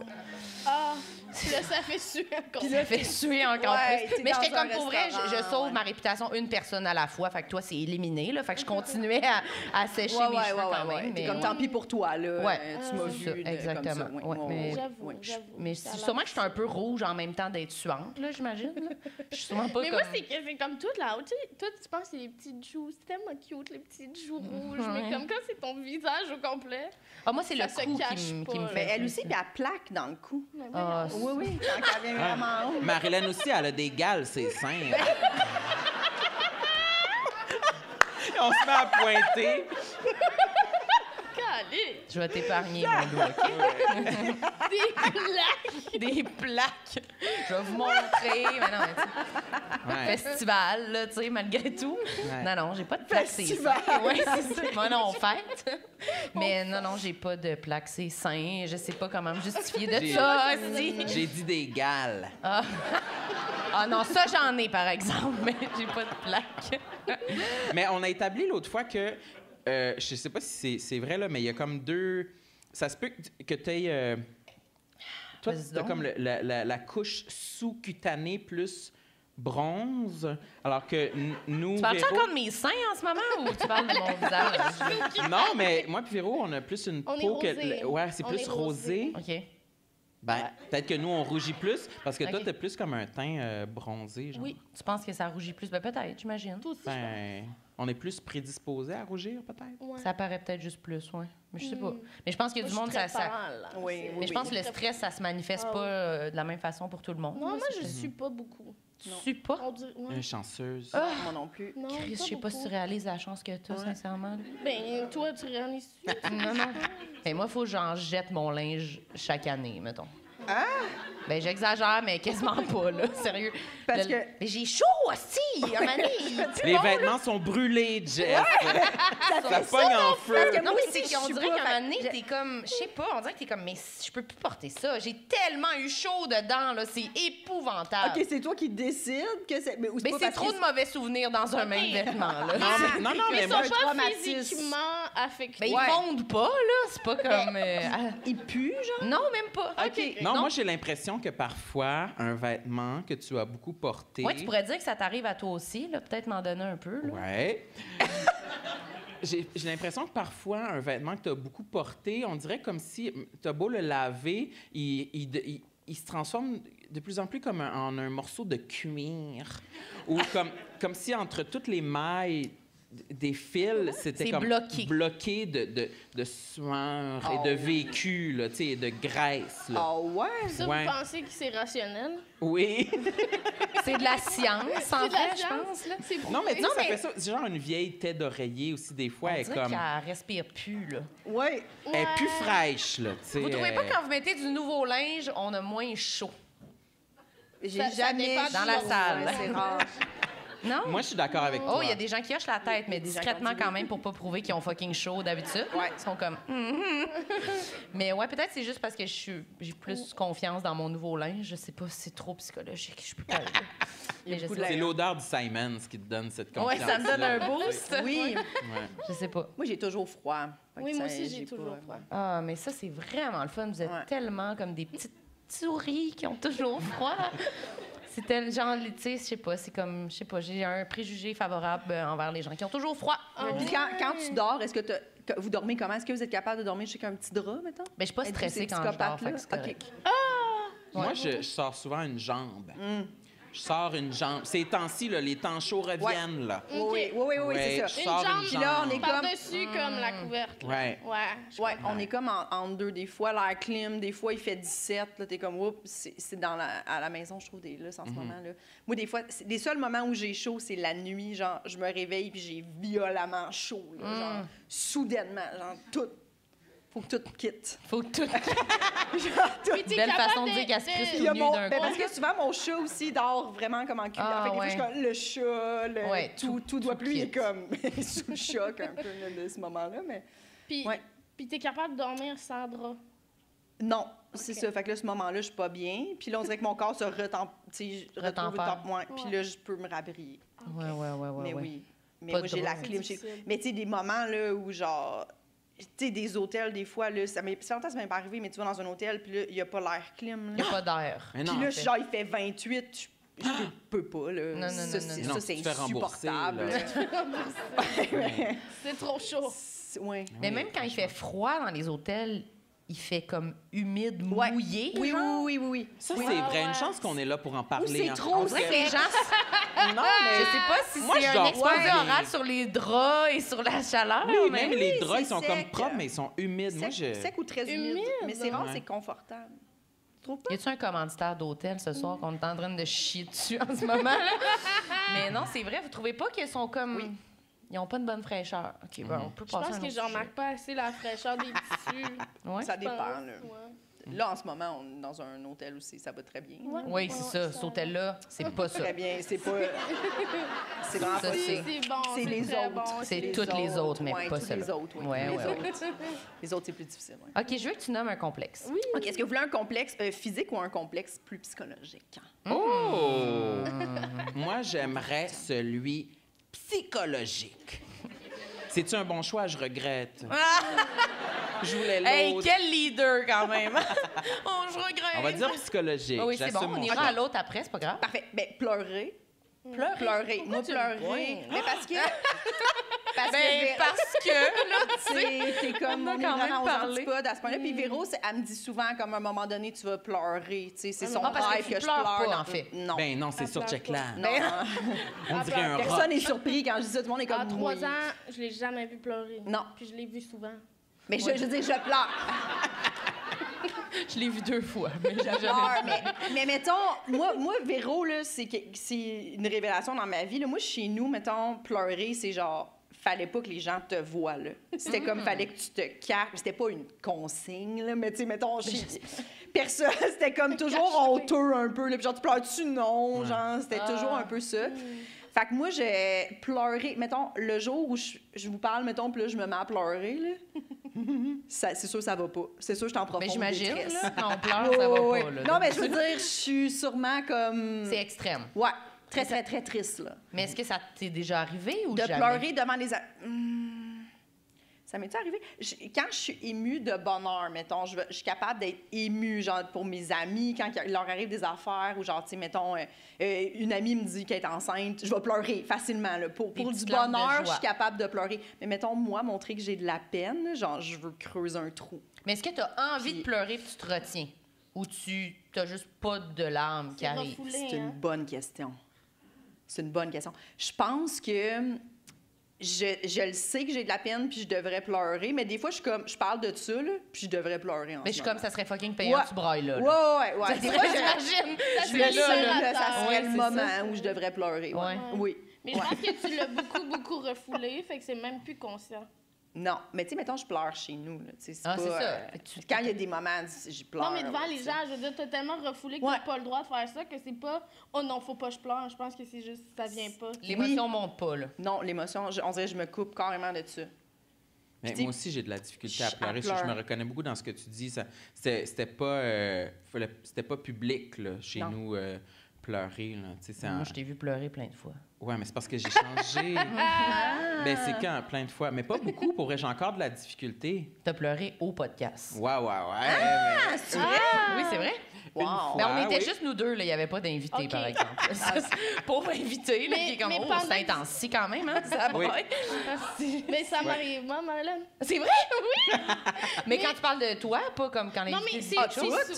[SPEAKER 6] Ah, puis là, ça fait suer encore.
[SPEAKER 4] ça fait suer encore
[SPEAKER 3] Ouais, t'es
[SPEAKER 4] plus. Mais
[SPEAKER 3] dans
[SPEAKER 4] j'étais
[SPEAKER 3] un
[SPEAKER 4] comme pour vrai, je, je
[SPEAKER 3] restaurant,
[SPEAKER 4] sauve
[SPEAKER 3] ouais.
[SPEAKER 4] ma réputation une personne à la fois. Fait que toi, c'est éliminé, là. Fait que je continuais à, à sécher mes cheveux quand même.
[SPEAKER 3] T'es
[SPEAKER 4] mais-
[SPEAKER 3] comme tant pis pour toi, là.
[SPEAKER 4] Ouais.
[SPEAKER 3] Euh, Tu m'as
[SPEAKER 4] Ah.
[SPEAKER 3] vu. de-
[SPEAKER 4] Exactement.
[SPEAKER 3] Comme ça.
[SPEAKER 4] Ouais, mais-
[SPEAKER 6] J'avoue,
[SPEAKER 3] ouais.
[SPEAKER 6] j'avoue.
[SPEAKER 4] Mais
[SPEAKER 6] ça
[SPEAKER 4] c'est
[SPEAKER 6] a
[SPEAKER 4] sûrement
[SPEAKER 6] l'air-
[SPEAKER 4] que je suis un peu rouge en même temps d'être suante, là, j'imagine. là. Je suis sûrement pas
[SPEAKER 6] Mais
[SPEAKER 4] comme...
[SPEAKER 6] moi, c'est que c'est comme toute la haute. Toi, tu penses que c'est les petites joues. C'est tellement cute, les petites joues rouges.
[SPEAKER 4] Ouais.
[SPEAKER 6] Mais comme quand c'est ton visage au complet.
[SPEAKER 4] Ah, moi, c'est le
[SPEAKER 6] ça se
[SPEAKER 4] cou
[SPEAKER 6] cache
[SPEAKER 4] qui me-
[SPEAKER 6] pas,
[SPEAKER 4] qui me
[SPEAKER 6] là.
[SPEAKER 4] fait...
[SPEAKER 3] Mais elle
[SPEAKER 4] plus.
[SPEAKER 3] aussi, puis elle plaque dans le cou.
[SPEAKER 6] Mais voyons.
[SPEAKER 4] Ah,
[SPEAKER 3] Oui, oui. Quand elle vient vraiment haut.
[SPEAKER 5] Marilyn aussi, elle a des gales, c'est seins. hein. On se met à pointer.
[SPEAKER 6] Calé!
[SPEAKER 4] Je vais t'épargner, mon loup, OK?
[SPEAKER 6] Des plaques!
[SPEAKER 4] Des plaques. Je vais vous montrer. Mais non, mais tu sais,
[SPEAKER 5] Ouais.
[SPEAKER 4] festival, là, tu sais, malgré tout.
[SPEAKER 5] Ouais.
[SPEAKER 4] Non, non, j'ai pas de plaques. Ah, c'est
[SPEAKER 3] Festival.
[SPEAKER 4] sain. Ouais, c'est ça. Moi, non, on fête. Mais non, non, j'ai pas de plaques. C'est sain. Je sais pas comment me justifier de
[SPEAKER 5] J'ai-
[SPEAKER 4] ça aussi.
[SPEAKER 5] J'ai dit des gales.
[SPEAKER 4] Ah non, ça, j'en ai, par exemple, mais j'ai pas de plaques.
[SPEAKER 5] Mais on a établi l'autre fois que, euh, je sais pas si c'est- c'est vrai, là, mais il y a comme deux. Ça se peut que- que tu aies. euh, toi,
[SPEAKER 4] Vas-y
[SPEAKER 5] tu
[SPEAKER 4] donc.
[SPEAKER 5] comme le- la, la- la couche sous-cutanée plus bronze, alors que n- nous.
[SPEAKER 4] Tu parles-tu
[SPEAKER 5] Véro-
[SPEAKER 4] encore de mes seins en ce moment ou tu parles de mon visage?
[SPEAKER 5] Non, mais moi et Véro, on a plus une
[SPEAKER 6] On est
[SPEAKER 5] peau que.
[SPEAKER 6] rosé.
[SPEAKER 5] le- Ouais, c'est
[SPEAKER 6] On
[SPEAKER 5] plus
[SPEAKER 6] est
[SPEAKER 5] rosé.
[SPEAKER 6] rosé.
[SPEAKER 4] OK.
[SPEAKER 5] Ben, peut-être que nous, on rougit plus, parce que toi,
[SPEAKER 4] Ok.
[SPEAKER 5] t'es plus comme un teint euh, bronzé, genre.
[SPEAKER 4] Oui. Tu penses que ça rougit plus? Ben, peut-être, j'imagine.
[SPEAKER 5] Ben, on est plus prédisposé à rougir, peut-être.
[SPEAKER 6] Ouais.
[SPEAKER 4] Ça paraît peut-être juste plus, oui. Mais je sais pas. Mais je pense que
[SPEAKER 6] Hmm. Moi,
[SPEAKER 4] du
[SPEAKER 6] je suis
[SPEAKER 4] monde,
[SPEAKER 6] très
[SPEAKER 4] ça. ça-
[SPEAKER 6] pâle, là.
[SPEAKER 3] Oui,
[SPEAKER 6] C'est-
[SPEAKER 3] oui,
[SPEAKER 4] Mais je pense que le
[SPEAKER 6] Très-
[SPEAKER 4] stress, ça se manifeste
[SPEAKER 6] Ah,
[SPEAKER 4] pas
[SPEAKER 6] oui.
[SPEAKER 4] euh, de la même façon pour tout le monde.
[SPEAKER 6] Non, moi, je
[SPEAKER 4] c'est-
[SPEAKER 6] suis pas beaucoup.
[SPEAKER 4] Tu
[SPEAKER 3] non.
[SPEAKER 4] suis pas?
[SPEAKER 6] On dirait- ouais.
[SPEAKER 5] Une chanceuse.
[SPEAKER 3] Moi non plus.
[SPEAKER 6] Non,
[SPEAKER 4] Chris, je sais pas si tu
[SPEAKER 6] beaucoup.
[SPEAKER 4] réalises la chance que t'as, sincèrement.
[SPEAKER 6] Ben, toi, tu réalises
[SPEAKER 4] non, non. Mais moi, faut que j'en jette mon linge chaque année, mettons.
[SPEAKER 3] Ah!
[SPEAKER 4] Ben, j'exagère, mais quasiment pas, là. Sérieux.
[SPEAKER 3] Parce
[SPEAKER 4] Le-
[SPEAKER 3] que-
[SPEAKER 4] Mais j'ai chaud aussi, à ma
[SPEAKER 5] Les vêtements sont brûlés, Jess. ça pogne en feu.
[SPEAKER 3] Parce que
[SPEAKER 4] Non,
[SPEAKER 3] moi
[SPEAKER 4] mais
[SPEAKER 3] aussi,
[SPEAKER 4] c'est
[SPEAKER 3] je
[SPEAKER 4] qu'on
[SPEAKER 3] suis
[SPEAKER 4] dirait
[SPEAKER 3] pas-
[SPEAKER 4] qu'à un moment donné,
[SPEAKER 3] je-
[SPEAKER 4] t'es comme, je sais pas, on dirait que t'es comme, mais je peux plus porter ça. J'ai tellement eu chaud dedans, là, c'est épouvantable.
[SPEAKER 3] OK, c'est toi qui décides que c'est... Ah. Mais, ou
[SPEAKER 4] Ah. mais
[SPEAKER 3] pas
[SPEAKER 4] c'est
[SPEAKER 3] parce
[SPEAKER 4] trop
[SPEAKER 3] que-
[SPEAKER 4] de mauvais souvenirs dans un même vêtement, là.
[SPEAKER 5] Non, mais- non, non, mais
[SPEAKER 6] Ils
[SPEAKER 5] moi,
[SPEAKER 6] sont
[SPEAKER 3] un
[SPEAKER 6] pas
[SPEAKER 3] traumatisme.
[SPEAKER 6] physiquement affectés.
[SPEAKER 4] Ben,
[SPEAKER 3] Ouais.
[SPEAKER 4] ils fondent pas, là. C'est pas comme. euh,
[SPEAKER 3] Il pue, genre?
[SPEAKER 4] ah, Non, même pas.
[SPEAKER 3] OK.
[SPEAKER 5] non, moi, j'ai l'impression que parfois, un vêtement que tu as beaucoup porté.
[SPEAKER 4] Ouais, tu pourrais dire que ça t'arrive à toi aussi, là. Peut-être m'en donner un peu, là.
[SPEAKER 5] Ouais. J'ai j'ai l'impression que parfois, un vêtement que tu as beaucoup porté, on dirait comme si tu as beau le laver, il, il de- il- il se transforme de plus en plus comme un- en un morceau de cuir. Ou comme, comme si entre toutes les mailles d- des fils, c'était
[SPEAKER 4] C'est
[SPEAKER 5] comme
[SPEAKER 4] bloqué. Oh.
[SPEAKER 5] bloqué de, de, de sueur et de vécu, là, tu sais, et de graisse. là.
[SPEAKER 3] Ah ouais?
[SPEAKER 6] Ça,
[SPEAKER 5] Ouais.
[SPEAKER 6] vous pensez que c'est rationnel?
[SPEAKER 5] Oui.
[SPEAKER 4] C'est de la science, en
[SPEAKER 6] C'est de la
[SPEAKER 4] fait, je
[SPEAKER 6] science.
[SPEAKER 4] pense, là.
[SPEAKER 6] C'est
[SPEAKER 5] non, mais tu sais,
[SPEAKER 4] Non,
[SPEAKER 5] ça
[SPEAKER 4] mais-
[SPEAKER 5] fait ça. C'est genre une vieille tête d'oreiller aussi, des fois.
[SPEAKER 4] On
[SPEAKER 5] elle est
[SPEAKER 4] dirait
[SPEAKER 5] comme.
[SPEAKER 4] qu'elle respire plus, là.
[SPEAKER 3] Ouais.
[SPEAKER 5] Elle est plus
[SPEAKER 6] Ouais.
[SPEAKER 5] fraîche, là, tu sais.
[SPEAKER 4] Vous trouvez pas
[SPEAKER 5] euh,
[SPEAKER 4] quand vous mettez du nouveau linge, on a moins chaud?
[SPEAKER 3] J'ai
[SPEAKER 6] Ça- ça
[SPEAKER 3] jamais...
[SPEAKER 6] dépend du
[SPEAKER 4] Dans la
[SPEAKER 3] Ouais,
[SPEAKER 4] salle.
[SPEAKER 3] C'est rare.
[SPEAKER 4] Non?
[SPEAKER 5] Moi, je suis d'accord avec toi.
[SPEAKER 4] Oh, il y a des gens qui hochent la tête, mais
[SPEAKER 3] des gens
[SPEAKER 4] discrètement
[SPEAKER 3] qui ont dit
[SPEAKER 4] quand même pour pas prouver qu'ils ont fucking chaud d'habitude.
[SPEAKER 3] Ouais.
[SPEAKER 4] Ils sont comme. Hum, hum. mais ouais, peut-être c'est juste parce que je suis- j'ai plus confiance dans mon nouveau linge. Je sais pas, c'est trop psychologique. Je peux pas. là. mais je sais
[SPEAKER 3] beaucoup de
[SPEAKER 4] pas.
[SPEAKER 5] C'est l'odeur du Simons qui te donne cette
[SPEAKER 4] Ouais,
[SPEAKER 5] confiance.
[SPEAKER 4] ça me donne un boost.
[SPEAKER 3] Oui.
[SPEAKER 4] Je sais pas.
[SPEAKER 3] Moi, j'ai toujours froid. Fait que
[SPEAKER 6] Oui, moi
[SPEAKER 3] ça,
[SPEAKER 6] aussi, j'ai
[SPEAKER 3] pas-
[SPEAKER 6] toujours froid.
[SPEAKER 4] Ah, mais ça, c'est vraiment le fun. Vous êtes
[SPEAKER 3] Ouais.
[SPEAKER 4] tellement comme des petites souris qui ont toujours froid. c'est tel genre, tu sais, je sais pas, c'est comme, je sais pas, j'ai un préjugé favorable euh, envers les gens qui ont toujours froid. Ben,
[SPEAKER 3] Puis quand, quand tu dors, est-ce que, t'as- que- vous dormez comment? Est-ce que vous êtes capable de dormir chez un petit drap, mettons?
[SPEAKER 4] Mais Ben, je suis pas
[SPEAKER 3] Êtes-vous
[SPEAKER 4] stressée
[SPEAKER 3] ces
[SPEAKER 4] quand je dors,
[SPEAKER 3] psychopathes-là?
[SPEAKER 4] fait que c'est correct.
[SPEAKER 3] OK.
[SPEAKER 5] Moi, je, je sors souvent une jambe.
[SPEAKER 4] Mm.
[SPEAKER 5] Je sors une jambe. Ces temps-ci, là, les temps chauds reviennent, là.
[SPEAKER 6] Ok.
[SPEAKER 3] Oui, oui, oui, oui, oui,
[SPEAKER 5] Ouais,
[SPEAKER 3] c'est
[SPEAKER 5] je
[SPEAKER 3] ça.
[SPEAKER 5] sors une
[SPEAKER 6] Une
[SPEAKER 5] jambe.
[SPEAKER 3] jambe. Là, on est-
[SPEAKER 6] Par-dessus, comme
[SPEAKER 4] Hmm.
[SPEAKER 6] la couverte. là.
[SPEAKER 5] Ouais.
[SPEAKER 6] Ouais. je
[SPEAKER 3] Ouais, on est comme en, entre deux. Des fois, l'air clim, des fois, il fait 17. Là, t'es comme, oups, c'est c'est dans la, à la maison, je trouve, des lus en
[SPEAKER 4] Mm-hmm.
[SPEAKER 3] ce moment. Là. Moi, des fois, c'est- les seuls moments où j'ai chaud, c'est la nuit. Genre, je me réveille puis j'ai violemment chaud. là, Genre,
[SPEAKER 4] Mm.
[SPEAKER 3] soudainement, genre, tout. Faut que tout quitte.
[SPEAKER 4] Faut tout.
[SPEAKER 3] Genre, tout.
[SPEAKER 6] T'es
[SPEAKER 4] Belle
[SPEAKER 6] capable
[SPEAKER 4] façon de dire qu'elle se
[SPEAKER 6] de-
[SPEAKER 4] crisse
[SPEAKER 3] Il
[SPEAKER 4] tout
[SPEAKER 3] y a
[SPEAKER 4] nu
[SPEAKER 3] mon-
[SPEAKER 4] d'un
[SPEAKER 3] ben,
[SPEAKER 4] coup.
[SPEAKER 3] parce que souvent, mon chat aussi dort vraiment comme en cul.
[SPEAKER 4] Ah,
[SPEAKER 3] fait que des fois, je suis
[SPEAKER 4] ouais.
[SPEAKER 3] comme, le chat, le-
[SPEAKER 4] Ouais,
[SPEAKER 3] tout,
[SPEAKER 4] tout-
[SPEAKER 3] tout doit
[SPEAKER 4] tout
[SPEAKER 3] plus, il est
[SPEAKER 4] quitte.
[SPEAKER 3] comme sous le choc un peu là, de ce moment-là. Mais
[SPEAKER 6] Puis,
[SPEAKER 3] Ouais.
[SPEAKER 6] puis t'es capable de dormir sans drap.
[SPEAKER 3] non, c'est ça. Fait que là, ce moment-là, je suis pas bien. Puis là, on dirait que mon corps se retemp...
[SPEAKER 4] Retempère.
[SPEAKER 3] moins. Puis là, je peux me rabrier.
[SPEAKER 4] Ouais, ouais, ouais, ouais.
[SPEAKER 3] mais
[SPEAKER 4] ouais.
[SPEAKER 3] oui. Mais
[SPEAKER 4] Pas de
[SPEAKER 3] moi, j'ai la
[SPEAKER 4] drôle.
[SPEAKER 3] clim. chez-
[SPEAKER 6] Difficile.
[SPEAKER 3] Mais tu sais, des moments là, où, genre, tu sais, des hôtels, des fois, là, ça m'est. Ça longtemps, ça m'est pas arrivé, mais tu vas dans un hôtel, puis là, il n'y a pas l'air clim.
[SPEAKER 4] Y
[SPEAKER 3] Là.
[SPEAKER 4] a pas d'air.
[SPEAKER 5] Mais
[SPEAKER 3] Puis
[SPEAKER 5] non,
[SPEAKER 3] là,
[SPEAKER 5] en fait. Ah!
[SPEAKER 3] je suis genre, il fait 28, je, je peux pas, là.
[SPEAKER 4] Non, non,
[SPEAKER 3] ça,
[SPEAKER 4] non, non,
[SPEAKER 3] c'est-
[SPEAKER 5] non.
[SPEAKER 3] ça, c'est
[SPEAKER 5] Tu te fais rembourser,
[SPEAKER 3] insupportable.
[SPEAKER 5] là.
[SPEAKER 6] C'est trop chaud.
[SPEAKER 3] C'est- ouais.
[SPEAKER 4] Mais même quand il fait froid dans les hôtels, il fait comme humide,
[SPEAKER 3] Ouais.
[SPEAKER 4] mouillé.
[SPEAKER 3] Oui,
[SPEAKER 4] genre.
[SPEAKER 3] oui, oui, oui, oui.
[SPEAKER 5] Ça,
[SPEAKER 6] Oui.
[SPEAKER 5] c'est
[SPEAKER 6] Ah
[SPEAKER 5] vrai. Une
[SPEAKER 6] ouais.
[SPEAKER 5] chance qu'on est là pour en
[SPEAKER 3] Ou
[SPEAKER 5] parler.
[SPEAKER 3] c'est
[SPEAKER 5] hein.
[SPEAKER 3] trop
[SPEAKER 4] On dirait que
[SPEAKER 3] sec.
[SPEAKER 4] les gens.
[SPEAKER 5] Non,
[SPEAKER 4] Je
[SPEAKER 5] mais...
[SPEAKER 4] sais pas
[SPEAKER 3] Euh,
[SPEAKER 4] si
[SPEAKER 5] Moi,
[SPEAKER 4] c'est
[SPEAKER 5] je
[SPEAKER 4] un
[SPEAKER 5] dors
[SPEAKER 4] exposé
[SPEAKER 5] pas, mais-
[SPEAKER 4] oral sur les draps et sur la chaleur.
[SPEAKER 5] Oui,
[SPEAKER 4] mais-
[SPEAKER 5] même les draps, ils
[SPEAKER 3] c'est
[SPEAKER 5] sont
[SPEAKER 3] sec.
[SPEAKER 5] comme propres, mais ils sont humides. Moi, je...
[SPEAKER 3] Sec, sec ou très humide.
[SPEAKER 6] Humide,
[SPEAKER 3] Mais c'est rare,
[SPEAKER 5] ouais.
[SPEAKER 3] c'est confortable. Tu trouves pas?
[SPEAKER 4] Y a-tu un commanditaire d'hôtel ce soir qu'on est en train de chier dessus en ce moment? là? mais non, c'est vrai, vous trouvez pas qu'ils sont comme. Ils ont pas de bonne fraîcheur. OK, ben, on peut
[SPEAKER 6] Je
[SPEAKER 4] passer
[SPEAKER 6] pense
[SPEAKER 4] à un
[SPEAKER 6] que
[SPEAKER 4] autre
[SPEAKER 6] je remarque
[SPEAKER 4] sujet.
[SPEAKER 6] pas assez la fraîcheur des tissus.
[SPEAKER 4] Ouais.
[SPEAKER 3] Ça dépend, là.
[SPEAKER 6] Je pense, ouais.
[SPEAKER 3] Là, en ce moment, on est dans un hôtel aussi, ça va très bien.
[SPEAKER 6] Ouais.
[SPEAKER 4] Oui, c'est ça. Cet hôtel-là, c'est pas ça.
[SPEAKER 3] Très bien, c'est pas... c'est vraiment
[SPEAKER 4] Ça,
[SPEAKER 3] pas...
[SPEAKER 4] c'est-
[SPEAKER 6] Oui, c'est bon.
[SPEAKER 3] C'est les
[SPEAKER 6] très
[SPEAKER 3] autres.
[SPEAKER 6] bon,
[SPEAKER 4] C'est
[SPEAKER 6] les
[SPEAKER 4] toutes les autres, mais
[SPEAKER 3] ouais,
[SPEAKER 4] pas
[SPEAKER 3] tous les
[SPEAKER 4] ceux-là.
[SPEAKER 3] autres, oui.
[SPEAKER 4] Ouais,
[SPEAKER 3] les,
[SPEAKER 4] ouais, ouais.
[SPEAKER 3] autres. les autres, c'est plus difficile. ouais.
[SPEAKER 4] OK, je veux que tu nommes un complexe.
[SPEAKER 6] Oui.
[SPEAKER 3] OK, est-ce que vous voulez un complexe euh, physique ou un complexe plus psychologique?
[SPEAKER 5] Oh! Moi, j'aimerais celui psychologique. C'est-tu un bon choix? Je regrette. Je voulais
[SPEAKER 4] Hey,
[SPEAKER 5] l'autre.
[SPEAKER 4] quel leader quand même! oh, je regrette.
[SPEAKER 5] On va dire psychologique.
[SPEAKER 4] Ah oui, c'est bon,
[SPEAKER 5] J'assume
[SPEAKER 4] on
[SPEAKER 5] mon
[SPEAKER 4] ira
[SPEAKER 5] choix.
[SPEAKER 4] à l'autre après, c'est pas grave. Mm.
[SPEAKER 3] Parfait. Ben, pleurer. Pleurer. Moi, pleurer. Mais parce que.
[SPEAKER 4] Parce
[SPEAKER 3] Ben,
[SPEAKER 4] que, Ah! parce que, là, tu sais.
[SPEAKER 3] C'est c'est comme
[SPEAKER 4] On a
[SPEAKER 3] on est
[SPEAKER 4] quand même
[SPEAKER 3] vraiment aux
[SPEAKER 4] parlé. Mm.
[SPEAKER 3] antipodes à ce point-là. Puis Véro, c'est- elle me dit souvent comme à un moment donné, tu vas pleurer. Tu sais, c'est son
[SPEAKER 4] Ah, parce que
[SPEAKER 3] rêve
[SPEAKER 4] tu
[SPEAKER 3] que je
[SPEAKER 4] pleures
[SPEAKER 3] pleure.
[SPEAKER 4] pas,
[SPEAKER 3] dans-
[SPEAKER 4] en fait.
[SPEAKER 3] Non.
[SPEAKER 5] Ben non, c'est sûr,
[SPEAKER 6] pleure
[SPEAKER 5] check
[SPEAKER 6] pas.
[SPEAKER 5] là.
[SPEAKER 3] non. hein.
[SPEAKER 5] On dirait un rock.
[SPEAKER 3] Personne n'est surpris quand je dis ça. Tout le monde est comme
[SPEAKER 6] À trois
[SPEAKER 3] oui.
[SPEAKER 6] ans, je l'ai jamais vu pleurer.
[SPEAKER 3] Non.
[SPEAKER 6] Puis je l'ai vu souvent.
[SPEAKER 3] Mais je, je dis, je pleure.
[SPEAKER 4] Je l'ai vu deux fois, mais j'ai
[SPEAKER 3] Je
[SPEAKER 4] jamais
[SPEAKER 3] pleure.
[SPEAKER 4] vu.
[SPEAKER 3] mais, mais mettons, moi, moi Véro, là, c'est que- c'est une révélation dans ma vie. là. Moi, chez nous, mettons, pleurer, c'est genre. Fallait pas que les gens te voient, là. C'était comme
[SPEAKER 4] Hmm.
[SPEAKER 3] fallait que tu te caches. C'était pas une consigne, là, mais tu sais, mettons, chez... personne. C'était comme toujours
[SPEAKER 6] Cache-toi.
[SPEAKER 3] honteux un peu, là. Puis genre, tu pleures-tu? Non, genre, c'était toujours un peu ça.
[SPEAKER 4] Ah.
[SPEAKER 3] Fait que moi, j'ai pleuré. Mettons, le jour où je, je vous parle, mettons, puis là, je me mets à pleurer, là. ça- c'est sûr, ça va pas. C'est sûr, je t'en profonde.
[SPEAKER 4] Mais Ben, j'imagine,
[SPEAKER 3] détresse.
[SPEAKER 4] là, quand on pleure, Ah, ça va
[SPEAKER 3] Ouais,
[SPEAKER 4] pas,
[SPEAKER 3] ouais.
[SPEAKER 4] là.
[SPEAKER 3] Non, mais je veux dire, je suis sûrement comme.
[SPEAKER 4] C'est extrême.
[SPEAKER 3] Ouais, très, très, très triste, là.
[SPEAKER 4] Mais est-ce que ça t'est déjà arrivé ou
[SPEAKER 3] De
[SPEAKER 4] jamais?
[SPEAKER 3] pleurer devant les. a- Hmm. Ça m'est arrivé. Je- quand je suis émue de bonheur, mettons, je, veux- je suis capable d'être émue, genre pour mes amis, quand il leur arrive des affaires, ou genre, tu sais, mettons, euh, euh, une amie me dit qu'elle est enceinte, je vais pleurer facilement. Là, pour
[SPEAKER 4] Des
[SPEAKER 3] pour du
[SPEAKER 4] petites larmes de
[SPEAKER 3] bonheur, je
[SPEAKER 4] joie.
[SPEAKER 3] suis capable de pleurer. Mais mettons, moi, montrer que j'ai de la peine, genre, je veux creuser un trou.
[SPEAKER 4] Mais est-ce que tu as envie
[SPEAKER 3] Puis-
[SPEAKER 4] de pleurer puis tu te retiens? Ou tu t'as juste pas de larmes qui
[SPEAKER 6] C'est
[SPEAKER 4] arrivent?
[SPEAKER 6] refoulé,
[SPEAKER 3] C'est une
[SPEAKER 6] hein?
[SPEAKER 3] bonne question. C'est une bonne question. Je pense que hum, je, je le sais que j'ai de la peine puis je devrais pleurer, mais des fois, je, suis comme, je parle de ça, là, puis je devrais pleurer en
[SPEAKER 4] Mais je
[SPEAKER 3] ce
[SPEAKER 4] suis comme,
[SPEAKER 3] moment.
[SPEAKER 4] ça serait fucking payant,
[SPEAKER 3] Ouais.
[SPEAKER 4] tu brailles là. là.
[SPEAKER 3] Ouais, ouais, ouais. Des fois, je,
[SPEAKER 4] J'imagine.
[SPEAKER 3] je
[SPEAKER 4] C'est
[SPEAKER 3] le sais,
[SPEAKER 4] là, là.
[SPEAKER 3] là, ça serait
[SPEAKER 4] Ouais,
[SPEAKER 3] le
[SPEAKER 4] c'est
[SPEAKER 3] moment
[SPEAKER 4] ça.
[SPEAKER 3] où je devrais pleurer. ouais.
[SPEAKER 4] Ouais.
[SPEAKER 3] Oui.
[SPEAKER 6] Mais je pense que tu l'as beaucoup, beaucoup refoulé, fait que c'est même plus conscient.
[SPEAKER 3] Non, mais tu sais, mettons, je pleure chez nous. Là. Tu sais, C'est
[SPEAKER 4] Ah,
[SPEAKER 3] pas,
[SPEAKER 4] c'est ça.
[SPEAKER 3] euh,
[SPEAKER 4] Fait que tu-
[SPEAKER 3] Quand il y a des moments, je pleure.
[SPEAKER 6] Non, mais devant
[SPEAKER 3] là,
[SPEAKER 6] les
[SPEAKER 3] tu sais.
[SPEAKER 6] gens, je veux dire, t'as tellement refoulé que
[SPEAKER 3] Ouais.
[SPEAKER 6] t'as pas le droit de faire ça que c'est pas « Oh non, faut pas que je pleure », je pense que c'est juste ça vient pas.
[SPEAKER 4] L'émotion monte pas, là.
[SPEAKER 3] Non, l'émotion, je- on dirait que je me coupe carrément de ça.
[SPEAKER 5] Mais
[SPEAKER 3] Puis
[SPEAKER 5] moi aussi, j'ai de la difficulté à
[SPEAKER 3] je- à
[SPEAKER 5] pleurer. Je, je
[SPEAKER 3] pleurer.
[SPEAKER 5] me reconnais beaucoup dans ce que tu dis. Ça- C'était c'était pas, euh, fallait- c'était pas public là, chez
[SPEAKER 3] Non.
[SPEAKER 5] nous euh, pleurer. Là. Tu sais, c'est en-
[SPEAKER 4] Moi, je t'ai vu pleurer plein de fois.
[SPEAKER 5] Ouais, mais c'est parce que j'ai changé. ben, c'est quand plein de fois, mais pas beaucoup. Pour vrai, j'ai encore de la difficulté.
[SPEAKER 4] T'as pleuré au podcast.
[SPEAKER 5] Ouais, ouais, ouais.
[SPEAKER 6] Ah,
[SPEAKER 5] mais
[SPEAKER 4] Oui, c'est vrai.
[SPEAKER 5] une
[SPEAKER 3] Wow.
[SPEAKER 5] fois,
[SPEAKER 4] Mais Ben, on était
[SPEAKER 5] oui.
[SPEAKER 4] juste nous deux, là. Il n'y avait pas d'invité,
[SPEAKER 6] Ok.
[SPEAKER 4] par exemple. Ça, c'est- Pauvre invité, là,
[SPEAKER 6] Mais-
[SPEAKER 4] qui est comme,
[SPEAKER 6] mais
[SPEAKER 4] oh,
[SPEAKER 6] pendant-
[SPEAKER 4] c'est intensif quand même, hein, ça
[SPEAKER 5] Oui.
[SPEAKER 4] braille.
[SPEAKER 6] Mais ça m'arrive, moi, Marlène.
[SPEAKER 4] C'est vrai? Oui! mais quand tu parles de toi, pas comme quand les
[SPEAKER 6] Non, mais c'est...
[SPEAKER 3] Ah,
[SPEAKER 6] c'est
[SPEAKER 3] tu vois,
[SPEAKER 6] sou-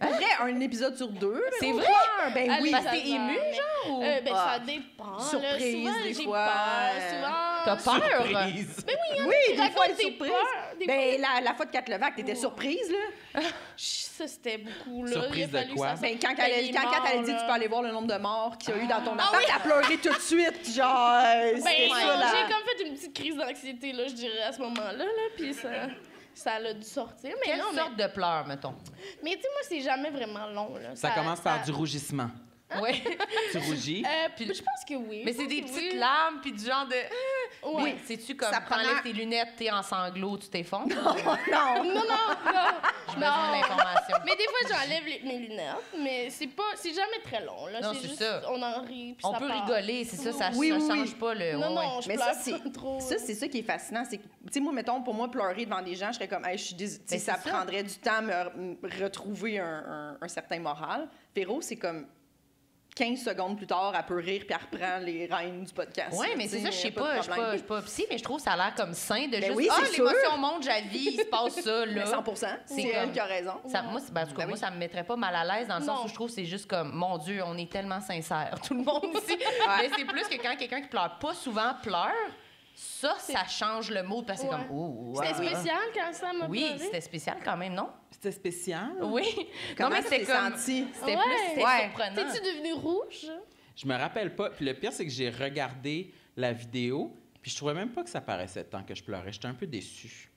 [SPEAKER 3] Après, un épisode sur deux. mais
[SPEAKER 4] Ah. C'est
[SPEAKER 3] on
[SPEAKER 4] vrai?
[SPEAKER 3] pleure. Ben oui.
[SPEAKER 4] Parce que
[SPEAKER 6] ça
[SPEAKER 4] t'es
[SPEAKER 6] va,
[SPEAKER 4] ému,
[SPEAKER 6] mais-
[SPEAKER 4] genre? Ou...
[SPEAKER 6] Euh, ben,
[SPEAKER 3] Ah.
[SPEAKER 6] ça dépend. là.
[SPEAKER 3] Surprise,
[SPEAKER 6] souvent,
[SPEAKER 3] des
[SPEAKER 6] j'ai
[SPEAKER 3] fois.
[SPEAKER 6] peur, souvent.
[SPEAKER 4] euh, T'as peur?
[SPEAKER 5] Surprise.
[SPEAKER 3] Oui, des
[SPEAKER 6] racontes
[SPEAKER 3] fois, elle est
[SPEAKER 6] tes
[SPEAKER 3] surprise.
[SPEAKER 6] peurs, des
[SPEAKER 3] Ben, la, la fois de Kat Levac, t'étais surprise, là.
[SPEAKER 6] Chut, Ça, c'était beaucoup, là.
[SPEAKER 5] Surprise
[SPEAKER 6] Il a
[SPEAKER 5] de
[SPEAKER 6] fallu
[SPEAKER 5] quoi?
[SPEAKER 6] que ça-
[SPEAKER 3] Ben, quand,
[SPEAKER 6] Ben,
[SPEAKER 3] elle,
[SPEAKER 6] il est
[SPEAKER 3] quand Kat, elle a
[SPEAKER 6] mort,
[SPEAKER 3] dit,
[SPEAKER 6] là.
[SPEAKER 3] tu peux aller voir le nombre de morts qu'il y a eu dans ton appart, elle a pleuré tout de suite, genre, euh,
[SPEAKER 6] Ben,
[SPEAKER 3] c'était ça, là.
[SPEAKER 6] j'ai comme fait une petite crise d'anxiété, là, je dirais, à ce moment-là, là, puis ça... Ça a dû sortir, mais
[SPEAKER 4] Quelle
[SPEAKER 6] non, mais,
[SPEAKER 4] sorte de pleurs, mettons?
[SPEAKER 6] mais tu sais, moi, c'est jamais vraiment long, là.
[SPEAKER 5] Ça commence par
[SPEAKER 6] ça-
[SPEAKER 5] du rougissement.
[SPEAKER 4] Oui.
[SPEAKER 5] Tu rougis.
[SPEAKER 6] Euh,
[SPEAKER 4] Puis-
[SPEAKER 6] je pense que oui.
[SPEAKER 4] Mais
[SPEAKER 6] je
[SPEAKER 4] c'est
[SPEAKER 6] pense
[SPEAKER 4] des
[SPEAKER 6] que
[SPEAKER 4] petites
[SPEAKER 6] oui.
[SPEAKER 4] larmes, puis du genre de...
[SPEAKER 6] Ouais.
[SPEAKER 4] Oui. C'est-tu comme,
[SPEAKER 3] Ça
[SPEAKER 4] t'enlèves
[SPEAKER 3] prend-
[SPEAKER 4] tes lunettes, t'es en sanglots, tu t'effondres?
[SPEAKER 3] non.
[SPEAKER 6] Non, non, non.
[SPEAKER 4] Besoin
[SPEAKER 6] non.
[SPEAKER 4] d'informations.
[SPEAKER 6] Mais des fois, j'enlève les- mes lunettes, mais c'est pas, c'est jamais très long, là.
[SPEAKER 4] Non, c'est
[SPEAKER 6] c'est juste,
[SPEAKER 4] ça.
[SPEAKER 6] on en rit, puis
[SPEAKER 4] On
[SPEAKER 6] ça
[SPEAKER 4] peut
[SPEAKER 6] part.
[SPEAKER 4] rigoler, c'est ça, ça,
[SPEAKER 3] Oui,
[SPEAKER 4] ça
[SPEAKER 3] oui,
[SPEAKER 4] change
[SPEAKER 3] oui.
[SPEAKER 4] pas le...
[SPEAKER 6] Non,
[SPEAKER 4] ouais, ouais.
[SPEAKER 6] non, je
[SPEAKER 3] Mais ça,
[SPEAKER 6] pleure
[SPEAKER 3] c'est
[SPEAKER 6] pas trop.
[SPEAKER 3] ça, c'est ça qui est fascinant. C'est que, tu sais, moi, mettons, pour moi, pleurer devant des gens, je serais comme, hey, je suis dés- tu sais,
[SPEAKER 4] Ben,
[SPEAKER 3] ça,
[SPEAKER 4] c'est ça.
[SPEAKER 3] prendrait du temps à me re- me retrouver un, un- un certain moral. Véro, c'est comme 15 secondes plus tard, elle peut rire puis elle reprend les rênes du podcast.
[SPEAKER 4] Oui,
[SPEAKER 3] là,
[SPEAKER 4] mais
[SPEAKER 3] tu
[SPEAKER 4] c'est
[SPEAKER 3] sais,
[SPEAKER 4] ça, je sais
[SPEAKER 3] de
[SPEAKER 4] pas, je suis pas,
[SPEAKER 3] problème.
[SPEAKER 4] je suis pas psy, mais je trouve que ça a l'air comme sain de juste
[SPEAKER 3] oui,
[SPEAKER 4] ah
[SPEAKER 3] c'est sûr.
[SPEAKER 4] l'émotion monte, j'avie, il se passe ça
[SPEAKER 3] Mais
[SPEAKER 4] là.
[SPEAKER 3] 100 c'est
[SPEAKER 4] C'est
[SPEAKER 3] elle
[SPEAKER 4] comme-
[SPEAKER 3] qui a raison.
[SPEAKER 4] Ça, moi, c'est- ben, en tout cas,
[SPEAKER 3] Ben
[SPEAKER 4] moi,
[SPEAKER 3] oui.
[SPEAKER 4] ça me mettrait pas mal à l'aise dans le sens
[SPEAKER 6] Non.
[SPEAKER 4] où je trouve que c'est juste comme, mon Dieu, on est tellement sincère, tout le monde ici. Mais c'est plus que quand quelqu'un qui pleure pas souvent pleure, ça, ça change le mot parce que c'est
[SPEAKER 6] Ouais.
[SPEAKER 4] comme, oh, ouais.
[SPEAKER 6] C'était spécial quand ça m'a
[SPEAKER 4] Oui,
[SPEAKER 6] pleuré.
[SPEAKER 4] c'était spécial quand même, non?
[SPEAKER 5] C'était spécial.
[SPEAKER 4] Oui.
[SPEAKER 3] Mm. Comment
[SPEAKER 4] non, mais
[SPEAKER 3] tu
[SPEAKER 4] c'était
[SPEAKER 3] t'es
[SPEAKER 4] comme.
[SPEAKER 3] sentie?
[SPEAKER 4] C'était
[SPEAKER 6] Ouais.
[SPEAKER 4] plus c'était
[SPEAKER 3] Ouais.
[SPEAKER 4] surprenant.
[SPEAKER 6] T'es-tu devenue rouge?
[SPEAKER 5] Je me rappelle pas. Puis le pire, c'est que j'ai regardé la vidéo, puis je trouvais même pas que ça paraissait tant que je pleurais. J'étais un peu déçu.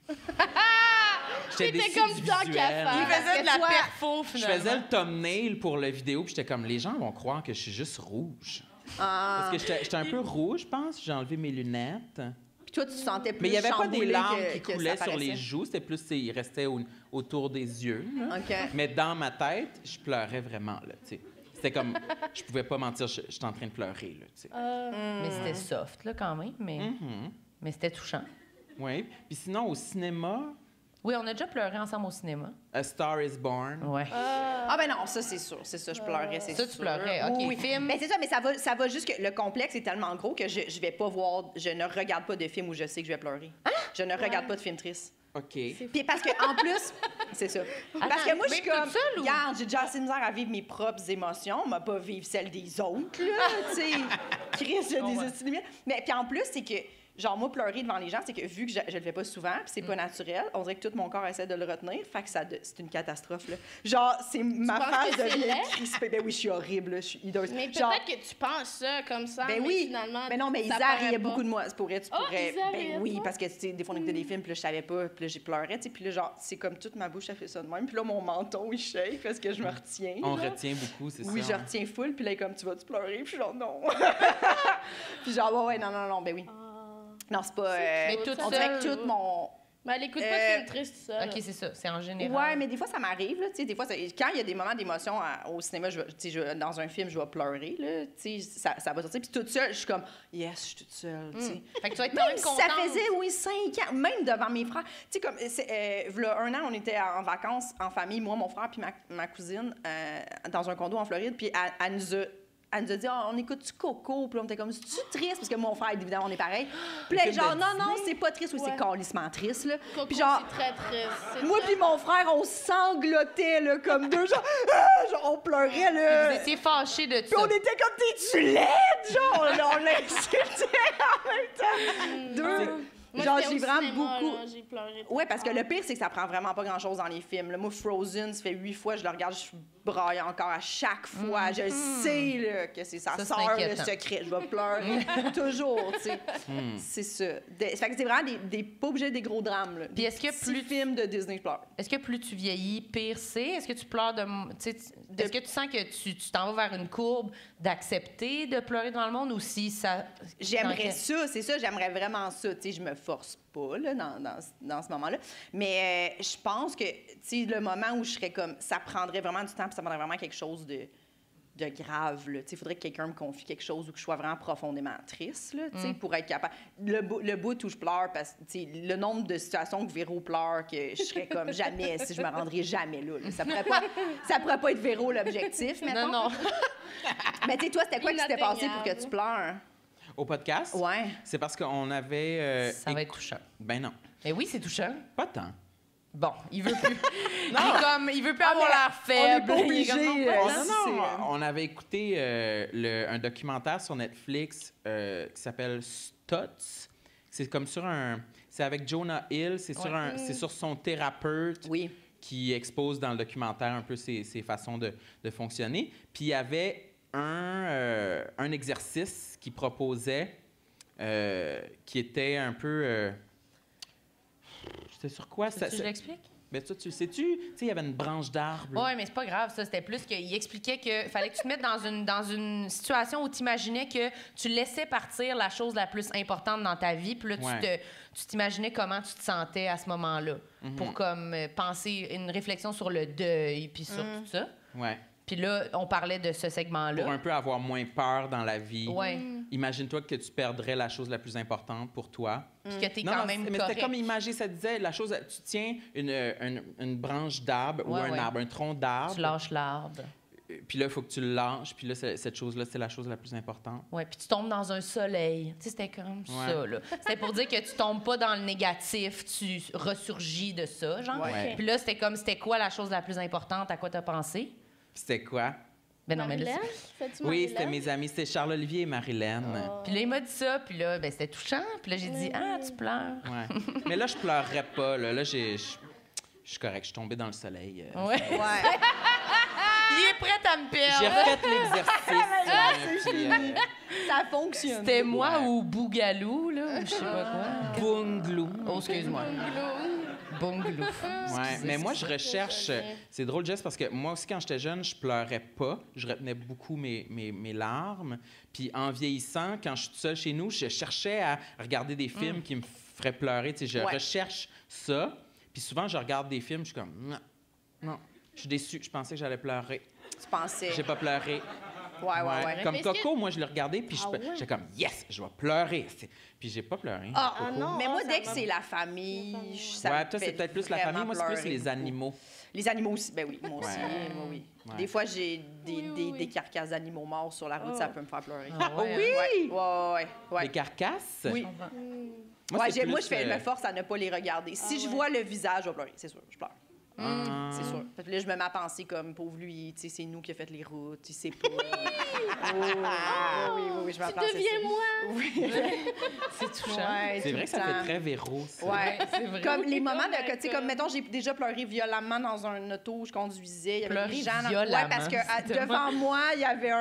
[SPEAKER 5] J'étais
[SPEAKER 6] T'étais
[SPEAKER 5] déçu
[SPEAKER 6] comme
[SPEAKER 5] du
[SPEAKER 6] tant qu'à
[SPEAKER 5] visuel.
[SPEAKER 6] faire.
[SPEAKER 4] Il faisait de la
[SPEAKER 3] Parce que toi,
[SPEAKER 4] perfo,
[SPEAKER 5] Je
[SPEAKER 4] finalement.
[SPEAKER 5] faisais le thumbnail pour la vidéo, puis j'étais comme, les gens vont croire que je suis juste rouge.
[SPEAKER 3] ah.
[SPEAKER 5] Parce que j'étais j'étais un peu rouge, je pense. J'ai enlevé mes lunettes.
[SPEAKER 3] Puis toi, tu te sentais plus
[SPEAKER 5] Mais il n'y avait pas des
[SPEAKER 3] chamboulée
[SPEAKER 5] larmes
[SPEAKER 3] que-
[SPEAKER 5] qui
[SPEAKER 3] que ça
[SPEAKER 5] coulaient sur les
[SPEAKER 3] paraissait.
[SPEAKER 5] joues. C'était plus, il restait au- autour des yeux. là.
[SPEAKER 3] OK.
[SPEAKER 5] Mais dans ma tête, je pleurais vraiment. là, tu sais. C'était comme, je pouvais pas mentir, je- j'étais en train de pleurer. Là, tu sais.
[SPEAKER 3] Ah.
[SPEAKER 4] Mais c'était
[SPEAKER 5] Mm. Mm-hmm.
[SPEAKER 4] soft, là, quand même, mais, mais c'était touchant.
[SPEAKER 5] Oui. Puis sinon, au cinéma,
[SPEAKER 4] Oui, on a déjà pleuré ensemble au cinéma.
[SPEAKER 5] A Star is Born.
[SPEAKER 4] Ouais.
[SPEAKER 3] Ah ben non, ça c'est sûr, c'est ça, je pleurais, c'est
[SPEAKER 4] Ça,
[SPEAKER 3] sûr.
[SPEAKER 4] tu pleurais, ok,
[SPEAKER 3] Oui, oui.
[SPEAKER 4] film.
[SPEAKER 3] Ben, c'est ça, mais ça va, ça va juste que le complexe est tellement gros que je, je vais pas voir, je ne regarde pas de film où je sais que je vais pleurer. Je ne regarde pas de film triste.
[SPEAKER 5] OK.
[SPEAKER 3] Puis parce que en plus, c'est ça. Parce que moi je suis
[SPEAKER 4] même
[SPEAKER 3] comme,
[SPEAKER 4] toute seule, ou-
[SPEAKER 3] regarde, j'ai déjà assez de misère à vivre mes propres émotions, mais pas vivre celles des autres là, tu sais. Chris, il y a des hosties de mille. Mais puis en plus, c'est que genre moi pleurer devant les gens, c'est que vu que je, je le fais pas souvent, puis c'est pas naturel, on dirait que tout mon corps essaie de le retenir, fait que ça de- c'est une catastrophe là. Genre c'est ma
[SPEAKER 6] penses
[SPEAKER 3] face
[SPEAKER 6] que c'est
[SPEAKER 3] devient
[SPEAKER 6] laid?
[SPEAKER 3] crispée. Ben oui, je suis horrible, là, je suis hideuse.
[SPEAKER 6] Mais peut-être
[SPEAKER 3] Genre,
[SPEAKER 6] que tu penses ça comme ça,
[SPEAKER 3] ben
[SPEAKER 6] mais
[SPEAKER 3] oui,
[SPEAKER 6] finalement.
[SPEAKER 3] mais non, mais
[SPEAKER 6] ça
[SPEAKER 3] Isa
[SPEAKER 6] paraît
[SPEAKER 3] riait
[SPEAKER 6] pas.
[SPEAKER 3] beaucoup de moi. C'est pour elle, tu
[SPEAKER 6] Ah,
[SPEAKER 3] pourrais.
[SPEAKER 6] Isa riait
[SPEAKER 3] ben
[SPEAKER 6] de
[SPEAKER 3] oui,
[SPEAKER 6] toi?
[SPEAKER 3] parce que tu sais, des fois on écoutait des films, puis là je savais pas, puis là j'ai pleuré, tu sais, puis là genre c'est comme toute ma bouche a fait ça de même, puis là mon menton il shake parce que je me retiens.
[SPEAKER 5] Mm. On
[SPEAKER 3] là.
[SPEAKER 5] retient beaucoup, c'est
[SPEAKER 3] Oui, je
[SPEAKER 5] ça. hein?
[SPEAKER 3] retiens full, puis là comme tu vas tu pleurer, puis je suis genre non. puis genre ouais, ouais, non non non, ben oui.
[SPEAKER 6] Ah.
[SPEAKER 3] Non, c'est pas euh,
[SPEAKER 4] Mais
[SPEAKER 6] tout
[SPEAKER 4] toute
[SPEAKER 3] on dirait que
[SPEAKER 4] seule,
[SPEAKER 3] tout mon
[SPEAKER 6] Mais Ben, elle écoute pas
[SPEAKER 3] Euh,
[SPEAKER 6] de film triste, ça.
[SPEAKER 4] OK, c'est ça, c'est en général.
[SPEAKER 3] Ouais, mais des fois, ça m'arrive. là, tu sais, Des fois, ça- quand il y a des moments d'émotion à- au cinéma, je, vais- tu sais, je- dans un film, je vais pleurer. Là, tu sais, ça, ça va sortir. Puis toute seule, je suis comme, yes, je suis toute seule.
[SPEAKER 6] Mm.
[SPEAKER 3] tu sais.
[SPEAKER 4] Fait que tu vas être quand
[SPEAKER 3] Même
[SPEAKER 4] même
[SPEAKER 3] si
[SPEAKER 4] contente.
[SPEAKER 3] ça faisait, oui, cinq ans, même devant mes frères. Tu sais, comme, c'est, euh, v'là un an, on était en vacances en famille, moi, mon frère, puis ma, ma cousine, euh, dans un condo en Floride, puis elle, elle nous a. Elle nous a dit, Ah, on écoute du coco. Puis là, on était comme, c'est-tu triste? Parce que mon frère, évidemment, on est pareil. Puis là,
[SPEAKER 5] Le film
[SPEAKER 3] genre,
[SPEAKER 5] de
[SPEAKER 3] non, non, c'est pas triste. Oui,
[SPEAKER 6] Ouais.
[SPEAKER 3] c'est carlissement triste, là.
[SPEAKER 6] Coco,
[SPEAKER 3] Puis genre,
[SPEAKER 6] c'est très triste. c'est
[SPEAKER 3] moi
[SPEAKER 6] très-
[SPEAKER 3] puis mon frère, on sanglotait là, comme deux genre, ah, genre, on pleurait là.
[SPEAKER 4] Vous étiez fâchés de
[SPEAKER 3] Puis
[SPEAKER 4] ça.
[SPEAKER 3] on était comme t'es tu laide, genre on, on l'insultait en même temps. Deux.
[SPEAKER 6] Moi,
[SPEAKER 3] Genre
[SPEAKER 6] c'était
[SPEAKER 3] j'ai
[SPEAKER 6] au
[SPEAKER 3] vraiment
[SPEAKER 6] cinéma,
[SPEAKER 3] beaucoup.
[SPEAKER 6] là, j'ai pleuré.
[SPEAKER 3] Ouais, parce que
[SPEAKER 6] Ah.
[SPEAKER 3] le pire, c'est que ça prend vraiment pas grand-chose dans les films. Là, moi, Frozen, ça fait huit fois, je le regarde, je braille encore à chaque fois. Je sais là, que c'est sa
[SPEAKER 4] Mm-hmm. Ça, c'est
[SPEAKER 3] sœur, le
[SPEAKER 4] inquiétant. Hmm.
[SPEAKER 3] secret. Je vais pleurer toujours, tu sais. C'est ça. Des- fait que c'est vraiment des, des- pas obligé des gros drames. Là.
[SPEAKER 4] Puis est-ce qu'il y a
[SPEAKER 3] Petits
[SPEAKER 4] plus-
[SPEAKER 3] films de Disney, je pleure.
[SPEAKER 4] Est-ce que plus tu vieillis, pire c'est? Est-ce que tu pleures de. m- tu sais, tu- Est-ce que tu sens que tu tu t'en vas vers une courbe d'accepter de pleurer dans le monde ou si ça.
[SPEAKER 3] J'aimerais
[SPEAKER 4] Dans-
[SPEAKER 3] ça, c'est ça, j'aimerais vraiment ça. Tu sais, je me force pas là, dans, dans ce- dans ce moment-là. Mais euh, je pense que, tu sais, le moment où je serais comme, ça prendrait vraiment du temps, puis ça prendrait vraiment quelque chose de, de grave. là. Tu sais, il faudrait que quelqu'un me confie quelque chose ou que je sois vraiment profondément triste, là, tu
[SPEAKER 4] Mm.
[SPEAKER 3] sais, pour être capable. Le, bou- le bout où je pleure, parce que, tu sais, le nombre de situations que Véro pleure, que je serais comme jamais, si je me rendrais jamais là. là. Ça pourrait pas, ça pourrait pas être Véro l'objectif,
[SPEAKER 4] Non,
[SPEAKER 3] mettons.
[SPEAKER 4] non.
[SPEAKER 3] Mais tu sais, toi, c'était quoi qui s'était passé pour que
[SPEAKER 6] Inatteignable.
[SPEAKER 3] tu pleures?
[SPEAKER 5] Au podcast?
[SPEAKER 3] Ouais.
[SPEAKER 5] C'est parce qu'on avait. euh,
[SPEAKER 4] ça
[SPEAKER 5] éc-
[SPEAKER 4] va être touchant.
[SPEAKER 5] Ben non,
[SPEAKER 4] Mais oui, c'est touchant.
[SPEAKER 5] pas tant.
[SPEAKER 4] Bon, il veut plus. il, est comme, il veut plus avoir
[SPEAKER 3] Ah, mais
[SPEAKER 4] l'air faible.
[SPEAKER 3] on est pas
[SPEAKER 4] Il est comme, non,
[SPEAKER 3] obligé, euh,
[SPEAKER 5] Oh,
[SPEAKER 3] là,
[SPEAKER 5] non, non,
[SPEAKER 3] c'est, euh,
[SPEAKER 5] on avait écouté euh, le- un documentaire sur Netflix euh, qui s'appelle Stutz. C'est comme sur un. C'est avec Jonah Hill, c'est sur,
[SPEAKER 4] Ouais.
[SPEAKER 5] un- c'est sur son thérapeute
[SPEAKER 3] Oui.
[SPEAKER 5] qui expose dans le documentaire un peu ses, ses façons de, de fonctionner. Puis il y avait un, euh, un exercice qu'il proposait euh, qui était un peu. euh, C'était sur quoi?
[SPEAKER 4] Veux-tu
[SPEAKER 5] Ça,
[SPEAKER 4] que
[SPEAKER 5] ça-
[SPEAKER 4] je l'explique?
[SPEAKER 5] Mais toi, tu sais-tu? Tu sais, il y avait une branche d'arbre.
[SPEAKER 4] Ouais, mais c'est pas grave, ça. C'était plus qu'il expliquait que fallait que tu te mettes dans une, dans une situation où tu imaginais que tu laissais partir la chose la plus importante dans ta vie, puis là, tu
[SPEAKER 5] Ouais.
[SPEAKER 4] te- tu t'imaginais comment tu te sentais à ce moment-là,
[SPEAKER 5] Mhm.
[SPEAKER 4] pour comme euh, penser une réflexion sur le deuil, puis sur tout ça.
[SPEAKER 5] Ouais.
[SPEAKER 4] Puis là, on parlait de ce segment-là.
[SPEAKER 5] Pour un peu avoir moins peur dans la vie.
[SPEAKER 4] Ouais.
[SPEAKER 5] Imagine-toi que tu perdrais la chose la plus importante pour toi.
[SPEAKER 4] Puis que t'es
[SPEAKER 5] Non,
[SPEAKER 4] Mm. quand
[SPEAKER 5] non,
[SPEAKER 4] même
[SPEAKER 5] mais c'était
[SPEAKER 4] correct.
[SPEAKER 5] comme imaginer, ça disait la chose, tu tiens une, une- une branche d'arbre ou
[SPEAKER 4] Ouais,
[SPEAKER 5] un
[SPEAKER 4] ouais.
[SPEAKER 5] arbre, un tronc
[SPEAKER 4] Tu
[SPEAKER 5] d'arbre,
[SPEAKER 4] lâches l'arbre.
[SPEAKER 5] euh, puis là, il faut que tu le lâches, puis là, c'est- cette chose-là, c'est la chose la plus importante.
[SPEAKER 4] Ouais, puis tu tombes dans un soleil. Tu sais, c'était comme ça,
[SPEAKER 5] Ouais.
[SPEAKER 4] là. C'était pour dire que tu tombes pas dans le négatif, tu ressurgis de ça, genre.
[SPEAKER 5] Ouais.
[SPEAKER 4] Puis là, c'était comme, c'était quoi la chose la plus importante, à quoi t'as pensé?
[SPEAKER 5] Puis C'était quoi?
[SPEAKER 4] Ben non, mais là,
[SPEAKER 6] Marilyn?
[SPEAKER 4] c'est-
[SPEAKER 6] C'était-tu
[SPEAKER 5] Oui, c'était
[SPEAKER 6] Marilyn?
[SPEAKER 5] mes amis, c'était Charles-Olivier et Marilyn.
[SPEAKER 4] Puis là, il m'a dit ça, puis là, ben c'était touchant. Puis là, j'ai dit, ah, tu pleures.
[SPEAKER 5] Ouais. mais là, je pleurerais pas, là, là, j'ai- je je suis correct, je suis tombé dans le soleil. euh.
[SPEAKER 4] Ouais.
[SPEAKER 3] Ouais.
[SPEAKER 4] il est prêt à me
[SPEAKER 5] J'ai
[SPEAKER 4] perdre.
[SPEAKER 5] refait l'exercice. euh, puis, euh,
[SPEAKER 3] ça fonctionne.
[SPEAKER 4] C'était moi
[SPEAKER 5] Ouais.
[SPEAKER 4] ou Bougalou, là, ou je sais pas quoi.
[SPEAKER 5] Bunglou.
[SPEAKER 4] Ah. Oh, excuse-moi. Bungalou.
[SPEAKER 5] Ouais,
[SPEAKER 4] Excusez,
[SPEAKER 5] mais moi, je
[SPEAKER 4] excusez.
[SPEAKER 5] recherche.
[SPEAKER 6] Désolée.
[SPEAKER 5] euh, C'est drôle, Jess, parce que moi aussi, quand j'étais jeune, je pleurais pas. Je retenais beaucoup mes, mes, mes larmes. Puis en vieillissant, quand je suis toute seule chez nous, je cherchais à regarder des films qui me feraient pleurer. Tu sais, je
[SPEAKER 3] Mm. Ouais.
[SPEAKER 5] recherche ça. Puis souvent, je regarde des films, je suis comme, non, non. Je suis déçue. Je pensais que j'allais pleurer.
[SPEAKER 3] Tu pensais.
[SPEAKER 5] J'ai pas pleuré.
[SPEAKER 3] Ouais, Ah ouais, ouais.
[SPEAKER 5] Comme
[SPEAKER 6] Mais est-ce
[SPEAKER 5] Coco, moi, je l'ai regardé, puis je
[SPEAKER 6] Ah
[SPEAKER 5] pe-
[SPEAKER 6] ouais?
[SPEAKER 5] j'étais comme, yes, je vais pleurer. C'est- Puis j'ai pas pleuré.
[SPEAKER 3] Ah,
[SPEAKER 6] Ah non,
[SPEAKER 3] mais
[SPEAKER 6] ah,
[SPEAKER 3] moi,
[SPEAKER 6] ça
[SPEAKER 3] dès que
[SPEAKER 6] m'a-
[SPEAKER 3] c'est la famille,
[SPEAKER 6] La famille, ouais.
[SPEAKER 3] ça
[SPEAKER 5] ouais,
[SPEAKER 3] me
[SPEAKER 5] toi, c'est
[SPEAKER 3] fait
[SPEAKER 5] peut-être plus la famille,
[SPEAKER 3] vraiment
[SPEAKER 5] moi, c'est plus
[SPEAKER 3] pleurer.
[SPEAKER 5] les animaux.
[SPEAKER 3] Les animaux aussi, ben oui, moi aussi,
[SPEAKER 5] Ouais.
[SPEAKER 3] moi, oui.
[SPEAKER 5] Ouais.
[SPEAKER 3] Des fois, j'ai des,
[SPEAKER 6] Oui, oui,
[SPEAKER 3] des-
[SPEAKER 6] oui.
[SPEAKER 3] des carcasses d'animaux morts sur la route,
[SPEAKER 6] Oh.
[SPEAKER 3] ça peut me faire pleurer.
[SPEAKER 4] Ah ouais,
[SPEAKER 3] oui? Ouais, ouais, ouais.
[SPEAKER 5] Les carcasses?
[SPEAKER 3] Oui.
[SPEAKER 4] hein?
[SPEAKER 5] Moi,
[SPEAKER 3] Ouais,
[SPEAKER 5] c'est
[SPEAKER 3] j'ai- moi,
[SPEAKER 5] plus,
[SPEAKER 3] je fais, je
[SPEAKER 5] euh,
[SPEAKER 3] me force à ne pas les regarder. Si
[SPEAKER 6] Ah
[SPEAKER 3] je
[SPEAKER 6] ouais.
[SPEAKER 3] vois le visage, je vais pleurer, c'est sûr, je pleure.
[SPEAKER 5] Ah.
[SPEAKER 3] C'est sûr. Fait que là, je me mets à penser comme, pauvre lui, tu sais, c'est nous qui a fait les routes, il sait pas. Oh, oui, oui, oui, je me
[SPEAKER 6] Tu
[SPEAKER 3] pense à ça.
[SPEAKER 6] deviens moi!
[SPEAKER 3] Oui.
[SPEAKER 4] C'est touchant.
[SPEAKER 3] Ouais,
[SPEAKER 5] C'est
[SPEAKER 3] tout
[SPEAKER 5] vrai
[SPEAKER 3] le
[SPEAKER 5] que ça fait
[SPEAKER 3] temps.
[SPEAKER 5] très véro, ça.
[SPEAKER 3] Ouais.
[SPEAKER 4] c'est vrai.
[SPEAKER 3] Comme les moments
[SPEAKER 6] Oh my
[SPEAKER 3] de. Tu sais,
[SPEAKER 6] God.
[SPEAKER 3] comme, mettons, j'ai déjà pleuré violemment dans un auto où je conduisais. Il y avait
[SPEAKER 4] Pleurer
[SPEAKER 3] des gens dans-
[SPEAKER 4] violemment,
[SPEAKER 3] Ouais, parce que à-
[SPEAKER 4] c'est tellement-
[SPEAKER 3] devant moi, il y avait un,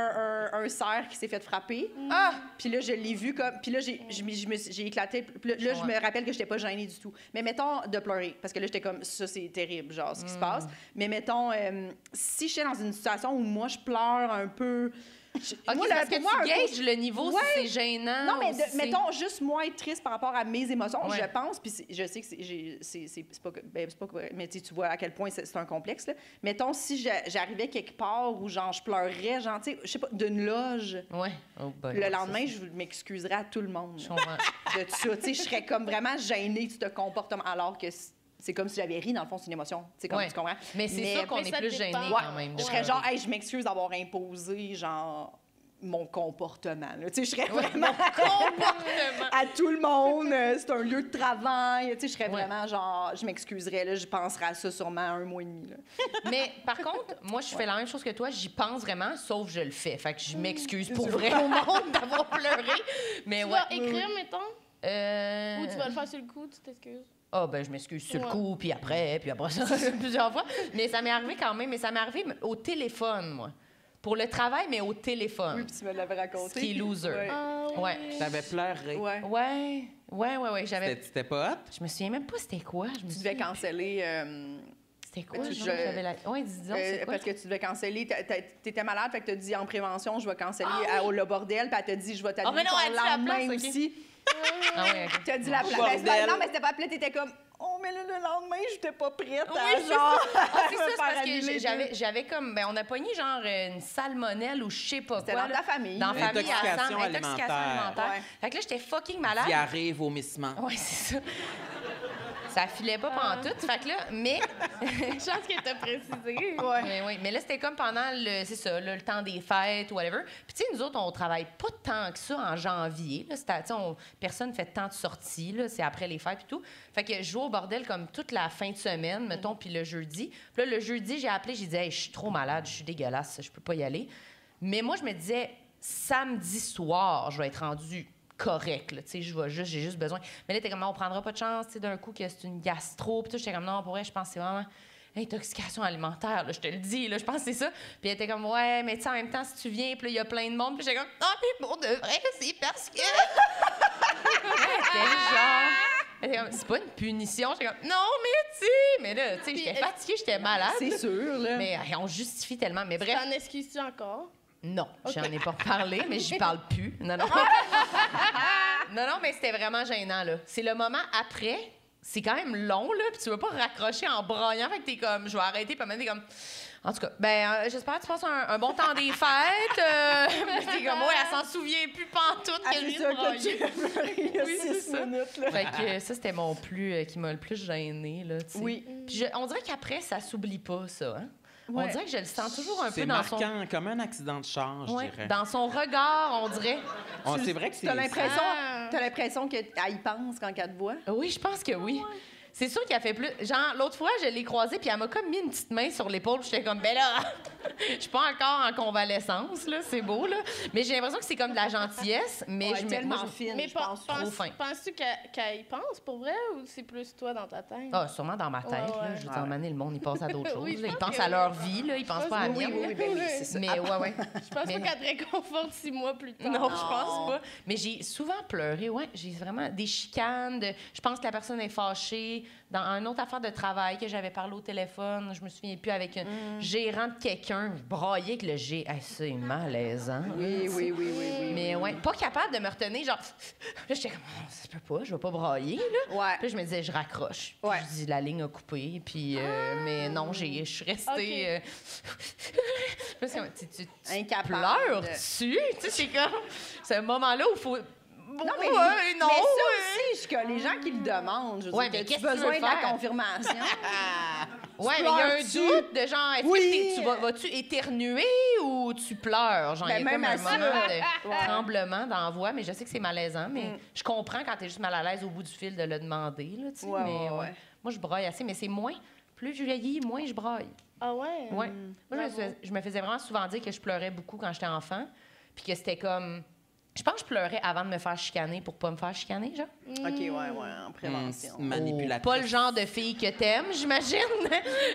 [SPEAKER 3] un, un cerf qui s'est fait frapper.
[SPEAKER 4] Mm.
[SPEAKER 3] Ah! Puis là, je l'ai vu comme. Puis là, j'ai je me- je me suis- j'ai éclaté. Puis là, là, je
[SPEAKER 4] Ouais.
[SPEAKER 3] me rappelle que j'étais pas gênée du tout. Mais mettons de pleurer, parce que là, j'étais comme, ça, c'est terrible, genre, ce qui se
[SPEAKER 4] Mm.
[SPEAKER 3] passe. Mais mettons, euh, si je suis dans une situation où moi, je pleure un peu. je-
[SPEAKER 4] Ok,
[SPEAKER 3] moi,
[SPEAKER 4] c'est
[SPEAKER 3] là,
[SPEAKER 4] parce que
[SPEAKER 3] pour moi,
[SPEAKER 4] tu
[SPEAKER 3] un coup-
[SPEAKER 4] gages le niveau
[SPEAKER 3] Ouais.
[SPEAKER 4] si c'est gênant.
[SPEAKER 3] non, mais
[SPEAKER 4] ou
[SPEAKER 3] de-
[SPEAKER 4] si c'est-
[SPEAKER 3] mettons juste moi être triste par rapport à mes émotions,
[SPEAKER 4] Ouais.
[SPEAKER 3] je pense, puis c'est- je sais que c'est- j'ai- c'est c'est- c'est pas que. ben, c'est pas que- mais tu sais, tu vois à quel point c'est c'est un complexe, là. Mettons si j'a- j'arrivais quelque part où genre je pleurais, genre, tu sais, je sais pas, d'une loge,
[SPEAKER 4] Ouais. Oh boy.
[SPEAKER 3] le lendemain, je m'excuserais à tout le monde
[SPEAKER 4] Je
[SPEAKER 3] là,
[SPEAKER 4] comprends.
[SPEAKER 3] de ça. Tu sais, je serais comme vraiment gênée de ce comportement, alors que c'est- c'est comme si j'avais ri, dans le fond, c'est une émotion. Tu sais, comme
[SPEAKER 4] Ouais.
[SPEAKER 3] tu comprends?
[SPEAKER 4] Mais c'est sûr qu'on
[SPEAKER 6] Mais
[SPEAKER 4] est
[SPEAKER 6] ça
[SPEAKER 4] plus
[SPEAKER 6] dépend.
[SPEAKER 4] gêné
[SPEAKER 6] Ouais.
[SPEAKER 4] quand même. de
[SPEAKER 3] Je serais
[SPEAKER 4] pleurer.
[SPEAKER 3] genre, hey, je m'excuse d'avoir imposé, genre, mon comportement. là. Tu sais, je serais vraiment.
[SPEAKER 6] ah,
[SPEAKER 3] à tout le monde. euh, C'est un lieu de travail. Tu sais, je serais
[SPEAKER 4] Ouais.
[SPEAKER 3] vraiment genre, je m'excuserais, là, je penserais à ça sûrement un mois et demi. là.
[SPEAKER 4] Mais par contre, moi, je fais la même chose que toi. J'y pense vraiment, sauf je le fais. Fait que je m'excuse pour
[SPEAKER 3] sûr.
[SPEAKER 4] vrai au monde d'avoir pleuré. Mais
[SPEAKER 6] Tu
[SPEAKER 4] ouais.
[SPEAKER 6] vas écrire,
[SPEAKER 3] Mm.
[SPEAKER 6] mettons,
[SPEAKER 4] Euh,
[SPEAKER 6] ou tu vas le faire sur le coup, tu t'excuses.
[SPEAKER 4] Ah, ben, je m'excuse sur le
[SPEAKER 6] Ouais.
[SPEAKER 4] coup, puis après, puis après ça, plusieurs fois. Mais ça m'est arrivé quand même. Mais ça m'est arrivé m- au téléphone, moi. Pour le travail, mais au
[SPEAKER 3] Oui,
[SPEAKER 4] téléphone.
[SPEAKER 3] puis tu me l'avais raconté.
[SPEAKER 4] Ah. Ce qui est loser.
[SPEAKER 3] Euh, Ouais.
[SPEAKER 6] Ah
[SPEAKER 4] Ouais.
[SPEAKER 5] T'avais pleuré.
[SPEAKER 3] Ouais.
[SPEAKER 4] Ouais. Ouais, ouais, ouais. J'avais.
[SPEAKER 5] C'était- C'était pas hot?
[SPEAKER 4] Je me souviens même pas c'était quoi. Je me
[SPEAKER 3] Tu devais
[SPEAKER 4] souviens-
[SPEAKER 3] canceller. euh,
[SPEAKER 4] C'était quoi?
[SPEAKER 3] Tu-
[SPEAKER 4] genre,
[SPEAKER 3] je-
[SPEAKER 4] j'avais la- Ouais, dis donc,
[SPEAKER 3] euh,
[SPEAKER 4] c'est quoi?
[SPEAKER 3] parce que tu devais canceller. T'a- t'a- T'étais malade, fait que t'as dit en prévention, je vais canceller à- au Le Bordel, puis elle t'a dit, je vais
[SPEAKER 4] Ah, mais
[SPEAKER 3] t'admettre
[SPEAKER 4] non,
[SPEAKER 3] ton
[SPEAKER 4] elle a dit la
[SPEAKER 3] lendemain
[SPEAKER 4] place, ok.
[SPEAKER 3] aussi.
[SPEAKER 4] Ah, ouais, ok.
[SPEAKER 3] T'as dit la place.
[SPEAKER 5] Bordel.
[SPEAKER 3] Ben, c'est pas- non, mais c'était pas appelé, t'étais comme, oh, mais là, le lendemain, j'étais pas prête.
[SPEAKER 4] Oui,
[SPEAKER 3] à,
[SPEAKER 4] c'est
[SPEAKER 3] genre,
[SPEAKER 4] Ah, c'est ça,
[SPEAKER 3] me
[SPEAKER 4] c'est
[SPEAKER 3] faire
[SPEAKER 4] parce
[SPEAKER 3] annuler
[SPEAKER 4] que
[SPEAKER 3] deux.
[SPEAKER 4] j'avais, j'avais comme. Ben, on a pogné genre une salmonelle ou je sais pas
[SPEAKER 3] C'était
[SPEAKER 4] quoi.
[SPEAKER 3] dans
[SPEAKER 4] là.
[SPEAKER 3] ta famille.
[SPEAKER 4] Dans la famille,
[SPEAKER 5] Intoxication
[SPEAKER 4] ensemble, intoxication
[SPEAKER 5] alimentaire.
[SPEAKER 4] alimentaire.
[SPEAKER 3] Ouais.
[SPEAKER 4] Fait que là, j'étais fucking
[SPEAKER 3] Ah.
[SPEAKER 4] malade.
[SPEAKER 5] Diarrhée, vomissement.
[SPEAKER 4] Ouais, c'est ça. Ça filait pas pantoute. Fait que là, mais.
[SPEAKER 6] Chance qu'elle t'a précisé.
[SPEAKER 3] Ouais.
[SPEAKER 4] Mais, oui, mais là, c'était comme pendant le, c'est ça, là, le temps des fêtes ou whatever. Puis, tu sais, nous autres, on travaille pas tant que ça en janvier. Là, C'était- tu sais, on- personne fait tant de sorties. Là, c'est après les fêtes et tout. Fait que je joue au bordel comme toute la fin de semaine, mettons, puis le jeudi. Puis là, le jeudi, j'ai appelé, j'ai dit, Hey, je suis trop malade, je suis dégueulasse, je peux pas y aller. Mais moi, je me disais, samedi soir, je vais être rendue correct, là, tu sais, je vais juste, j'ai juste besoin. Mais là, t'es comme, Non, on prendra pas de chance, tu sais, d'un coup, que c'est une gastro, puis tout, j'étais comme, non, pour vrai, je pense que c'est vraiment intoxication alimentaire, là, je te le dis, là, je pense que c'est ça. Puis elle était comme, ouais, mais tu sais, en même temps, si tu viens, puis là, il y a plein de monde, puis j'étais comme, non, mais pour de vrai, c'est parce que... C'était genre... elle était comme, C'est pas une punition. J'étais comme, non, mais tu sais, mais là, tu sais, j'étais fatiguée, j'étais malade.
[SPEAKER 3] C'est sûr, là.
[SPEAKER 4] Mais hey, on justifie tellement. Mais bref,
[SPEAKER 6] T'en excuses-tu encore?
[SPEAKER 4] non, j'en ai pas parlé, mais j'y parle plus. Non, non. non, non, mais c'était vraiment gênant, là. C'est le moment après. C'est quand même long, là, puis tu veux pas raccrocher en broyant. Fait que t'es comme, je vais arrêter, puis maintenant, t'es comme... En tout cas, ben, euh, j'espère que tu passes un, un bon temps des fêtes. Euh, t'es comme, ouais, elle s'en souvient plus pantoute
[SPEAKER 3] Ah,
[SPEAKER 4] que
[SPEAKER 3] c'est
[SPEAKER 4] j'ai
[SPEAKER 3] ça, quand
[SPEAKER 4] broyé.
[SPEAKER 3] tu il y a
[SPEAKER 4] Oui, c'est
[SPEAKER 3] six
[SPEAKER 4] ça.
[SPEAKER 3] minutes, là.
[SPEAKER 4] Fait que euh, ça, c'était mon plus... euh, qui m'a le plus gêné là, tu sais.
[SPEAKER 3] Oui.
[SPEAKER 4] Puis je- on dirait qu'après, ça s'oublie pas, ça, hein? On
[SPEAKER 3] Ouais.
[SPEAKER 4] dirait que je le sens toujours un peu
[SPEAKER 5] C'est
[SPEAKER 4] dans son...
[SPEAKER 5] marquant, comme un accident de charge,
[SPEAKER 4] Ouais,
[SPEAKER 5] je dirais.
[SPEAKER 4] dans son regard, on dirait.
[SPEAKER 5] On- C'est vrai que c'est...
[SPEAKER 3] T'as l'impression,
[SPEAKER 6] Ah.
[SPEAKER 3] t'as l'impression qu'elle y pense quand qu'elle te voit.
[SPEAKER 4] Oui, je pense
[SPEAKER 3] Ah
[SPEAKER 4] que oui. C'est sûr qu'il a fait plus. Genre, l'autre fois, je l'ai croisée, puis elle m'a comme mis une petite main sur l'épaule. puis J'étais comme, ben là, je suis pas encore en convalescence, là, c'est beau, là. Mais j'ai l'impression que c'est comme de la gentillesse, mais
[SPEAKER 3] Elle
[SPEAKER 4] je
[SPEAKER 3] est
[SPEAKER 4] me-
[SPEAKER 3] tellement
[SPEAKER 4] moi, je-
[SPEAKER 3] fine,
[SPEAKER 6] Mais
[SPEAKER 3] je
[SPEAKER 6] pen-
[SPEAKER 3] pense.
[SPEAKER 6] pense-
[SPEAKER 4] Trop fin.
[SPEAKER 6] penses-tu qu'elle qu'elle y pense pour vrai ou c'est plus toi dans ta tête?
[SPEAKER 4] Ah, sûrement dans ma tête,
[SPEAKER 6] Ouais,
[SPEAKER 4] là.
[SPEAKER 6] ouais.
[SPEAKER 4] Je veux dire, à un moment donné, le monde, il pense à d'autres choses.
[SPEAKER 6] Oui, je
[SPEAKER 4] là. Ils
[SPEAKER 6] pense
[SPEAKER 4] pensent
[SPEAKER 6] que
[SPEAKER 4] à
[SPEAKER 6] oui.
[SPEAKER 4] leur vie, là. Ils pensent pas à la
[SPEAKER 3] que oui,
[SPEAKER 4] mienne.
[SPEAKER 3] oui, oui, ben oui, c'est ça.
[SPEAKER 4] Mais ouais, ouais.
[SPEAKER 6] Je pense
[SPEAKER 4] Mais-
[SPEAKER 6] pas qu'elle te réconforte six mois plus tard.
[SPEAKER 4] Non, je pense pas. Mais j'ai souvent pleuré, ouais. J'ai vraiment des chicanes. de- Je pense que la personne est fâchée. parlé dans une autre affaire de travail que j'avais parlé au téléphone, je me souviens plus, avec un
[SPEAKER 3] Mm.
[SPEAKER 4] gérant de quelqu'un, braillé que le G. Hey, c'est malaisant.
[SPEAKER 3] Oui, oui, oui, oui, oui.
[SPEAKER 4] Mais ouais, pas capable de me retenir, genre, là, j'étais comme, Oh, ça se peut pas, je vais pas brailler, là.
[SPEAKER 3] Ouais.
[SPEAKER 4] Puis là, je me disais, je raccroche.
[SPEAKER 3] Ouais. Ah!
[SPEAKER 4] Je dis, la ligne a coupé, puis, euh, mais non, j'ai- je suis restée.
[SPEAKER 6] Ok.
[SPEAKER 4] euh, parce que, tu, tu, tu
[SPEAKER 3] Incapable.
[SPEAKER 4] pleures-tu? Tu sais, c'est comme, ce moment-là où il faut.
[SPEAKER 3] Non, mais,
[SPEAKER 4] Ouais, non, ouais.
[SPEAKER 3] mais ça aussi, je- que les gens qui le
[SPEAKER 4] Mm.
[SPEAKER 3] demandent, je veux
[SPEAKER 4] Ouais,
[SPEAKER 3] dire,
[SPEAKER 4] mais
[SPEAKER 3] t'as-tu
[SPEAKER 4] qu'est-ce que tu
[SPEAKER 3] besoin
[SPEAKER 4] veux
[SPEAKER 3] de la
[SPEAKER 4] faire?
[SPEAKER 3] confirmation?
[SPEAKER 4] Ouais, mais il y a un
[SPEAKER 3] pleures-tu?
[SPEAKER 4] doute de genre, est-ce
[SPEAKER 3] Oui.
[SPEAKER 4] que t'es- tu vas, vas-tu éternuer ou tu pleures? Genre, il y
[SPEAKER 3] Ben,
[SPEAKER 4] a comme
[SPEAKER 3] même
[SPEAKER 4] un
[SPEAKER 3] à ça.
[SPEAKER 4] moment
[SPEAKER 3] Ouais.
[SPEAKER 4] de tremblement dans la voix, mais je sais que c'est malaisant, mais
[SPEAKER 3] Mm.
[SPEAKER 4] je comprends quand t'es juste mal à l'aise au bout du fil de le demander, là, tu sais.
[SPEAKER 3] Ouais,
[SPEAKER 4] mais
[SPEAKER 3] ouais,
[SPEAKER 4] ouais.
[SPEAKER 3] ouais.
[SPEAKER 4] Moi, je braille assez, mais c'est moins. Plus je vieillis, moins je braille.
[SPEAKER 6] Ah ouais?
[SPEAKER 4] Ouais. Moi, je me,
[SPEAKER 6] Bravo.
[SPEAKER 4] fais- je me faisais vraiment souvent dire que je pleurais beaucoup quand j'étais enfant, puis que c'était comme... Je pense que je pleurais avant de me faire chicaner pour pas me faire chicaner, genre.
[SPEAKER 3] OK, ouais, ouais, en prévention.
[SPEAKER 5] Manipulatrice.
[SPEAKER 4] Pas le genre de fille que t'aimes, j'imagine.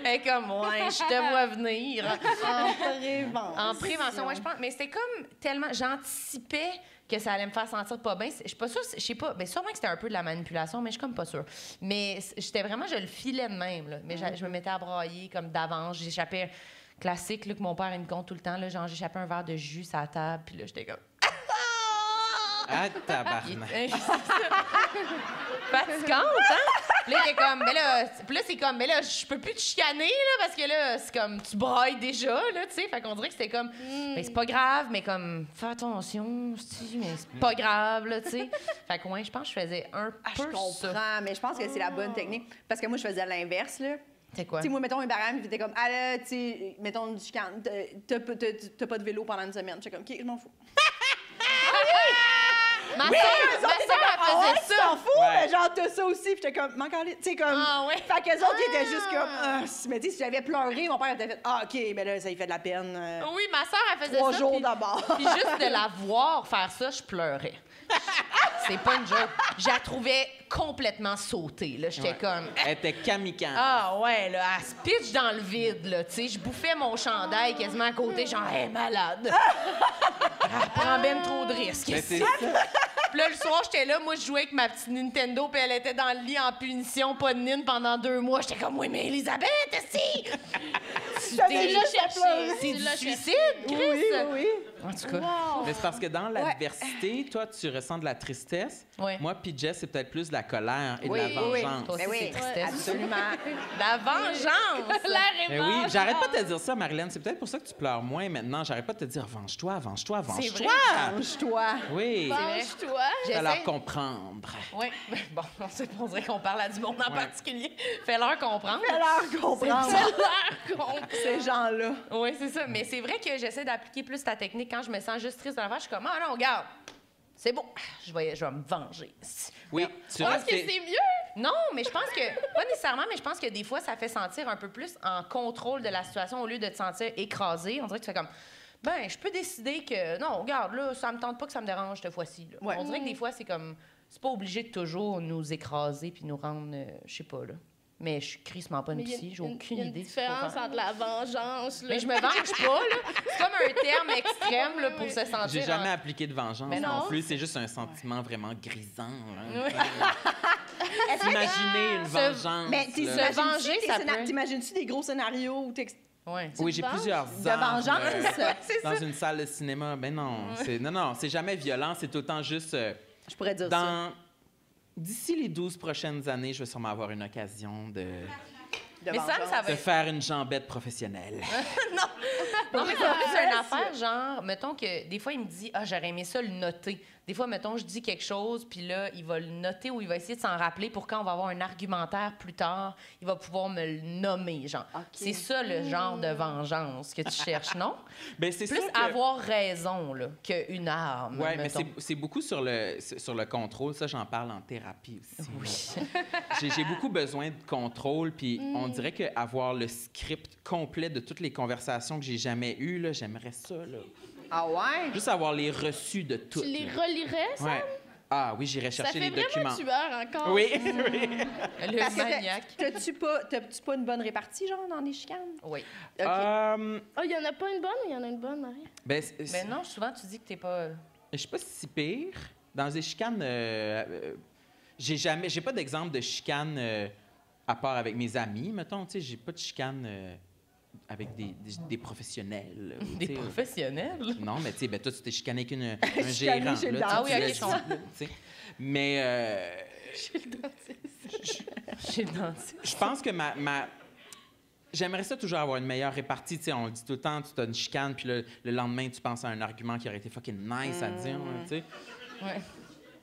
[SPEAKER 4] Elle est comme, ouais, je te vois venir.
[SPEAKER 3] En prévention.
[SPEAKER 4] En prévention, ouais, je pense. Mais c'était comme tellement. J'anticipais que ça allait me faire sentir pas bien. C'est- Je suis pas sûre, c'est- je sais pas. Mais sûrement que c'était un peu de la manipulation, mais je suis comme pas sûre. Mais c'est- j'étais vraiment, je le filais de même, là. Mais j'a- je me mettais à brailler comme d'avance. J'échappais. Classique, là, que mon père, il me compte tout le temps, là. Genre, j'échappais un verre de jus à la table, puis là, j'étais comme.
[SPEAKER 5] Ah,
[SPEAKER 4] Il-
[SPEAKER 5] tabarnak.
[SPEAKER 4] Hey, c'est Eh, ça. Fatigante, hein? Puis là, il est comme, mais là, c'est- puis là, c'est comme, mais là, je peux plus te chicaner, là, parce que là, c'est comme, tu brailles déjà, là, tu sais. Fait qu'on dirait que c'était comme,
[SPEAKER 3] Hmm.
[SPEAKER 4] mais c'est pas grave, mais comme, fais attention, si, mais c'est pas grave, là, tu sais. Fait que, ouais, je pense que je faisais un
[SPEAKER 3] Ah, je
[SPEAKER 4] peu ça.
[SPEAKER 3] comprends, mais je pense que c'est la
[SPEAKER 4] Ah.
[SPEAKER 3] bonne technique. Parce que moi, je faisais l'inverse, là.
[SPEAKER 4] C'est quoi?
[SPEAKER 3] Tu sais, moi, mettons un barème, puis t'es comme, ah là, tu sais, mettons du chicane, t'as- t'as pas- t'as- t'as pas de vélo pendant une semaine. J'étais comme, OK, je m'en fous.
[SPEAKER 4] Ma soeur, ma
[SPEAKER 3] t'étais
[SPEAKER 4] sœur,
[SPEAKER 3] comme, ah
[SPEAKER 4] elle
[SPEAKER 3] ouais,
[SPEAKER 4] faisait
[SPEAKER 3] Tu
[SPEAKER 4] ça.
[SPEAKER 3] t'en fous, mais genre, t'as ça aussi, puis j'étais comme, m'en calais. Tu sais, comme.
[SPEAKER 4] Ah ouais.
[SPEAKER 3] Fait qu'eux autres, ils étaient juste comme,
[SPEAKER 4] Ah.
[SPEAKER 3] ah, si- mais tu sais, si j'avais pleuré, mon père était fait, ah, OK, mais là, ça lui fait de la peine. euh,
[SPEAKER 4] Oui, ma soeur, elle faisait
[SPEAKER 3] Trois
[SPEAKER 4] ça.
[SPEAKER 3] jours
[SPEAKER 4] puis-
[SPEAKER 3] d'abord.
[SPEAKER 4] Puis juste de la voir faire ça, je pleurais. C'est pas une joke. Je la trouvais complètement sautée, là. J'étais
[SPEAKER 5] Ouais.
[SPEAKER 4] comme...
[SPEAKER 5] Elle était kamikaze.
[SPEAKER 4] Ah ouais, là, elle se pitche dans le vide, là, tu sais. Je bouffais mon chandail quasiment à côté, genre, elle est malade. elle prend ben trop de risques.
[SPEAKER 5] Mais c'est
[SPEAKER 4] Puis là, le soir, j'étais là, moi, je jouais avec ma petite Nintendo, puis elle était dans le lit en punition, pas de nin pendant deux mois. J'étais comme, oui, mais Elisabeth, si!
[SPEAKER 3] J'avais juste à pleurer.
[SPEAKER 4] C'est
[SPEAKER 6] Tu
[SPEAKER 4] du
[SPEAKER 6] l'as
[SPEAKER 4] suicide, Chris!
[SPEAKER 3] Oui, oui, oui.
[SPEAKER 4] En tout cas.
[SPEAKER 5] Mais c'est parce que dans l'adversité, toi, tu ressens de la tristesse.
[SPEAKER 4] Ouais.
[SPEAKER 5] Moi, puis Jess, c'est peut-être plus de la colère et
[SPEAKER 3] Oui,
[SPEAKER 5] de la
[SPEAKER 3] oui,
[SPEAKER 5] vengeance.
[SPEAKER 4] Toi aussi,
[SPEAKER 3] Mais Ben oui,
[SPEAKER 4] c'est tristesse.
[SPEAKER 3] absolument.
[SPEAKER 4] La vengeance!
[SPEAKER 6] L'air est
[SPEAKER 5] Mais Eh oui, j'arrête pas de te dire ça, Marilyn. C'est peut-être pour ça que tu pleures moins maintenant. J'arrête pas de te dire venge-toi, venge-toi,
[SPEAKER 4] C'est vrai.
[SPEAKER 5] venge-toi.
[SPEAKER 3] Mange-toi.
[SPEAKER 5] Oui,
[SPEAKER 6] Mange-toi.
[SPEAKER 5] alors
[SPEAKER 4] J'essaie-
[SPEAKER 5] comprendre.
[SPEAKER 4] Oui, bon, on sait pas, on dirait qu'on parle à du monde en
[SPEAKER 5] Ouais.
[SPEAKER 4] particulier. Fais-leur comprendre.
[SPEAKER 3] Alors, comprendre
[SPEAKER 6] L'air con.
[SPEAKER 3] ces gens-là.
[SPEAKER 4] Oui, c'est ça. Mais c'est vrai que j'essaie d'appliquer plus ta technique quand je me sens juste triste dans l'affaire. Je suis comme, ah non, regarde, c'est bon, je vais, je vais me venger.
[SPEAKER 5] Oui, tu
[SPEAKER 6] Je pense
[SPEAKER 5] restes-
[SPEAKER 6] que c'est mieux.
[SPEAKER 4] Non, mais je pense que, pas nécessairement, mais je pense que des fois, ça fait sentir un peu plus en contrôle de la situation au lieu de te sentir écrasé. On dirait que tu fais comme, ben, je peux décider que, non, regarde, là, ça me tente pas que ça me dérange cette fois-ci. là.
[SPEAKER 3] Ouais.
[SPEAKER 4] On dirait que des
[SPEAKER 6] Mm.
[SPEAKER 4] fois, c'est comme, c'est pas obligé de toujours nous écraser puis nous rendre, euh, je sais pas, là. Mais je suis crissement pas une
[SPEAKER 6] Mais il y a
[SPEAKER 4] psy, j'ai
[SPEAKER 6] une-
[SPEAKER 4] aucune
[SPEAKER 6] il y a une
[SPEAKER 4] idée. de ce qu'il faut
[SPEAKER 6] différence
[SPEAKER 4] faire.
[SPEAKER 6] entre la vengeance, là.
[SPEAKER 4] Mais je me venge pas, là. C'est comme un terme extrême là, pour se sentir.
[SPEAKER 5] J'ai jamais
[SPEAKER 4] en-
[SPEAKER 5] appliqué de vengeance
[SPEAKER 4] Mais
[SPEAKER 5] non
[SPEAKER 4] non.
[SPEAKER 5] plus. C'est juste un sentiment vraiment grisant. là. Imaginez une
[SPEAKER 4] Se-
[SPEAKER 5] vengeance.
[SPEAKER 3] Mais
[SPEAKER 5] là.
[SPEAKER 4] Se
[SPEAKER 3] t'imagines-tu
[SPEAKER 4] venger,
[SPEAKER 3] des
[SPEAKER 4] ça
[SPEAKER 3] scénar-
[SPEAKER 4] peut.
[SPEAKER 3] t'imagines-tu des gros scénarios où t'ex-
[SPEAKER 4] Ouais.
[SPEAKER 5] Oui, j'ai
[SPEAKER 6] venges
[SPEAKER 5] plusieurs
[SPEAKER 3] de
[SPEAKER 5] armes,
[SPEAKER 3] vengeance?
[SPEAKER 5] euh, dans une salle de cinéma. Mais non, c'est non, non, c'est jamais violent. C'est autant juste euh,
[SPEAKER 3] Je pourrais dire ça.
[SPEAKER 5] dans. D'ici les 12 prochaines années, je vais sûrement avoir une occasion de,
[SPEAKER 3] De
[SPEAKER 4] Mais Sam,
[SPEAKER 3] vengeance.
[SPEAKER 6] Ah
[SPEAKER 4] ça va
[SPEAKER 5] de
[SPEAKER 4] être.
[SPEAKER 5] faire une jambette professionnelle.
[SPEAKER 6] Hein?
[SPEAKER 4] Non, mais ça va être une affaire, genre, mettons que des fois, il me dit Ah, j'aurais aimé ça le noter. Des fois, mettons, je dis quelque chose, puis là, il va le noter ou il va essayer de s'en rappeler pour quand on va avoir un argumentaire plus tard, il va pouvoir me le nommer, genre.
[SPEAKER 3] Ok.
[SPEAKER 4] C'est ça le genre de vengeance que tu cherches, non?
[SPEAKER 5] Ben, c'est
[SPEAKER 4] Plus
[SPEAKER 5] sûr que-
[SPEAKER 4] avoir raison, là, qu'une arme.
[SPEAKER 5] Ouais, mais
[SPEAKER 4] mettons.
[SPEAKER 5] c'est c'est beaucoup sur le, sur le contrôle. Ça, j'en parle en thérapie aussi. J'ai j'ai beaucoup besoin de contrôle, puis
[SPEAKER 6] Mm.
[SPEAKER 5] on dirait qu'avoir le script complet de toutes les conversations que j'ai jamais eues, là, j'aimerais ça. Là.
[SPEAKER 3] Ah ouais?
[SPEAKER 5] Juste avoir les reçus de
[SPEAKER 6] Tu
[SPEAKER 5] toutes.
[SPEAKER 6] les
[SPEAKER 5] là.
[SPEAKER 6] relirais, ça?
[SPEAKER 5] Ouais. Ah oui, j'irai
[SPEAKER 6] Ça
[SPEAKER 5] chercher
[SPEAKER 6] fait
[SPEAKER 5] les documents.
[SPEAKER 6] vraiment tueur encore.
[SPEAKER 5] Oui, oui.
[SPEAKER 4] Le
[SPEAKER 3] Parce que
[SPEAKER 4] maniaque.
[SPEAKER 3] t'as- t'as-tu pas, t'as-tu pas une bonne répartie, genre, dans les chicanes?
[SPEAKER 4] Oui.
[SPEAKER 3] OK.
[SPEAKER 5] Euh,
[SPEAKER 6] Oh, il y en a pas une bonne ou il y en a une bonne, Marie?
[SPEAKER 5] ben, c'est-
[SPEAKER 4] Mais non, souvent, tu dis que t'es pas.
[SPEAKER 5] Je suis pas si pire. Dans les chicanes, euh, euh, j'ai jamais, j'ai pas d'exemple de chicane euh, à part avec mes amis, mettons, tu sais, j'ai pas de chicane euh, avec des, des- des professionnels. là,
[SPEAKER 4] Des
[SPEAKER 5] tu sais.
[SPEAKER 4] professionnels.
[SPEAKER 5] Non, mais tu sais, ben, toi, tu t'es chicané avec une, un
[SPEAKER 3] Chicané
[SPEAKER 5] gérant. là,
[SPEAKER 3] chez le
[SPEAKER 5] tu-
[SPEAKER 3] dentiste.
[SPEAKER 5] tu
[SPEAKER 4] Ah oui, ok,
[SPEAKER 5] laisses-
[SPEAKER 4] je comprends.
[SPEAKER 5] tu sais. Mais euh,
[SPEAKER 6] Chez le dentiste.
[SPEAKER 4] Chez le dentiste.
[SPEAKER 5] je pense que ma, ma- J'aimerais ça toujours avoir une meilleure répartie. Tu sais, on le dit tout le temps, tu as une chicane, puis le, le lendemain, tu penses à un argument qui aurait été fucking nice à dire. hein, tu sais.
[SPEAKER 4] Mm. Ouais.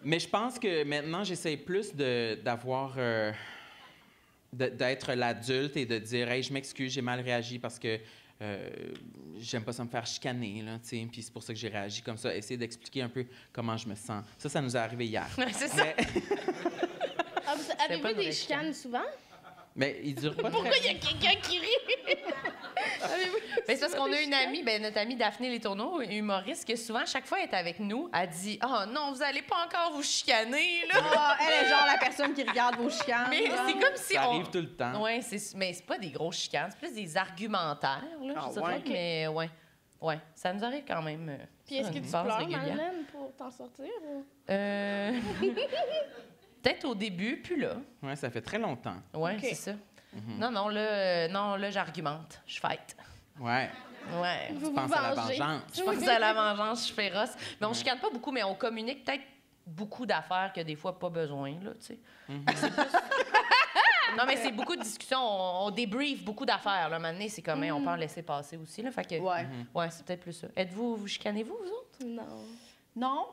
[SPEAKER 5] Mais je pense que maintenant, j'essaie plus de- d'avoir. euh, de- d'être l'adulte et de dire hey je m'excuse j'ai mal réagi parce que euh, j'aime pas ça me faire chicaner là tu sais puis c'est pour ça que j'ai réagi comme ça essayer d'expliquer un peu comment je me sens ça ça nous est arrivé hier
[SPEAKER 4] Ouais, c'est ça.
[SPEAKER 5] mais,
[SPEAKER 6] Ah, vous
[SPEAKER 4] pas
[SPEAKER 6] avez-vous
[SPEAKER 4] une
[SPEAKER 6] des
[SPEAKER 4] vraie chicane.
[SPEAKER 6] chicanes souvent?
[SPEAKER 5] mais il dure pas
[SPEAKER 6] Pourquoi
[SPEAKER 5] très-
[SPEAKER 6] il y a quelqu'un qui rit? Avez-vous
[SPEAKER 4] Ben, c'est parce
[SPEAKER 6] souvent
[SPEAKER 4] qu'on a
[SPEAKER 6] des
[SPEAKER 4] une
[SPEAKER 6] chicanes?
[SPEAKER 4] amie, ben, notre amie Daphné Les Tourneaux, humoriste, que souvent, chaque fois, elle est avec nous. Elle dit Ah non, vous allez pas encore vous chicaner, là.
[SPEAKER 3] Ah, elle est genre la personne qui regarde vos
[SPEAKER 6] Ah,
[SPEAKER 3] chicanes.
[SPEAKER 4] Mais
[SPEAKER 3] là.
[SPEAKER 4] c'est comme si
[SPEAKER 5] ça
[SPEAKER 4] on.
[SPEAKER 5] arrive tout le temps
[SPEAKER 4] Ouais, c'est mais c'est pas des grosses chicanes, c'est plus des argumentaires là,
[SPEAKER 3] Ah
[SPEAKER 4] je sais
[SPEAKER 3] ouais?
[SPEAKER 4] pas, mais ouais. Ouais, ça nous arrive quand même. euh,
[SPEAKER 6] Puis
[SPEAKER 4] sur
[SPEAKER 6] est-ce que
[SPEAKER 4] une
[SPEAKER 6] tu
[SPEAKER 4] base
[SPEAKER 6] pleures,
[SPEAKER 4] régulière.
[SPEAKER 6] Marlène, pour t'en sortir? ou-
[SPEAKER 4] Euh, Peut-être au début, puis là.
[SPEAKER 5] ouais ça fait très longtemps
[SPEAKER 4] Ouais,
[SPEAKER 6] Ok.
[SPEAKER 4] c'est ça. Non non, là euh, non, là j'argumente, je fight.
[SPEAKER 5] ouais
[SPEAKER 4] Ouais.
[SPEAKER 6] Vous vous
[SPEAKER 5] pense à la
[SPEAKER 6] vengez.
[SPEAKER 5] vengeance.
[SPEAKER 4] Je pense à la vengeance, je suis féroce. Mais on chicane pas beaucoup, mais on communique peut-être beaucoup d'affaires que des fois pas besoin, là, tu sais. C'est plus- non, mais c'est beaucoup de discussions. On, on débrief beaucoup d'affaires. Là, maintenant, c'est comme, hey, on peut en laisser passer aussi, là. Fait que,
[SPEAKER 3] Ouais.
[SPEAKER 4] Mm-hmm. ouais, c'est peut-être plus ça. Êtes-vous, vous chicanez-vous, vous autres?
[SPEAKER 6] Non.
[SPEAKER 3] Non.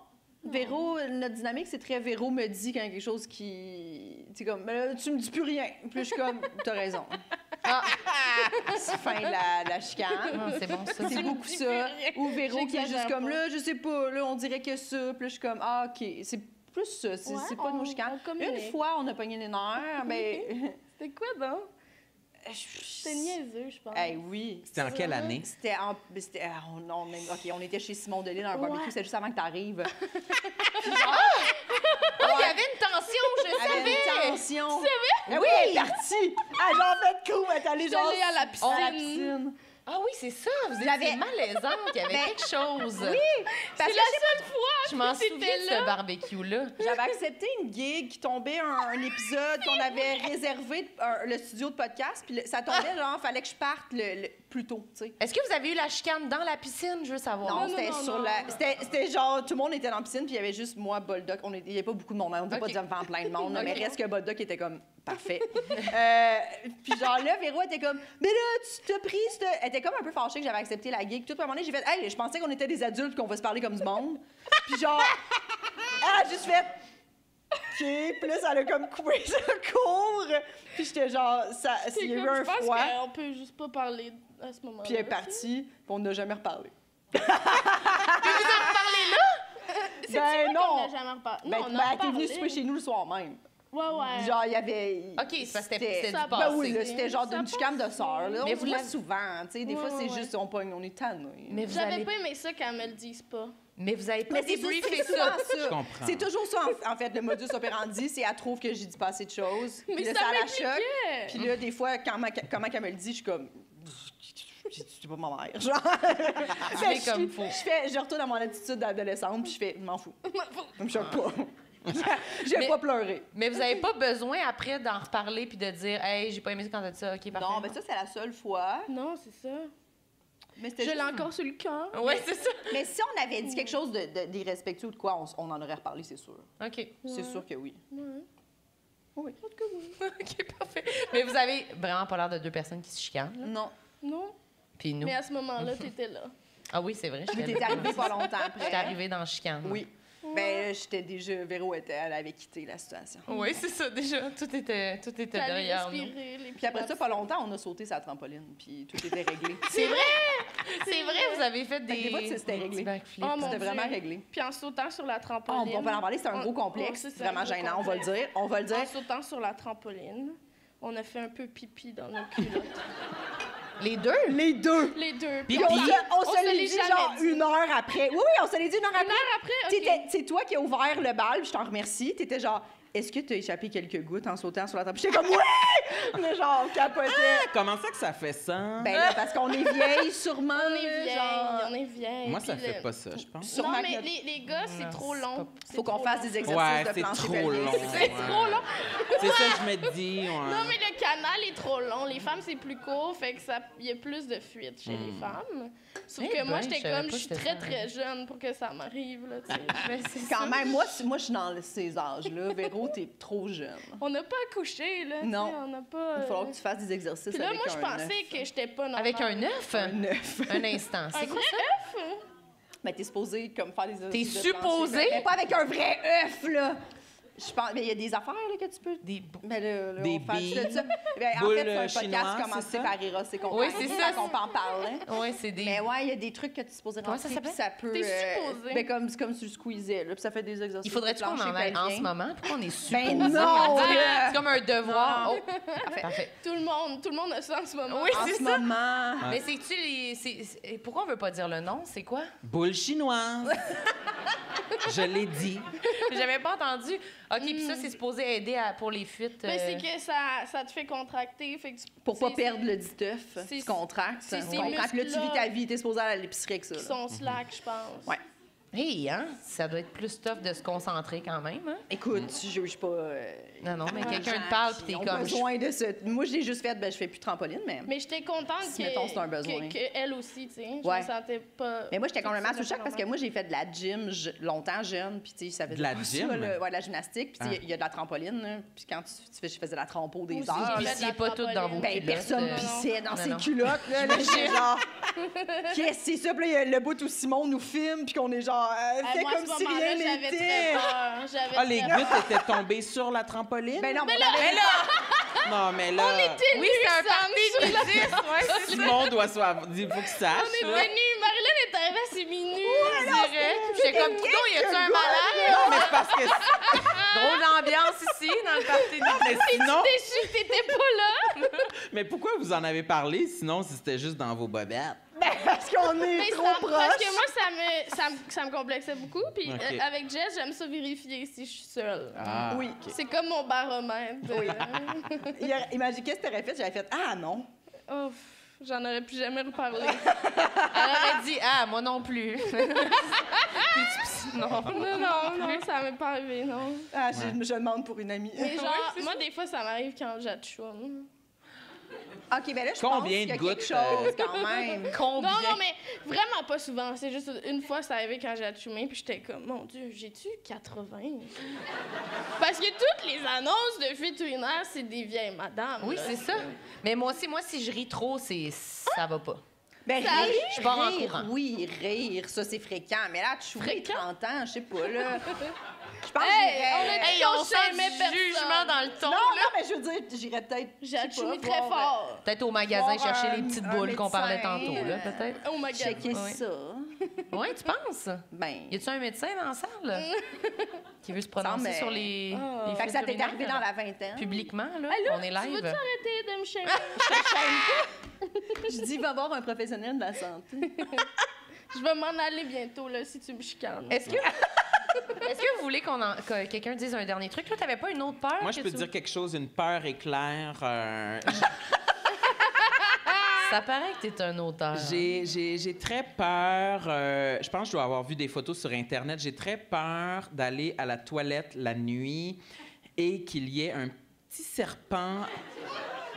[SPEAKER 3] Véro, notre dynamique, c'est très Véro me dit quand quelque chose qui. Tu sais, comme, Mais là, tu me dis plus rien. Puis je suis comme, t'as raison.
[SPEAKER 4] Ah.
[SPEAKER 3] C'est fin de la, de la chicane.
[SPEAKER 4] Non, Ah, c'est bon, ça.
[SPEAKER 3] C'est beaucoup
[SPEAKER 6] dis
[SPEAKER 3] ça.
[SPEAKER 6] plus rien.
[SPEAKER 3] Ou Véro qui est juste
[SPEAKER 6] J'exagère
[SPEAKER 3] comme,
[SPEAKER 6] pas.
[SPEAKER 3] là, je sais pas, là, on dirait que ça. Puis là, je suis comme, ah, OK. C'est plus ça. C'est
[SPEAKER 6] Ouais,
[SPEAKER 3] c'est pas
[SPEAKER 6] on-
[SPEAKER 3] nos chicanes.
[SPEAKER 6] on communique.
[SPEAKER 3] Une fois, on a pogné les nerfs, mais.
[SPEAKER 6] C'était quoi, donc? C'était
[SPEAKER 3] je-
[SPEAKER 6] niaiseux, je pense.
[SPEAKER 3] Eh oui.
[SPEAKER 5] c'était en quelle année
[SPEAKER 3] C'était en. mais c'était- ah, on, on est- OK, on était chez Simon Delisle dans un
[SPEAKER 6] Ouais.
[SPEAKER 3] barbecue, c'est juste avant que t'arrives.
[SPEAKER 4] Ah, il y avait une tension, je
[SPEAKER 3] Elle avait une
[SPEAKER 4] savais!
[SPEAKER 3] tension. Ah oui, elle est partie. Ah, Elle genre fait de coup, elle est allée
[SPEAKER 6] Je
[SPEAKER 3] genre
[SPEAKER 6] l'ai à la piscine.
[SPEAKER 3] à la piscine.
[SPEAKER 4] Ah oui, c'est ça, vous Ben,
[SPEAKER 3] J'avais-
[SPEAKER 4] étiez malaisante, il y avait quelque chose.
[SPEAKER 3] Parce que
[SPEAKER 4] seule fois Je m'en
[SPEAKER 6] t'étais
[SPEAKER 4] souviens de
[SPEAKER 6] là.
[SPEAKER 4] ce barbecue-là.
[SPEAKER 3] j'avais accepté une gig qui tombait un, un épisode qu'on avait réservé de- un- le studio de podcast puis le- ça
[SPEAKER 6] Ah.
[SPEAKER 3] tombait genre fallait que je parte le, le- plus tôt, tu sais.
[SPEAKER 4] Est-ce que vous avez eu la chicane dans la piscine, je veux savoir?
[SPEAKER 3] Non,
[SPEAKER 6] non,
[SPEAKER 3] c'était
[SPEAKER 6] non,
[SPEAKER 3] sur
[SPEAKER 6] non.
[SPEAKER 3] la c'était c'était genre tout le monde était dans la piscine puis il y avait juste moi Boldoc, on était- il y avait pas beaucoup de monde, hein, on était
[SPEAKER 4] Ok.
[SPEAKER 3] pas devant plein de monde, là, mais
[SPEAKER 4] Ok.
[SPEAKER 3] reste que Boldoc était comme parfait. Euh, puis genre là Véro était comme mais là tu t'as pris cette- elle était comme un peu fâchée que j'avais accepté la gig. Puis tout à un moment donné, j'ai fait hey, je pensais qu'on était des adultes qu'on va se parler comme du monde. Puis genre elle a juste fait OK, puis là ça a comme coupé le cours. Puis j'étais genre ça
[SPEAKER 6] C'est
[SPEAKER 3] il y a eu un
[SPEAKER 6] comme, je pense
[SPEAKER 3] froid.
[SPEAKER 6] qu'on peut juste pas parler à ce moment-là.
[SPEAKER 3] Puis elle est partie, puis on n'a jamais reparlé.
[SPEAKER 6] C'est-tu vrai
[SPEAKER 3] Ben
[SPEAKER 6] qu'on
[SPEAKER 3] non.
[SPEAKER 6] n'a jamais reparlé.
[SPEAKER 3] Ben,
[SPEAKER 6] Non, on
[SPEAKER 3] ben,
[SPEAKER 6] a
[SPEAKER 3] elle était venue
[SPEAKER 6] reparlé.
[SPEAKER 3] souper chez nous le soir même.
[SPEAKER 6] Ouais, ouais.
[SPEAKER 3] Genre, il y avait.
[SPEAKER 4] OK, c'est parce que c'était- c'était du
[SPEAKER 3] Ben
[SPEAKER 4] passé.
[SPEAKER 3] oui, là, c'était genre
[SPEAKER 6] Ça
[SPEAKER 3] d'une chicane de
[SPEAKER 6] passe.
[SPEAKER 3] sœur. là.
[SPEAKER 4] Mais
[SPEAKER 3] On
[SPEAKER 4] vous
[SPEAKER 3] se voit
[SPEAKER 4] l'avez-
[SPEAKER 3] souvent, tu sais. Des
[SPEAKER 6] Ouais,
[SPEAKER 3] fois, c'est
[SPEAKER 6] ouais.
[SPEAKER 3] juste, on pogne, on est tannés.
[SPEAKER 4] Mais vous
[SPEAKER 6] J'avais
[SPEAKER 4] avez
[SPEAKER 6] pas aimé ça qu'elle me le dise pas.
[SPEAKER 4] Mais vous avez pas
[SPEAKER 3] Mais c'est ça,
[SPEAKER 4] débriefé
[SPEAKER 3] c'est souvent
[SPEAKER 4] ça.
[SPEAKER 3] ça.
[SPEAKER 5] Je comprends.
[SPEAKER 3] C'est toujours ça, en, en fait, le modus operandi, c'est elle trouve que j'ai dit pas assez de choses.
[SPEAKER 6] Mais
[SPEAKER 3] puis là,
[SPEAKER 6] ça
[SPEAKER 3] la choque.
[SPEAKER 6] m'impliquait.
[SPEAKER 3] Puis là, des fois, quand ma- comment qu'elle me le dit, je suis comme. Tu pas ma mère. Genre.
[SPEAKER 4] fais
[SPEAKER 3] je,
[SPEAKER 4] comme
[SPEAKER 3] suis-
[SPEAKER 4] faut.
[SPEAKER 3] je fais, je retourne à mon attitude d'adolescente, puis je fais, m'en fous. Je me choque pas. J'ai
[SPEAKER 4] Mais-
[SPEAKER 3] pas pleuré.
[SPEAKER 4] Mais vous avez pas besoin après d'en reparler puis de dire Hey, j'ai pas aimé ça quand t'as dit ça, ok, parfait.
[SPEAKER 3] Non, mais ça, c'est la seule fois.
[SPEAKER 6] Non, c'est ça.
[SPEAKER 3] Mais c'était
[SPEAKER 6] Je l'ai
[SPEAKER 3] juste- Ah
[SPEAKER 6] encore sur le cœur.
[SPEAKER 4] Ouais, c'est ça.
[SPEAKER 3] Mais si on avait dit quelque chose de, de- d'irrespectueux ou de quoi, on, s- on en aurait reparlé, c'est sûr.
[SPEAKER 4] OK.
[SPEAKER 3] C'est sûr que oui.
[SPEAKER 6] Ouais.
[SPEAKER 3] Oui.
[SPEAKER 4] OK, parfait. Mais vous avez vraiment pas l'air de deux personnes qui se chicanent. là.
[SPEAKER 3] Non.
[SPEAKER 6] Non.
[SPEAKER 4] Puis nous.
[SPEAKER 6] Mais à ce moment-là, t'étais là.
[SPEAKER 4] Ah oui, c'est vrai.
[SPEAKER 3] Mais
[SPEAKER 4] j'étais
[SPEAKER 3] t'es
[SPEAKER 4] là.
[SPEAKER 3] arrivé pas longtemps
[SPEAKER 4] J'étais
[SPEAKER 3] après.
[SPEAKER 4] arrivée dans la chicane.
[SPEAKER 3] Oui. Ben, là, j'étais déjà. Véro était, elle avait quitté la situation.
[SPEAKER 4] Oui, c'est ça, déjà. Tout était, tout était
[SPEAKER 6] T'allais
[SPEAKER 4] derrière nous.
[SPEAKER 6] respirer. les
[SPEAKER 3] Puis après ça, pas longtemps, on a sauté sa trampoline, puis tout était réglé.
[SPEAKER 4] C'est vrai! C'est vrai, vous avez fait des.
[SPEAKER 3] que des fois, tu sais, c'était
[SPEAKER 4] des
[SPEAKER 3] réglé.
[SPEAKER 4] petits backflips.
[SPEAKER 6] Oh, mon
[SPEAKER 3] C'était
[SPEAKER 6] Dieu.
[SPEAKER 3] vraiment réglé.
[SPEAKER 6] Puis en sautant sur la
[SPEAKER 3] Ah,
[SPEAKER 6] trampoline.
[SPEAKER 3] on va en parler, c'est un
[SPEAKER 6] On-
[SPEAKER 3] gros complexe,
[SPEAKER 6] ouais, c'est ça,
[SPEAKER 3] vraiment
[SPEAKER 6] un gros
[SPEAKER 3] gênant, on va le dire, on va le
[SPEAKER 6] En
[SPEAKER 3] dire.
[SPEAKER 6] sautant sur la trampoline, on a fait un peu pipi dans nos culottes.
[SPEAKER 4] Les deux?
[SPEAKER 3] Les deux.
[SPEAKER 6] les deux.
[SPEAKER 3] Puis
[SPEAKER 6] Puis
[SPEAKER 3] on se, on
[SPEAKER 6] on
[SPEAKER 3] se
[SPEAKER 6] se
[SPEAKER 3] l'est
[SPEAKER 6] l'est
[SPEAKER 3] dit
[SPEAKER 6] jamais
[SPEAKER 3] genre
[SPEAKER 6] dit.
[SPEAKER 3] une heure après. Oui, oui, on se l'est dit une heure
[SPEAKER 6] Une
[SPEAKER 3] après.
[SPEAKER 6] heure après, OK.
[SPEAKER 3] T'étais- C'est toi qui as ouvert le bal, puis je t'en remercie. T'étais genre, est-ce que t'as échappé quelques gouttes en sautant sur la table? J'étais comme, oui! Mais genre, on capotait.
[SPEAKER 5] comment ça que ça fait ça
[SPEAKER 3] Ben là, parce qu'on est vieille, sûrement.
[SPEAKER 6] On est
[SPEAKER 3] là,
[SPEAKER 6] vieille,
[SPEAKER 3] genre.
[SPEAKER 6] on est vieille.
[SPEAKER 5] Moi, ça
[SPEAKER 6] puis
[SPEAKER 5] fait
[SPEAKER 6] le-
[SPEAKER 5] pas ça, je pense.
[SPEAKER 3] Sur
[SPEAKER 6] Non,
[SPEAKER 3] ma-
[SPEAKER 6] mais les, les gars, c'est trop long. C'est
[SPEAKER 3] Ah, Faut qu'on
[SPEAKER 6] trop
[SPEAKER 3] fasse
[SPEAKER 6] long.
[SPEAKER 5] Ouais,
[SPEAKER 3] des exercices de
[SPEAKER 5] c'est
[SPEAKER 3] plancher
[SPEAKER 5] trop
[SPEAKER 3] pelvien.
[SPEAKER 5] long.
[SPEAKER 6] C'est trop long.
[SPEAKER 5] C'est ça que je me dis. ouais.
[SPEAKER 6] Non, mais le canal est trop long. Les femmes, c'est plus court, fait que ça, il y a plus de fuite chez
[SPEAKER 5] Hmm.
[SPEAKER 6] les femmes. Sauf
[SPEAKER 4] Eh
[SPEAKER 6] que moi,
[SPEAKER 4] ben,
[SPEAKER 6] j'étais
[SPEAKER 4] je savais
[SPEAKER 6] comme,
[SPEAKER 4] pas
[SPEAKER 6] je
[SPEAKER 4] que
[SPEAKER 6] suis
[SPEAKER 4] c'était
[SPEAKER 6] très,
[SPEAKER 4] ça.
[SPEAKER 6] très jeune pour que ça m'arrive, là, tu sais.
[SPEAKER 4] Ben, c'est ça.
[SPEAKER 3] Quand même, moi, tu- moi je suis dans ces âges-là. Véro, t'es trop jeune.
[SPEAKER 6] On n'a pas accouché, là. tu sais,
[SPEAKER 3] Non.
[SPEAKER 6] On n'a pas.
[SPEAKER 3] Il va falloir
[SPEAKER 6] euh,
[SPEAKER 3] que tu fasses des exercices
[SPEAKER 6] Puis là,
[SPEAKER 3] avec
[SPEAKER 6] moi, je
[SPEAKER 3] un
[SPEAKER 6] pensais
[SPEAKER 3] œuf. hein.
[SPEAKER 6] que j'étais pas normale.
[SPEAKER 4] Avec un œuf?
[SPEAKER 3] Un œuf.
[SPEAKER 4] Un instant.
[SPEAKER 6] Un
[SPEAKER 4] C'est quoi
[SPEAKER 6] vrai
[SPEAKER 4] ça?
[SPEAKER 6] œuf? hein.
[SPEAKER 3] Mais t'es supposé comme faire des
[SPEAKER 4] T'es
[SPEAKER 3] exercices de
[SPEAKER 4] supposé?
[SPEAKER 3] plancher. Mais pas avec un vrai œuf, là! Je pense, mais il y a des affaires là, que tu peux.
[SPEAKER 4] Des...
[SPEAKER 3] Mais là, là,
[SPEAKER 5] Des
[SPEAKER 3] on parle
[SPEAKER 5] billes.
[SPEAKER 3] de ça. Ben, en
[SPEAKER 5] Boules,
[SPEAKER 3] fait, c'est
[SPEAKER 5] euh,
[SPEAKER 3] un podcast
[SPEAKER 5] chinois,
[SPEAKER 3] qui commencé
[SPEAKER 5] c'est ça?
[SPEAKER 3] par Eros et compagnie.
[SPEAKER 4] Oui, c'est ça.
[SPEAKER 3] qu'on peut en parler.
[SPEAKER 4] Oui, c'est des...
[SPEAKER 3] Mais ouais, il y a des trucs que tu es supposé
[SPEAKER 4] Comment ça
[SPEAKER 3] rentrer, puis
[SPEAKER 4] s'appelle?
[SPEAKER 3] ça peut...
[SPEAKER 6] T'es
[SPEAKER 3] euh,
[SPEAKER 6] supposé.
[SPEAKER 3] ben, comme, c'est comme si tu le squeezais, là, puis ça fait des exercices.
[SPEAKER 4] Il faudrait-tu
[SPEAKER 3] de
[SPEAKER 4] qu'on en
[SPEAKER 3] plancher
[SPEAKER 4] aille en
[SPEAKER 3] pelvien.
[SPEAKER 4] ce moment? Pourquoi on est super?
[SPEAKER 3] Ben non!
[SPEAKER 4] C'est comme un devoir. Oh, parfait.
[SPEAKER 6] Tout le monde, tout le monde a ça en ce moment.
[SPEAKER 4] Oui,
[SPEAKER 3] En
[SPEAKER 4] c'est
[SPEAKER 3] ce
[SPEAKER 4] ça.
[SPEAKER 3] moment...
[SPEAKER 4] Mais c'est-tu les... c'est- c'est- Pourquoi on veut pas dire le nom? C'est quoi?
[SPEAKER 5] Boule chinoise. je l'ai dit.
[SPEAKER 4] J'avais pas entendu. OK, puis ça, c'est supposé aider à- pour les fuites.
[SPEAKER 6] Mais
[SPEAKER 4] euh,
[SPEAKER 6] c'est que ça, ça te fait contracter, fait que tu-
[SPEAKER 3] Pour pas
[SPEAKER 6] c'est-
[SPEAKER 3] perdre le dit œuf,
[SPEAKER 6] c'est-
[SPEAKER 3] tu contractes.
[SPEAKER 6] c'est
[SPEAKER 3] Tu
[SPEAKER 6] ces
[SPEAKER 3] contractes. Là, tu vis
[SPEAKER 6] muscles-là.
[SPEAKER 3] ta vie, t'es supposé aller à l'épicerie avec ça.
[SPEAKER 6] Qui
[SPEAKER 3] là.
[SPEAKER 6] sont slack, je pense.
[SPEAKER 3] Mhm. Ouais.
[SPEAKER 4] Hey, hein? Ça doit être plus tough de se concentrer quand même, hein?
[SPEAKER 3] Écoute, je juge pas... euh,
[SPEAKER 4] Non, non, mais
[SPEAKER 3] les
[SPEAKER 4] quelqu'un
[SPEAKER 3] gens
[SPEAKER 4] te parle,
[SPEAKER 3] qui
[SPEAKER 4] puis t'es
[SPEAKER 3] ont
[SPEAKER 4] comme...
[SPEAKER 3] besoin de ce... Moi, je l'ai juste fait, ben, je fais plus de trampoline, mais...
[SPEAKER 6] Mais j'étais contente
[SPEAKER 3] Si,
[SPEAKER 6] que,
[SPEAKER 3] mettons, c'est un besoin.
[SPEAKER 6] que- que elle aussi, tu sais. Je
[SPEAKER 3] Ouais.
[SPEAKER 6] me sentais pas.
[SPEAKER 3] Mais moi, j'étais complètement sous
[SPEAKER 6] ça
[SPEAKER 3] le choc parce que moi, j'ai fait de la gym je- longtemps jeune, puis tu sais, ça faisait
[SPEAKER 5] De la
[SPEAKER 3] pas ça,
[SPEAKER 5] gym?
[SPEAKER 3] là. ouais, de la gymnastique, puis tu sais,
[SPEAKER 5] Ah.
[SPEAKER 3] il y a de la trampoline, là. puis quand tu, tu fais, je faisais de la trampo des
[SPEAKER 6] Aussi,
[SPEAKER 3] heures.
[SPEAKER 4] Puis
[SPEAKER 3] là.
[SPEAKER 6] là,
[SPEAKER 4] s'il est pas tout dans vos
[SPEAKER 6] Ben,
[SPEAKER 4] culottes,
[SPEAKER 3] personne
[SPEAKER 4] euh,
[SPEAKER 3] pissait dans
[SPEAKER 4] non,
[SPEAKER 3] ses
[SPEAKER 4] non.
[SPEAKER 3] culottes, là, là, j'étais genre, qu'est-ce que c'est ça? Puis là, il y a le bout où Simon nous filme, puis qu'on est genre, euh,
[SPEAKER 6] Ah,
[SPEAKER 3] c'est
[SPEAKER 6] moi, à
[SPEAKER 3] comme
[SPEAKER 6] ce
[SPEAKER 3] si
[SPEAKER 6] moment-là,
[SPEAKER 3] rien
[SPEAKER 6] j'avais très
[SPEAKER 3] n'était.
[SPEAKER 6] peur. J'avais
[SPEAKER 5] Ah, les
[SPEAKER 6] très
[SPEAKER 5] gars étaient tombés sur la trampoline?
[SPEAKER 3] Ben non, mais on avait-
[SPEAKER 5] non, mais là,
[SPEAKER 4] Oui, c'est un parti de
[SPEAKER 5] Simon doit savoir. Il faut qu'il sache.
[SPEAKER 6] On est
[SPEAKER 5] là.
[SPEAKER 6] venus. Marilyn est arrivée à ses minuit.
[SPEAKER 4] direct. J'étais comme, coudon, y a-tu un malade?
[SPEAKER 5] Non, mais c'est parce que
[SPEAKER 4] Drôle d'ambiance ici, dans le party de
[SPEAKER 5] mais sinon,
[SPEAKER 6] Déçue que t'étais pas là.
[SPEAKER 5] mais pourquoi vous en avez parlé sinon si c'était juste dans vos bobettes?
[SPEAKER 3] Ben, parce qu'on est
[SPEAKER 6] Mais ça-
[SPEAKER 3] trop
[SPEAKER 6] Parce que
[SPEAKER 3] proches.
[SPEAKER 6] moi, ça me, ça me, ça me complexait beaucoup. Puis
[SPEAKER 5] Ok.
[SPEAKER 6] euh, avec Jess, j'aime ça vérifier si je suis seule.
[SPEAKER 5] Ah.
[SPEAKER 3] Oui.
[SPEAKER 6] C'est comme mon baromètre.
[SPEAKER 3] Il y a- Imagine, qu'est-ce que t'aurais fait? J'avais fait, ah non.
[SPEAKER 6] Oh, pff, J'en aurais plus jamais reparlé.
[SPEAKER 4] Elle aurait dit, ah, moi non plus. T'es-tu- non.
[SPEAKER 6] non, non, non, ça m'est pas arrivé, non.
[SPEAKER 3] Ah, je, je demande pour une amie.
[SPEAKER 6] Mais genre, moi, des fois, ça m'arrive quand j'achoume.
[SPEAKER 3] OK, ben là, je pense
[SPEAKER 5] Combien
[SPEAKER 3] qu'il y
[SPEAKER 5] de
[SPEAKER 3] a
[SPEAKER 5] gouttes, euh?
[SPEAKER 3] quelque chose quand même.
[SPEAKER 4] Combien?
[SPEAKER 6] Non, non, mais vraiment pas souvent. C'est juste une fois, c'est arrivé quand j'ai achumé, puis j'étais comme, mon Dieu, j'ai-tu 80? Parce que toutes les annonces de vétérinaire, c'est des vieilles madames.
[SPEAKER 4] Oui,
[SPEAKER 6] là.
[SPEAKER 4] c'est ça. Mais moi aussi, moi, si je ris trop, c'est ça va pas.
[SPEAKER 3] Ben,
[SPEAKER 6] Ça
[SPEAKER 3] rire,
[SPEAKER 4] Je pars en
[SPEAKER 3] rire,
[SPEAKER 4] courant.
[SPEAKER 3] Oui, rire, ça c'est fréquent. Mais là, tu chouris 30 ans, je sais pas, là. Je pense
[SPEAKER 6] Hey,
[SPEAKER 3] que j'irais-
[SPEAKER 6] on est-
[SPEAKER 4] Hey,
[SPEAKER 6] Yo,
[SPEAKER 4] on sent
[SPEAKER 6] j'aimais
[SPEAKER 4] du
[SPEAKER 6] personne.
[SPEAKER 4] jugement dans le ton.
[SPEAKER 3] Non, non, mais je veux dire, j'irais peut-être. je
[SPEAKER 6] J'ai
[SPEAKER 3] sais pas,
[SPEAKER 6] achumé très
[SPEAKER 3] voir, euh,
[SPEAKER 6] fort.
[SPEAKER 4] Peut-être au magasin
[SPEAKER 3] Voir
[SPEAKER 4] chercher
[SPEAKER 3] un-
[SPEAKER 4] les petites
[SPEAKER 3] un
[SPEAKER 4] boules qu'on parlait
[SPEAKER 3] médecin,
[SPEAKER 4] tantôt, là,
[SPEAKER 3] euh,
[SPEAKER 4] peut-être.
[SPEAKER 6] Oh my
[SPEAKER 3] euh,
[SPEAKER 6] God.
[SPEAKER 3] Checker
[SPEAKER 4] Ouais.
[SPEAKER 3] ça.
[SPEAKER 4] Oui, tu penses?
[SPEAKER 3] Ben.
[SPEAKER 4] Y a-tu un médecin dans la salle qui veut se prononcer
[SPEAKER 3] mais- Oh.
[SPEAKER 4] sur les.
[SPEAKER 6] Ah.
[SPEAKER 4] les
[SPEAKER 3] Fait que ça
[SPEAKER 4] faits
[SPEAKER 3] t'est arrivé
[SPEAKER 4] urinaires?
[SPEAKER 3] dans la vingtaine.
[SPEAKER 4] Publiquement, là,
[SPEAKER 6] Allô,
[SPEAKER 4] on est
[SPEAKER 6] Tu veux-tu
[SPEAKER 4] live.
[SPEAKER 6] arrêter de me chier?
[SPEAKER 3] Je dis, va voir un professionnel de la santé.
[SPEAKER 6] Je vais m'en aller bientôt, là, si tu me chicanes.
[SPEAKER 4] Est-ce que. Est-ce que vous voulez qu'on en- que quelqu'un dise un dernier truc? Là, t'avais pas une autre peur?
[SPEAKER 5] Moi,
[SPEAKER 4] que
[SPEAKER 5] je peux
[SPEAKER 4] tu-
[SPEAKER 5] dire quelque chose, une peur éclair. euh,
[SPEAKER 4] Ça paraît que t'es un
[SPEAKER 6] Ah.
[SPEAKER 4] auteur.
[SPEAKER 5] J'ai- J'ai j'ai très peur. euh, je pense que je dois avoir vu des photos sur Internet. J'ai très peur d'aller à la toilette la nuit et qu'il y ait un petit serpent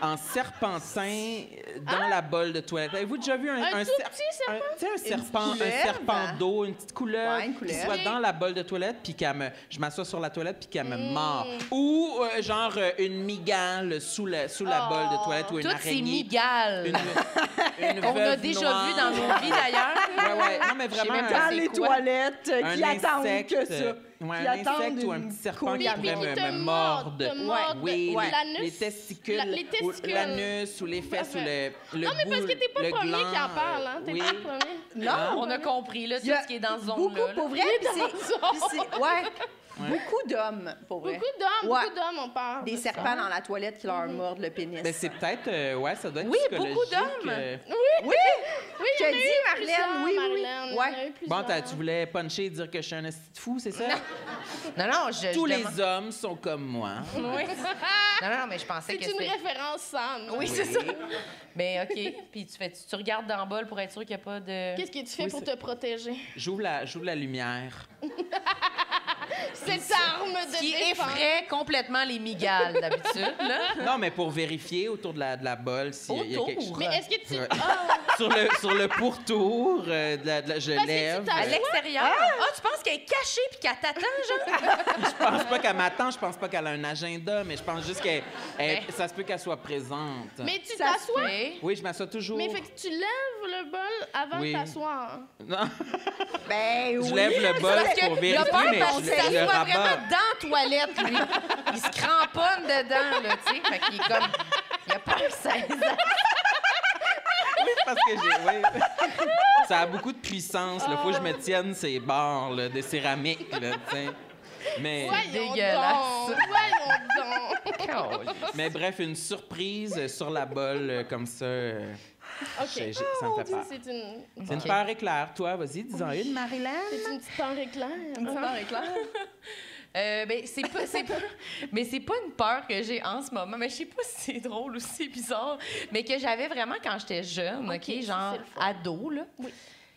[SPEAKER 5] en serpentin dans la bolle de toilette. Avez-vous déjà vu un,
[SPEAKER 6] Ah! Un tout
[SPEAKER 5] ser-
[SPEAKER 6] petit
[SPEAKER 5] un- tu sais, un serpent, un
[SPEAKER 3] couleuvre, hein?
[SPEAKER 5] serpent d'eau, une petite couleur
[SPEAKER 3] Ouais, une
[SPEAKER 5] qui
[SPEAKER 3] couleuvre.
[SPEAKER 5] soit dans la bolle de toilette puis qu'elle me, je m'assois sur la toilette puis qu'elle me mord ou euh, genre euh, une migale sous la sous la bolle de toilette ou une
[SPEAKER 4] Oh, Toutes ces
[SPEAKER 5] araignée.
[SPEAKER 4] migales
[SPEAKER 5] Une- une
[SPEAKER 4] qu'on a
[SPEAKER 5] veuve
[SPEAKER 4] déjà vues
[SPEAKER 5] noire.
[SPEAKER 4] dans nos vies d'ailleurs.
[SPEAKER 5] Ouais, ouais. Non, mais
[SPEAKER 4] Je sais
[SPEAKER 5] vraiment,
[SPEAKER 4] même pas
[SPEAKER 5] un,
[SPEAKER 3] Dans
[SPEAKER 4] c'est
[SPEAKER 3] les
[SPEAKER 4] quoi?
[SPEAKER 3] toilettes, euh,
[SPEAKER 5] un
[SPEAKER 3] qui attendent
[SPEAKER 5] insecte,
[SPEAKER 3] que ça.
[SPEAKER 5] euh,
[SPEAKER 3] Qui
[SPEAKER 5] ouais, un
[SPEAKER 3] attendent
[SPEAKER 5] insecte ou un
[SPEAKER 3] une
[SPEAKER 5] petit serpent qui
[SPEAKER 3] couille à
[SPEAKER 5] pourrait
[SPEAKER 3] mort.
[SPEAKER 5] me,
[SPEAKER 6] qui te
[SPEAKER 5] me
[SPEAKER 6] mordent,
[SPEAKER 5] mordre.
[SPEAKER 6] te mordent.
[SPEAKER 5] oui,
[SPEAKER 6] Ouais.
[SPEAKER 5] les-
[SPEAKER 6] L'anus.
[SPEAKER 5] les testicules,
[SPEAKER 6] La- les
[SPEAKER 5] ou
[SPEAKER 6] testicules.
[SPEAKER 5] l'anus ou les fesses ou le, le
[SPEAKER 6] Non, mais parce
[SPEAKER 5] bout,
[SPEAKER 6] que t'es pas le premier
[SPEAKER 5] gland,
[SPEAKER 6] qui en parle, hein.
[SPEAKER 5] euh,
[SPEAKER 6] T'es
[SPEAKER 5] oui.
[SPEAKER 6] pas le premier.
[SPEAKER 5] Ah,
[SPEAKER 3] Non,
[SPEAKER 4] Ah, On a compris, là, tout
[SPEAKER 3] Ah, Il y a
[SPEAKER 4] ce qui est dans ce
[SPEAKER 3] Beaucoup,
[SPEAKER 4] zone-là. là.
[SPEAKER 3] pour vrai, puis c'est- puis c'est- ouais, beaucoup d'hommes, pour vrai.
[SPEAKER 6] Beaucoup d'hommes,
[SPEAKER 3] Ouais.
[SPEAKER 6] beaucoup d'hommes, on parle.
[SPEAKER 3] Des
[SPEAKER 6] de ça.
[SPEAKER 3] serpents dans la toilette qui leur mordent le pénis.
[SPEAKER 5] Ben, c'est peut-être, euh, ouais, ça doit être
[SPEAKER 4] Oui, beaucoup
[SPEAKER 5] psychologique.
[SPEAKER 4] d'hommes.
[SPEAKER 5] euh,
[SPEAKER 3] Oui!
[SPEAKER 6] Oui, il y
[SPEAKER 3] Tu
[SPEAKER 6] en a
[SPEAKER 3] as
[SPEAKER 6] eu
[SPEAKER 3] dit,
[SPEAKER 6] plusieurs,
[SPEAKER 3] Marlène, oui, oui, oui.
[SPEAKER 6] Marlène. Il y en a
[SPEAKER 4] Ouais.
[SPEAKER 6] eu plusieurs.
[SPEAKER 5] Bon, t'as- tu voulais puncher et dire que je suis un esti de fou, c'est ça?
[SPEAKER 4] Non, non, je.
[SPEAKER 5] Tous
[SPEAKER 4] je
[SPEAKER 5] les
[SPEAKER 4] demande-
[SPEAKER 5] hommes sont comme moi.
[SPEAKER 6] Oui.
[SPEAKER 4] Non, non, non, mais je pensais
[SPEAKER 6] C'est
[SPEAKER 4] que
[SPEAKER 6] une
[SPEAKER 4] c'était.
[SPEAKER 6] référence Sam.
[SPEAKER 4] Oui, c'est ça. Mais OK. Puis tu, fais, tu, tu regardes dans le bol pour être sûr qu'il n'y a pas de.
[SPEAKER 6] Qu'est-ce que tu fais
[SPEAKER 5] Oui,
[SPEAKER 6] pour
[SPEAKER 5] c'est-
[SPEAKER 6] te protéger?
[SPEAKER 5] J'ouvre la, j'ouvre la lumière.
[SPEAKER 6] Cette arme de
[SPEAKER 4] Qui
[SPEAKER 6] défense.
[SPEAKER 4] effraie complètement les migales d'habitude, là.
[SPEAKER 5] Non, mais pour vérifier autour de la, de la bolle s'il y a- il y a quelque chose.
[SPEAKER 4] Autour.
[SPEAKER 6] Mais est-ce que tu...
[SPEAKER 5] Ouais.
[SPEAKER 6] Ah,
[SPEAKER 5] sur, le, sur le pourtour, euh, de la, de la- je
[SPEAKER 6] Parce que tu
[SPEAKER 5] lève.
[SPEAKER 4] À
[SPEAKER 6] t'as-
[SPEAKER 4] l'extérieur. Ah, tu penses qu'elle est cachée puis qu'elle t'attend, genre?
[SPEAKER 5] Je pense pas qu'elle m'attend, je pense pas qu'elle a un agenda, mais je pense juste qu'elle. elle-
[SPEAKER 4] Mais-
[SPEAKER 5] Ça se peut qu'elle soit présente.
[SPEAKER 6] mais tu
[SPEAKER 4] Ça se
[SPEAKER 6] t'assois.
[SPEAKER 4] fait.
[SPEAKER 5] Oui, je m'assois toujours.
[SPEAKER 6] Mais fait que tu lèves le bol avant
[SPEAKER 5] Oui.
[SPEAKER 6] de t'asseoir.
[SPEAKER 5] Non,
[SPEAKER 4] Ben oui.
[SPEAKER 5] je lève le bol
[SPEAKER 4] Parce que
[SPEAKER 5] pour
[SPEAKER 4] le
[SPEAKER 5] vérifier,
[SPEAKER 4] père,
[SPEAKER 5] mais
[SPEAKER 4] parce
[SPEAKER 5] je
[SPEAKER 4] qu'il
[SPEAKER 5] le- le
[SPEAKER 4] s'assoit
[SPEAKER 5] rabat.
[SPEAKER 4] vraiment dans la toilette, lui. Il se cramponne dedans, là, tu sais. Fait qu'il est comme... Il a peur que ça les
[SPEAKER 5] Oui, parce que j'ai. oui. Ça a beaucoup de puissance. Il faut que je me tienne ces barres là, de céramique. Là, tu sais. mais,
[SPEAKER 4] dégueulasse.
[SPEAKER 6] donc! Voyons donc!
[SPEAKER 4] accole.
[SPEAKER 5] mais bref, une surprise euh, sur la bolle euh, comme ça. euh,
[SPEAKER 6] OK. Oh,
[SPEAKER 5] j'ai- j'ai- ça me fait peur.
[SPEAKER 6] C'est une,
[SPEAKER 5] C'est une peur éclair. Toi, vas-y, dis-en une, Marilyn.
[SPEAKER 6] c'est une petite peur éclair.
[SPEAKER 4] Euh, ben, c'est pas, c'est pas, mais c'est pas une peur que j'ai en ce moment. Mais je sais pas si c'est drôle ou si c'est bizarre, mais que j'avais vraiment quand j'étais jeune, ok,
[SPEAKER 6] Ok, ça,
[SPEAKER 4] genre
[SPEAKER 6] c'est le fun.
[SPEAKER 4] ado là.
[SPEAKER 6] Oui.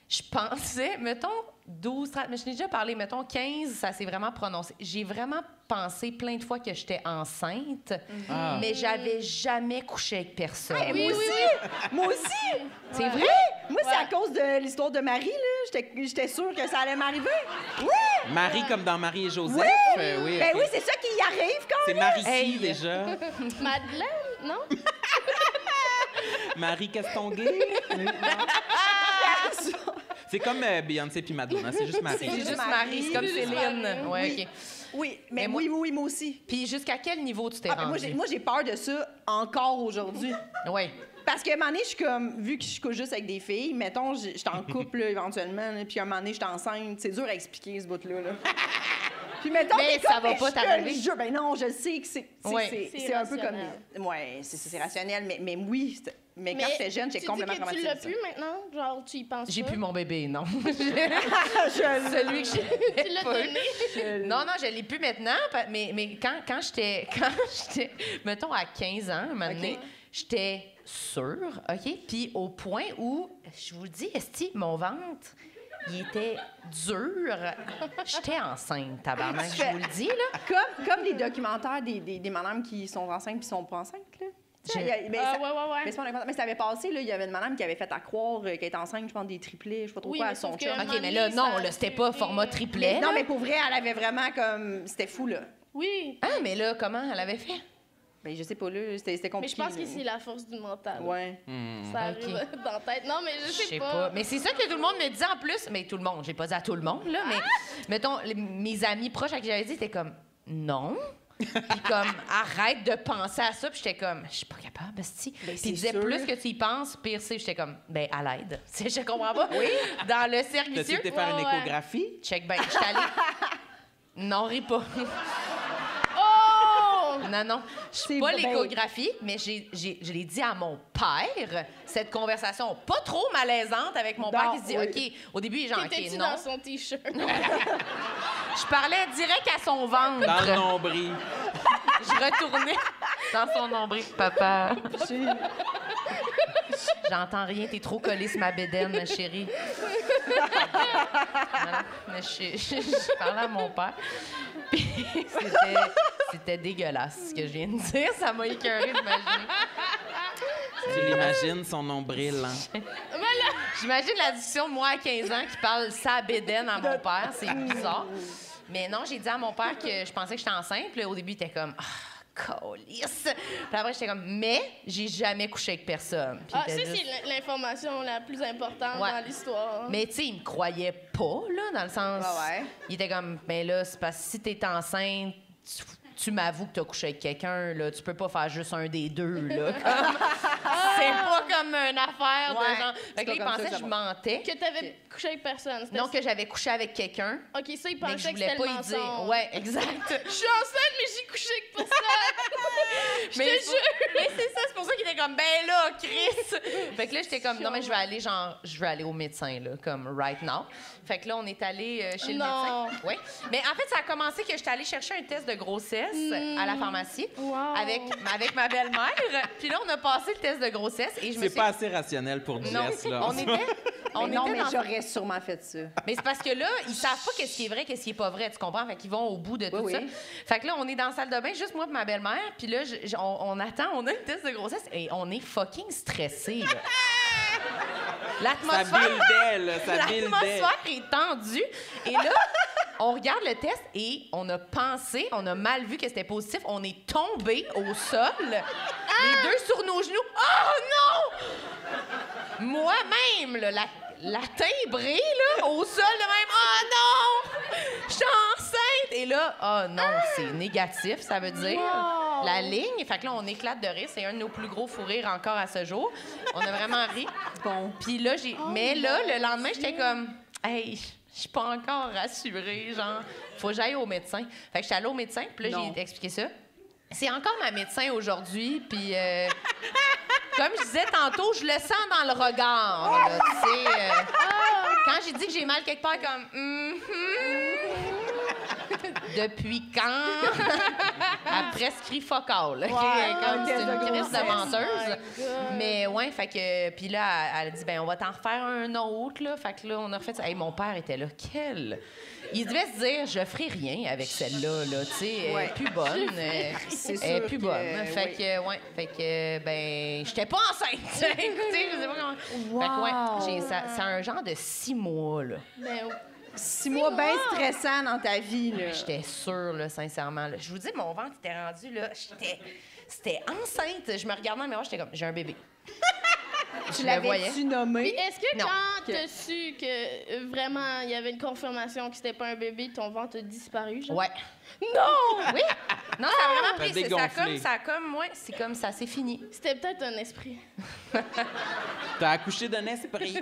[SPEAKER 4] Je pensais, mettons 12, 30, mais je n'ai déjà parlé, mettons 15, ça s'est vraiment prononcé. J'ai vraiment pensé plein de fois que j'étais enceinte,
[SPEAKER 5] Ah.
[SPEAKER 4] mais j'avais jamais couché avec personne.
[SPEAKER 6] Ah
[SPEAKER 3] oui, oui, oui. Moi aussi.
[SPEAKER 4] C'est
[SPEAKER 3] Ouais.
[SPEAKER 4] vrai?
[SPEAKER 3] Moi, c'est à cause de l'histoire de Marie, là. J'étais- J'étais sûre que ça allait m'arriver. Oui!
[SPEAKER 5] Marie, comme dans Marie et Joseph.
[SPEAKER 3] Oui!
[SPEAKER 5] euh, oui,
[SPEAKER 3] Ben
[SPEAKER 5] ok.
[SPEAKER 3] oui, c'est ça qui y arrive quand
[SPEAKER 5] C'est
[SPEAKER 3] même.
[SPEAKER 5] Marie-Cie,
[SPEAKER 4] Hey.
[SPEAKER 5] déjà.
[SPEAKER 6] Madeleine, non?
[SPEAKER 5] Marie Castonguay. c'est comme euh, Beyoncé puis Madonna, c'est juste Marie.
[SPEAKER 4] C'est juste
[SPEAKER 3] juste
[SPEAKER 4] Marie, c'est comme
[SPEAKER 3] Marie.
[SPEAKER 4] Céline.
[SPEAKER 6] Marie.
[SPEAKER 4] Ouais,
[SPEAKER 3] Oui.
[SPEAKER 4] ok.
[SPEAKER 3] Oui, mais,
[SPEAKER 4] Mais moi-
[SPEAKER 3] oui, oui, oui, moi aussi.
[SPEAKER 4] Puis jusqu'à quel niveau tu t'es
[SPEAKER 3] Ah, ben,
[SPEAKER 4] rendue?
[SPEAKER 3] moi, j'ai- moi, j'ai peur de ça encore aujourd'hui.
[SPEAKER 4] Ouais.
[SPEAKER 3] Parce qu'à un moment donné, je suis comme, vu que je couche juste avec des filles, mettons, j'- j'étais en couple là, éventuellement, là, puis à un moment donné, j'étais enceinte. C'est dur à expliquer ce bout-là. là. puis mettons,
[SPEAKER 4] Mais
[SPEAKER 3] t'es
[SPEAKER 4] ça
[SPEAKER 3] comme,
[SPEAKER 4] va
[SPEAKER 3] mais
[SPEAKER 4] pas
[SPEAKER 3] je te le
[SPEAKER 4] t'arriver.
[SPEAKER 3] jure, ben non, je sais que c'est c'est-
[SPEAKER 4] Ouais.
[SPEAKER 3] c'est-
[SPEAKER 6] C'est
[SPEAKER 3] c'est un peu comme.
[SPEAKER 6] rationnel.
[SPEAKER 3] Ouais, c'est- c'est c'est rationnel, mais, mais oui. c'est- Mais, quand j'étais jeune, j'étais
[SPEAKER 6] tu
[SPEAKER 3] complètement
[SPEAKER 6] dis que tu l'as
[SPEAKER 3] traumatisée.
[SPEAKER 6] plus maintenant? Genre, tu y penses
[SPEAKER 4] J'ai
[SPEAKER 6] pas?
[SPEAKER 4] plus mon bébé, non.
[SPEAKER 3] Je-
[SPEAKER 4] Celui que j'ai.
[SPEAKER 6] Tu l'as donné?
[SPEAKER 4] Non, non, je l'ai plus maintenant, pa- mais, mais quand, quand j'étais, quand j'étais, mettons, à 15 ans, un moment donné,
[SPEAKER 3] Ok.
[SPEAKER 4] j'étais sûre, OK? Puis au point où, je vous le dis, Esti, mon ventre, il était dur. J'étais enceinte, tabarnak, je vous le dis, là.
[SPEAKER 3] Comme, comme les documentaires des, des, des madames qui sont enceintes puis sont pas enceintes, là. Tu sais,
[SPEAKER 4] Je-
[SPEAKER 3] il y a- mais
[SPEAKER 6] Ah,
[SPEAKER 3] ça-
[SPEAKER 6] ouais, ouais, ouais.
[SPEAKER 3] mais c'est pas un documentaire. Mais ça avait passé, là, il y avait une madame qui avait fait à croire euh, qu'elle était enceinte, je pense, des triplés, je sais pas trop
[SPEAKER 6] Oui,
[SPEAKER 3] quoi,
[SPEAKER 6] mais
[SPEAKER 3] à son
[SPEAKER 6] sauf que-
[SPEAKER 3] chum.
[SPEAKER 6] Un moment
[SPEAKER 4] OK, mais là,
[SPEAKER 6] donné, ça
[SPEAKER 4] non,
[SPEAKER 6] a
[SPEAKER 4] là, c'était pas
[SPEAKER 6] été-
[SPEAKER 4] format
[SPEAKER 3] Mais
[SPEAKER 4] triplet.
[SPEAKER 3] non,
[SPEAKER 4] là.
[SPEAKER 3] mais pour vrai, elle avait vraiment comme. C'était fou, là.
[SPEAKER 6] Oui,
[SPEAKER 4] Ah, mais là, comment elle avait fait?
[SPEAKER 3] Ben, je sais pas, là, c'était c'était
[SPEAKER 6] mais
[SPEAKER 3] compliqué.
[SPEAKER 6] je pense que c'est
[SPEAKER 3] là.
[SPEAKER 6] la force du mental.
[SPEAKER 3] Ouais.
[SPEAKER 6] Ça
[SPEAKER 4] Hmm, Ok.
[SPEAKER 6] arrive dans la tête. Non, mais je sais pas.
[SPEAKER 4] Mais c'est ça que tout le monde me disait en plus. Mais tout le monde, j'ai pas dit à tout le monde, là, mais mettons, les- mes amis proches à qui j'avais dit, c'était comme non. puis comme arrête de penser à ça puis j'étais comme je suis pas capable si
[SPEAKER 3] Ben,
[SPEAKER 4] puis
[SPEAKER 3] c'est
[SPEAKER 4] ils disaient
[SPEAKER 3] sûr.
[SPEAKER 4] plus que tu y penses pire c'est j'étais comme ben à l'aide Tu sais, je comprends pas oui dans le cercle
[SPEAKER 5] T'as-tu
[SPEAKER 4] vicieux
[SPEAKER 5] été faire
[SPEAKER 6] Ouais,
[SPEAKER 5] une
[SPEAKER 6] ouais.
[SPEAKER 5] échographie?
[SPEAKER 4] check ben j'étais allée non ris pas
[SPEAKER 6] Oh!
[SPEAKER 4] non non je
[SPEAKER 3] C'est
[SPEAKER 4] suis pas
[SPEAKER 3] ben-
[SPEAKER 4] l'échographie mais j'ai, j'ai- je l'ai dit à mon père cette conversation pas trop malaisante avec mon
[SPEAKER 3] Non,
[SPEAKER 4] père qui se dit
[SPEAKER 3] oui.
[SPEAKER 4] ok au début il est genre
[SPEAKER 6] T'étais-tu
[SPEAKER 4] ok non
[SPEAKER 6] dans son T-shirt?
[SPEAKER 4] Je parlais direct à son ventre.
[SPEAKER 5] Dans le nombril.
[SPEAKER 4] Je retournais dans son nombril. Papa, j'entends rien, t'es trop collée sur ma bédaine, ma chérie. Voilà. Mais je, je- je parlais à mon père. Puis c'était, c'était dégueulasse ce que je viens de dire. Ça m'a écœurée d'imaginer.
[SPEAKER 5] Tu l'imagines, son nombril. hein?
[SPEAKER 4] J'imagine la discussion de moi à 15 ans qui parle sa bédaine à mon père. C'est bizarre. Mais non, j'ai dit à mon père que je pensais que j'étais enceinte. Puis là, au début, il était comme Ah, colisse. Puis après, j'étais comme Mais j'ai jamais couché avec personne. Puis il
[SPEAKER 6] Ah, ça,
[SPEAKER 4] était juste-
[SPEAKER 6] c'est l'in- l'information la plus importante
[SPEAKER 4] Ouais.
[SPEAKER 6] dans l'histoire.
[SPEAKER 4] Mais tu sais, il me croyait pas, là, dans le sens.
[SPEAKER 3] Ah Ouais, ouais.
[SPEAKER 4] Il était comme Mais là, c'est parce que si t'es enceinte, tu, tu m'avoues que t'as couché avec quelqu'un, là, tu peux pas faire juste un des deux, là. Comme- c'est pas comme une affaire
[SPEAKER 3] Ouais.
[SPEAKER 4] de genre.
[SPEAKER 3] C'est
[SPEAKER 4] Fait que là,
[SPEAKER 3] pas
[SPEAKER 4] il
[SPEAKER 3] comme ça
[SPEAKER 4] pensait
[SPEAKER 3] que
[SPEAKER 4] que
[SPEAKER 3] ça
[SPEAKER 4] je
[SPEAKER 3] va.
[SPEAKER 4] mentais.
[SPEAKER 6] Que t'avais couché avec personne. c'était
[SPEAKER 4] Non,
[SPEAKER 6] ça.
[SPEAKER 4] que j'avais couché avec quelqu'un,
[SPEAKER 6] OK, ça, il
[SPEAKER 4] mais que je
[SPEAKER 6] pensait que
[SPEAKER 4] voulais
[SPEAKER 6] c'était le
[SPEAKER 4] pas y dire.
[SPEAKER 6] mensonge.
[SPEAKER 4] Ouais, exact.
[SPEAKER 6] Je suis enceinte, mais j'ai couché avec personne.
[SPEAKER 4] mais c'est mais c'est ça, c'est pour ça qu'il était comme ben là, Chris. fait que là j'étais comme non mais je vais aller genre je vais aller au médecin là comme right now. Fait que là on est allé euh, chez
[SPEAKER 6] Non.
[SPEAKER 4] le médecin. Ouais. Mais en fait ça a commencé que j'étais allée chercher un test de grossesse à la pharmacie
[SPEAKER 6] Wow.
[SPEAKER 4] avec avec ma belle-mère. Puis là on a passé le test de grossesse et je me
[SPEAKER 5] C'est
[SPEAKER 4] suis
[SPEAKER 5] pas assez rationnel pour
[SPEAKER 4] non,
[SPEAKER 5] Jess, là.
[SPEAKER 4] on était on
[SPEAKER 3] Mais non,
[SPEAKER 4] était
[SPEAKER 3] mais
[SPEAKER 4] dans-
[SPEAKER 3] j'aurais sûrement fait ça.
[SPEAKER 4] mais c'est parce que là, ils savent pas qu'est-ce qui est vrai, qu'est-ce qui est pas vrai, tu comprends? Fait qu'ils vont au bout de tout
[SPEAKER 3] oui.
[SPEAKER 4] ça. Fait que là, on est dans la salle de bain, juste moi et ma belle-mère, puis là, je- je- on, on attend, on a une test de grossesse et on est fucking stressé.
[SPEAKER 5] Ça
[SPEAKER 4] L'atmosphère.
[SPEAKER 5] buildait, là, ça buildait.
[SPEAKER 4] L'atmosphère est tendue. Et là, on regarde le test et on a pensé, on a mal vu que c'était positif. On est tombé au sol,
[SPEAKER 5] Ah!
[SPEAKER 4] les deux sur nos genoux. Oh non! Moi-même, là, la, la timbrée, là, au sol de même. Oh non! Je suis enceinte! Et là, oh non,
[SPEAKER 5] Ah!
[SPEAKER 4] c'est négatif, ça veut dire.
[SPEAKER 6] Wow!
[SPEAKER 4] La ligne. Fait que là, on éclate de rire. C'est un de nos plus gros fous rires encore à ce jour. On a vraiment ri. Bon. Puis là, j'ai. Mais là, le lendemain, j'étais comme. Hey, je suis pas encore rassurée. Genre, faut que j'aille au médecin. Fait que j'étais allée au médecin. Puis là,
[SPEAKER 3] Non.
[SPEAKER 4] j'ai expliqué ça. C'est encore ma médecin aujourd'hui. Puis. euh, comme je disais tantôt, je le sens dans le regard. là, tu sais, euh, quand j'ai dit que j'ai mal quelque part, comme. Hum, hum. Depuis quand? Elle prescrit focal. comme c'est une crise de menteuse. Mais ouais, fait que. Puis là, elle- elle a dit, ben on va t'en refaire un autre, là. Fait que là, on a refait ça. Hey, mon père était là. Quel. Il devait se dire, je ferai rien avec celle-là, là. Tu sais, elle est
[SPEAKER 3] Ouais.
[SPEAKER 4] plus bonne. euh,
[SPEAKER 3] C'est
[SPEAKER 4] elle est
[SPEAKER 3] sûr
[SPEAKER 4] plus
[SPEAKER 3] que,
[SPEAKER 4] bonne.
[SPEAKER 3] euh,
[SPEAKER 4] fait
[SPEAKER 3] oui.
[SPEAKER 4] que, ouais. Fait que, ben, j'étais pas enceinte. Écoutez, je sais pas comment. Fait que, ouais, j'ai- ça- c'est un genre de six mois, là.
[SPEAKER 6] Ben,
[SPEAKER 3] Six mois bien stressant dans ta vie, là.
[SPEAKER 4] J'étais sûre, là, sincèrement. là. Je vous dis, mon ventre était rendu, là, j'étais... C'était enceinte. Je me regardais dans le miroir, j'étais comme, j'ai un bébé. je
[SPEAKER 3] Tu
[SPEAKER 4] le voyais.
[SPEAKER 3] l'avais-tu nommé?
[SPEAKER 6] Puis est-ce que
[SPEAKER 4] Non.
[SPEAKER 6] quand t'as su que euh, vraiment il y avait une confirmation que c'était pas un bébé, ton ventre a disparu? genre?
[SPEAKER 4] Ouais. Non! Oui! Non, ça a vraiment pris.
[SPEAKER 5] T'as
[SPEAKER 4] c'est- Ça a
[SPEAKER 5] dégonflé.
[SPEAKER 4] comme, ça a comme, ouais, c'est comme ça, c'est fini.
[SPEAKER 6] C'était peut-être un esprit.
[SPEAKER 5] T'as accouché d'un esprit.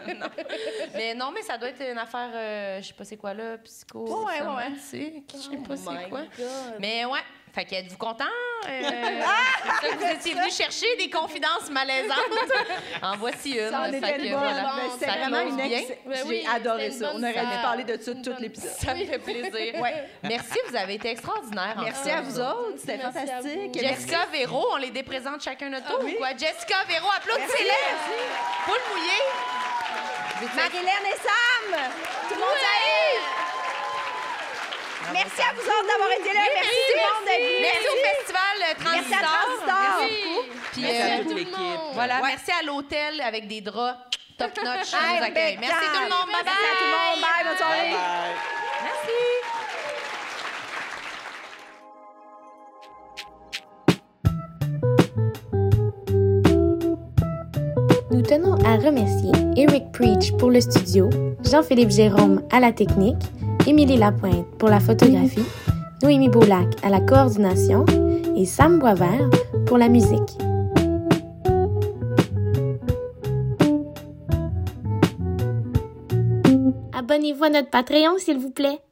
[SPEAKER 4] Mais non, mais ça doit être une affaire, euh, je sais pas c'est quoi, là, psycho.
[SPEAKER 6] Ouais, ouais, ouais.
[SPEAKER 4] somatique, Je sais pas c'est
[SPEAKER 3] Oh my
[SPEAKER 4] quoi.
[SPEAKER 6] God.
[SPEAKER 4] Mais ouais. Fait que êtes-vous content? Euh, c'est ça que vous étiez venu chercher des confidences malaisantes. En voici une.
[SPEAKER 3] Ça en
[SPEAKER 4] Fait
[SPEAKER 3] était
[SPEAKER 4] que
[SPEAKER 3] une bonne.
[SPEAKER 4] voilà.
[SPEAKER 3] Ben, C'était
[SPEAKER 4] Ça
[SPEAKER 3] vraiment
[SPEAKER 4] close
[SPEAKER 3] une
[SPEAKER 4] bien.
[SPEAKER 3] ex...
[SPEAKER 6] Ben oui,
[SPEAKER 3] J'ai adoré
[SPEAKER 6] c'était une
[SPEAKER 3] ça. On
[SPEAKER 6] bonne
[SPEAKER 3] aurait dû
[SPEAKER 6] salle.
[SPEAKER 3] parler de ça
[SPEAKER 6] Une
[SPEAKER 3] tout
[SPEAKER 6] bonne-
[SPEAKER 3] l'épisode.
[SPEAKER 4] Ça me fait plaisir.
[SPEAKER 3] Ouais.
[SPEAKER 4] Merci, vous avez été extraordinaire.
[SPEAKER 3] Merci
[SPEAKER 4] encore.
[SPEAKER 3] à vous autres. C'était
[SPEAKER 6] Merci à
[SPEAKER 3] fantastique.
[SPEAKER 6] vous.
[SPEAKER 4] Jessica Véro, on les déprésente chacun notre tour
[SPEAKER 3] Ah oui?
[SPEAKER 4] ou quoi? Jessica Véro, applaudissez-les! Poule mouillée!
[SPEAKER 3] Marie-Hélène et Sam! Tout le monde arrive! Merci à vous autres d'avoir été là. Merci tout le monde d'être venu.
[SPEAKER 4] Merci au festival euh,
[SPEAKER 3] Merci
[SPEAKER 4] Transistor.
[SPEAKER 3] à Transistor.
[SPEAKER 4] Puis,
[SPEAKER 5] Merci à
[SPEAKER 4] euh,
[SPEAKER 5] toute
[SPEAKER 6] tout le
[SPEAKER 5] l'équipe.
[SPEAKER 6] monde.
[SPEAKER 4] Voilà, merci à l'hôtel avec des draps top notch qui nous accueille.
[SPEAKER 3] Impeccable.
[SPEAKER 4] Merci tout le monde. Bye bye.
[SPEAKER 3] Merci à tout le monde. Bye, bonne soirée.
[SPEAKER 5] Bye.
[SPEAKER 4] Merci.
[SPEAKER 7] Nous tenons à remercier Eric Preach pour le studio, Jean-Philippe Jérôme à la technique, Émilie Lapointe pour la photographie, Noémie Boulac à la coordination et Sam Boisvert pour la musique. Abonnez-vous à notre Patreon, s'il vous plaît.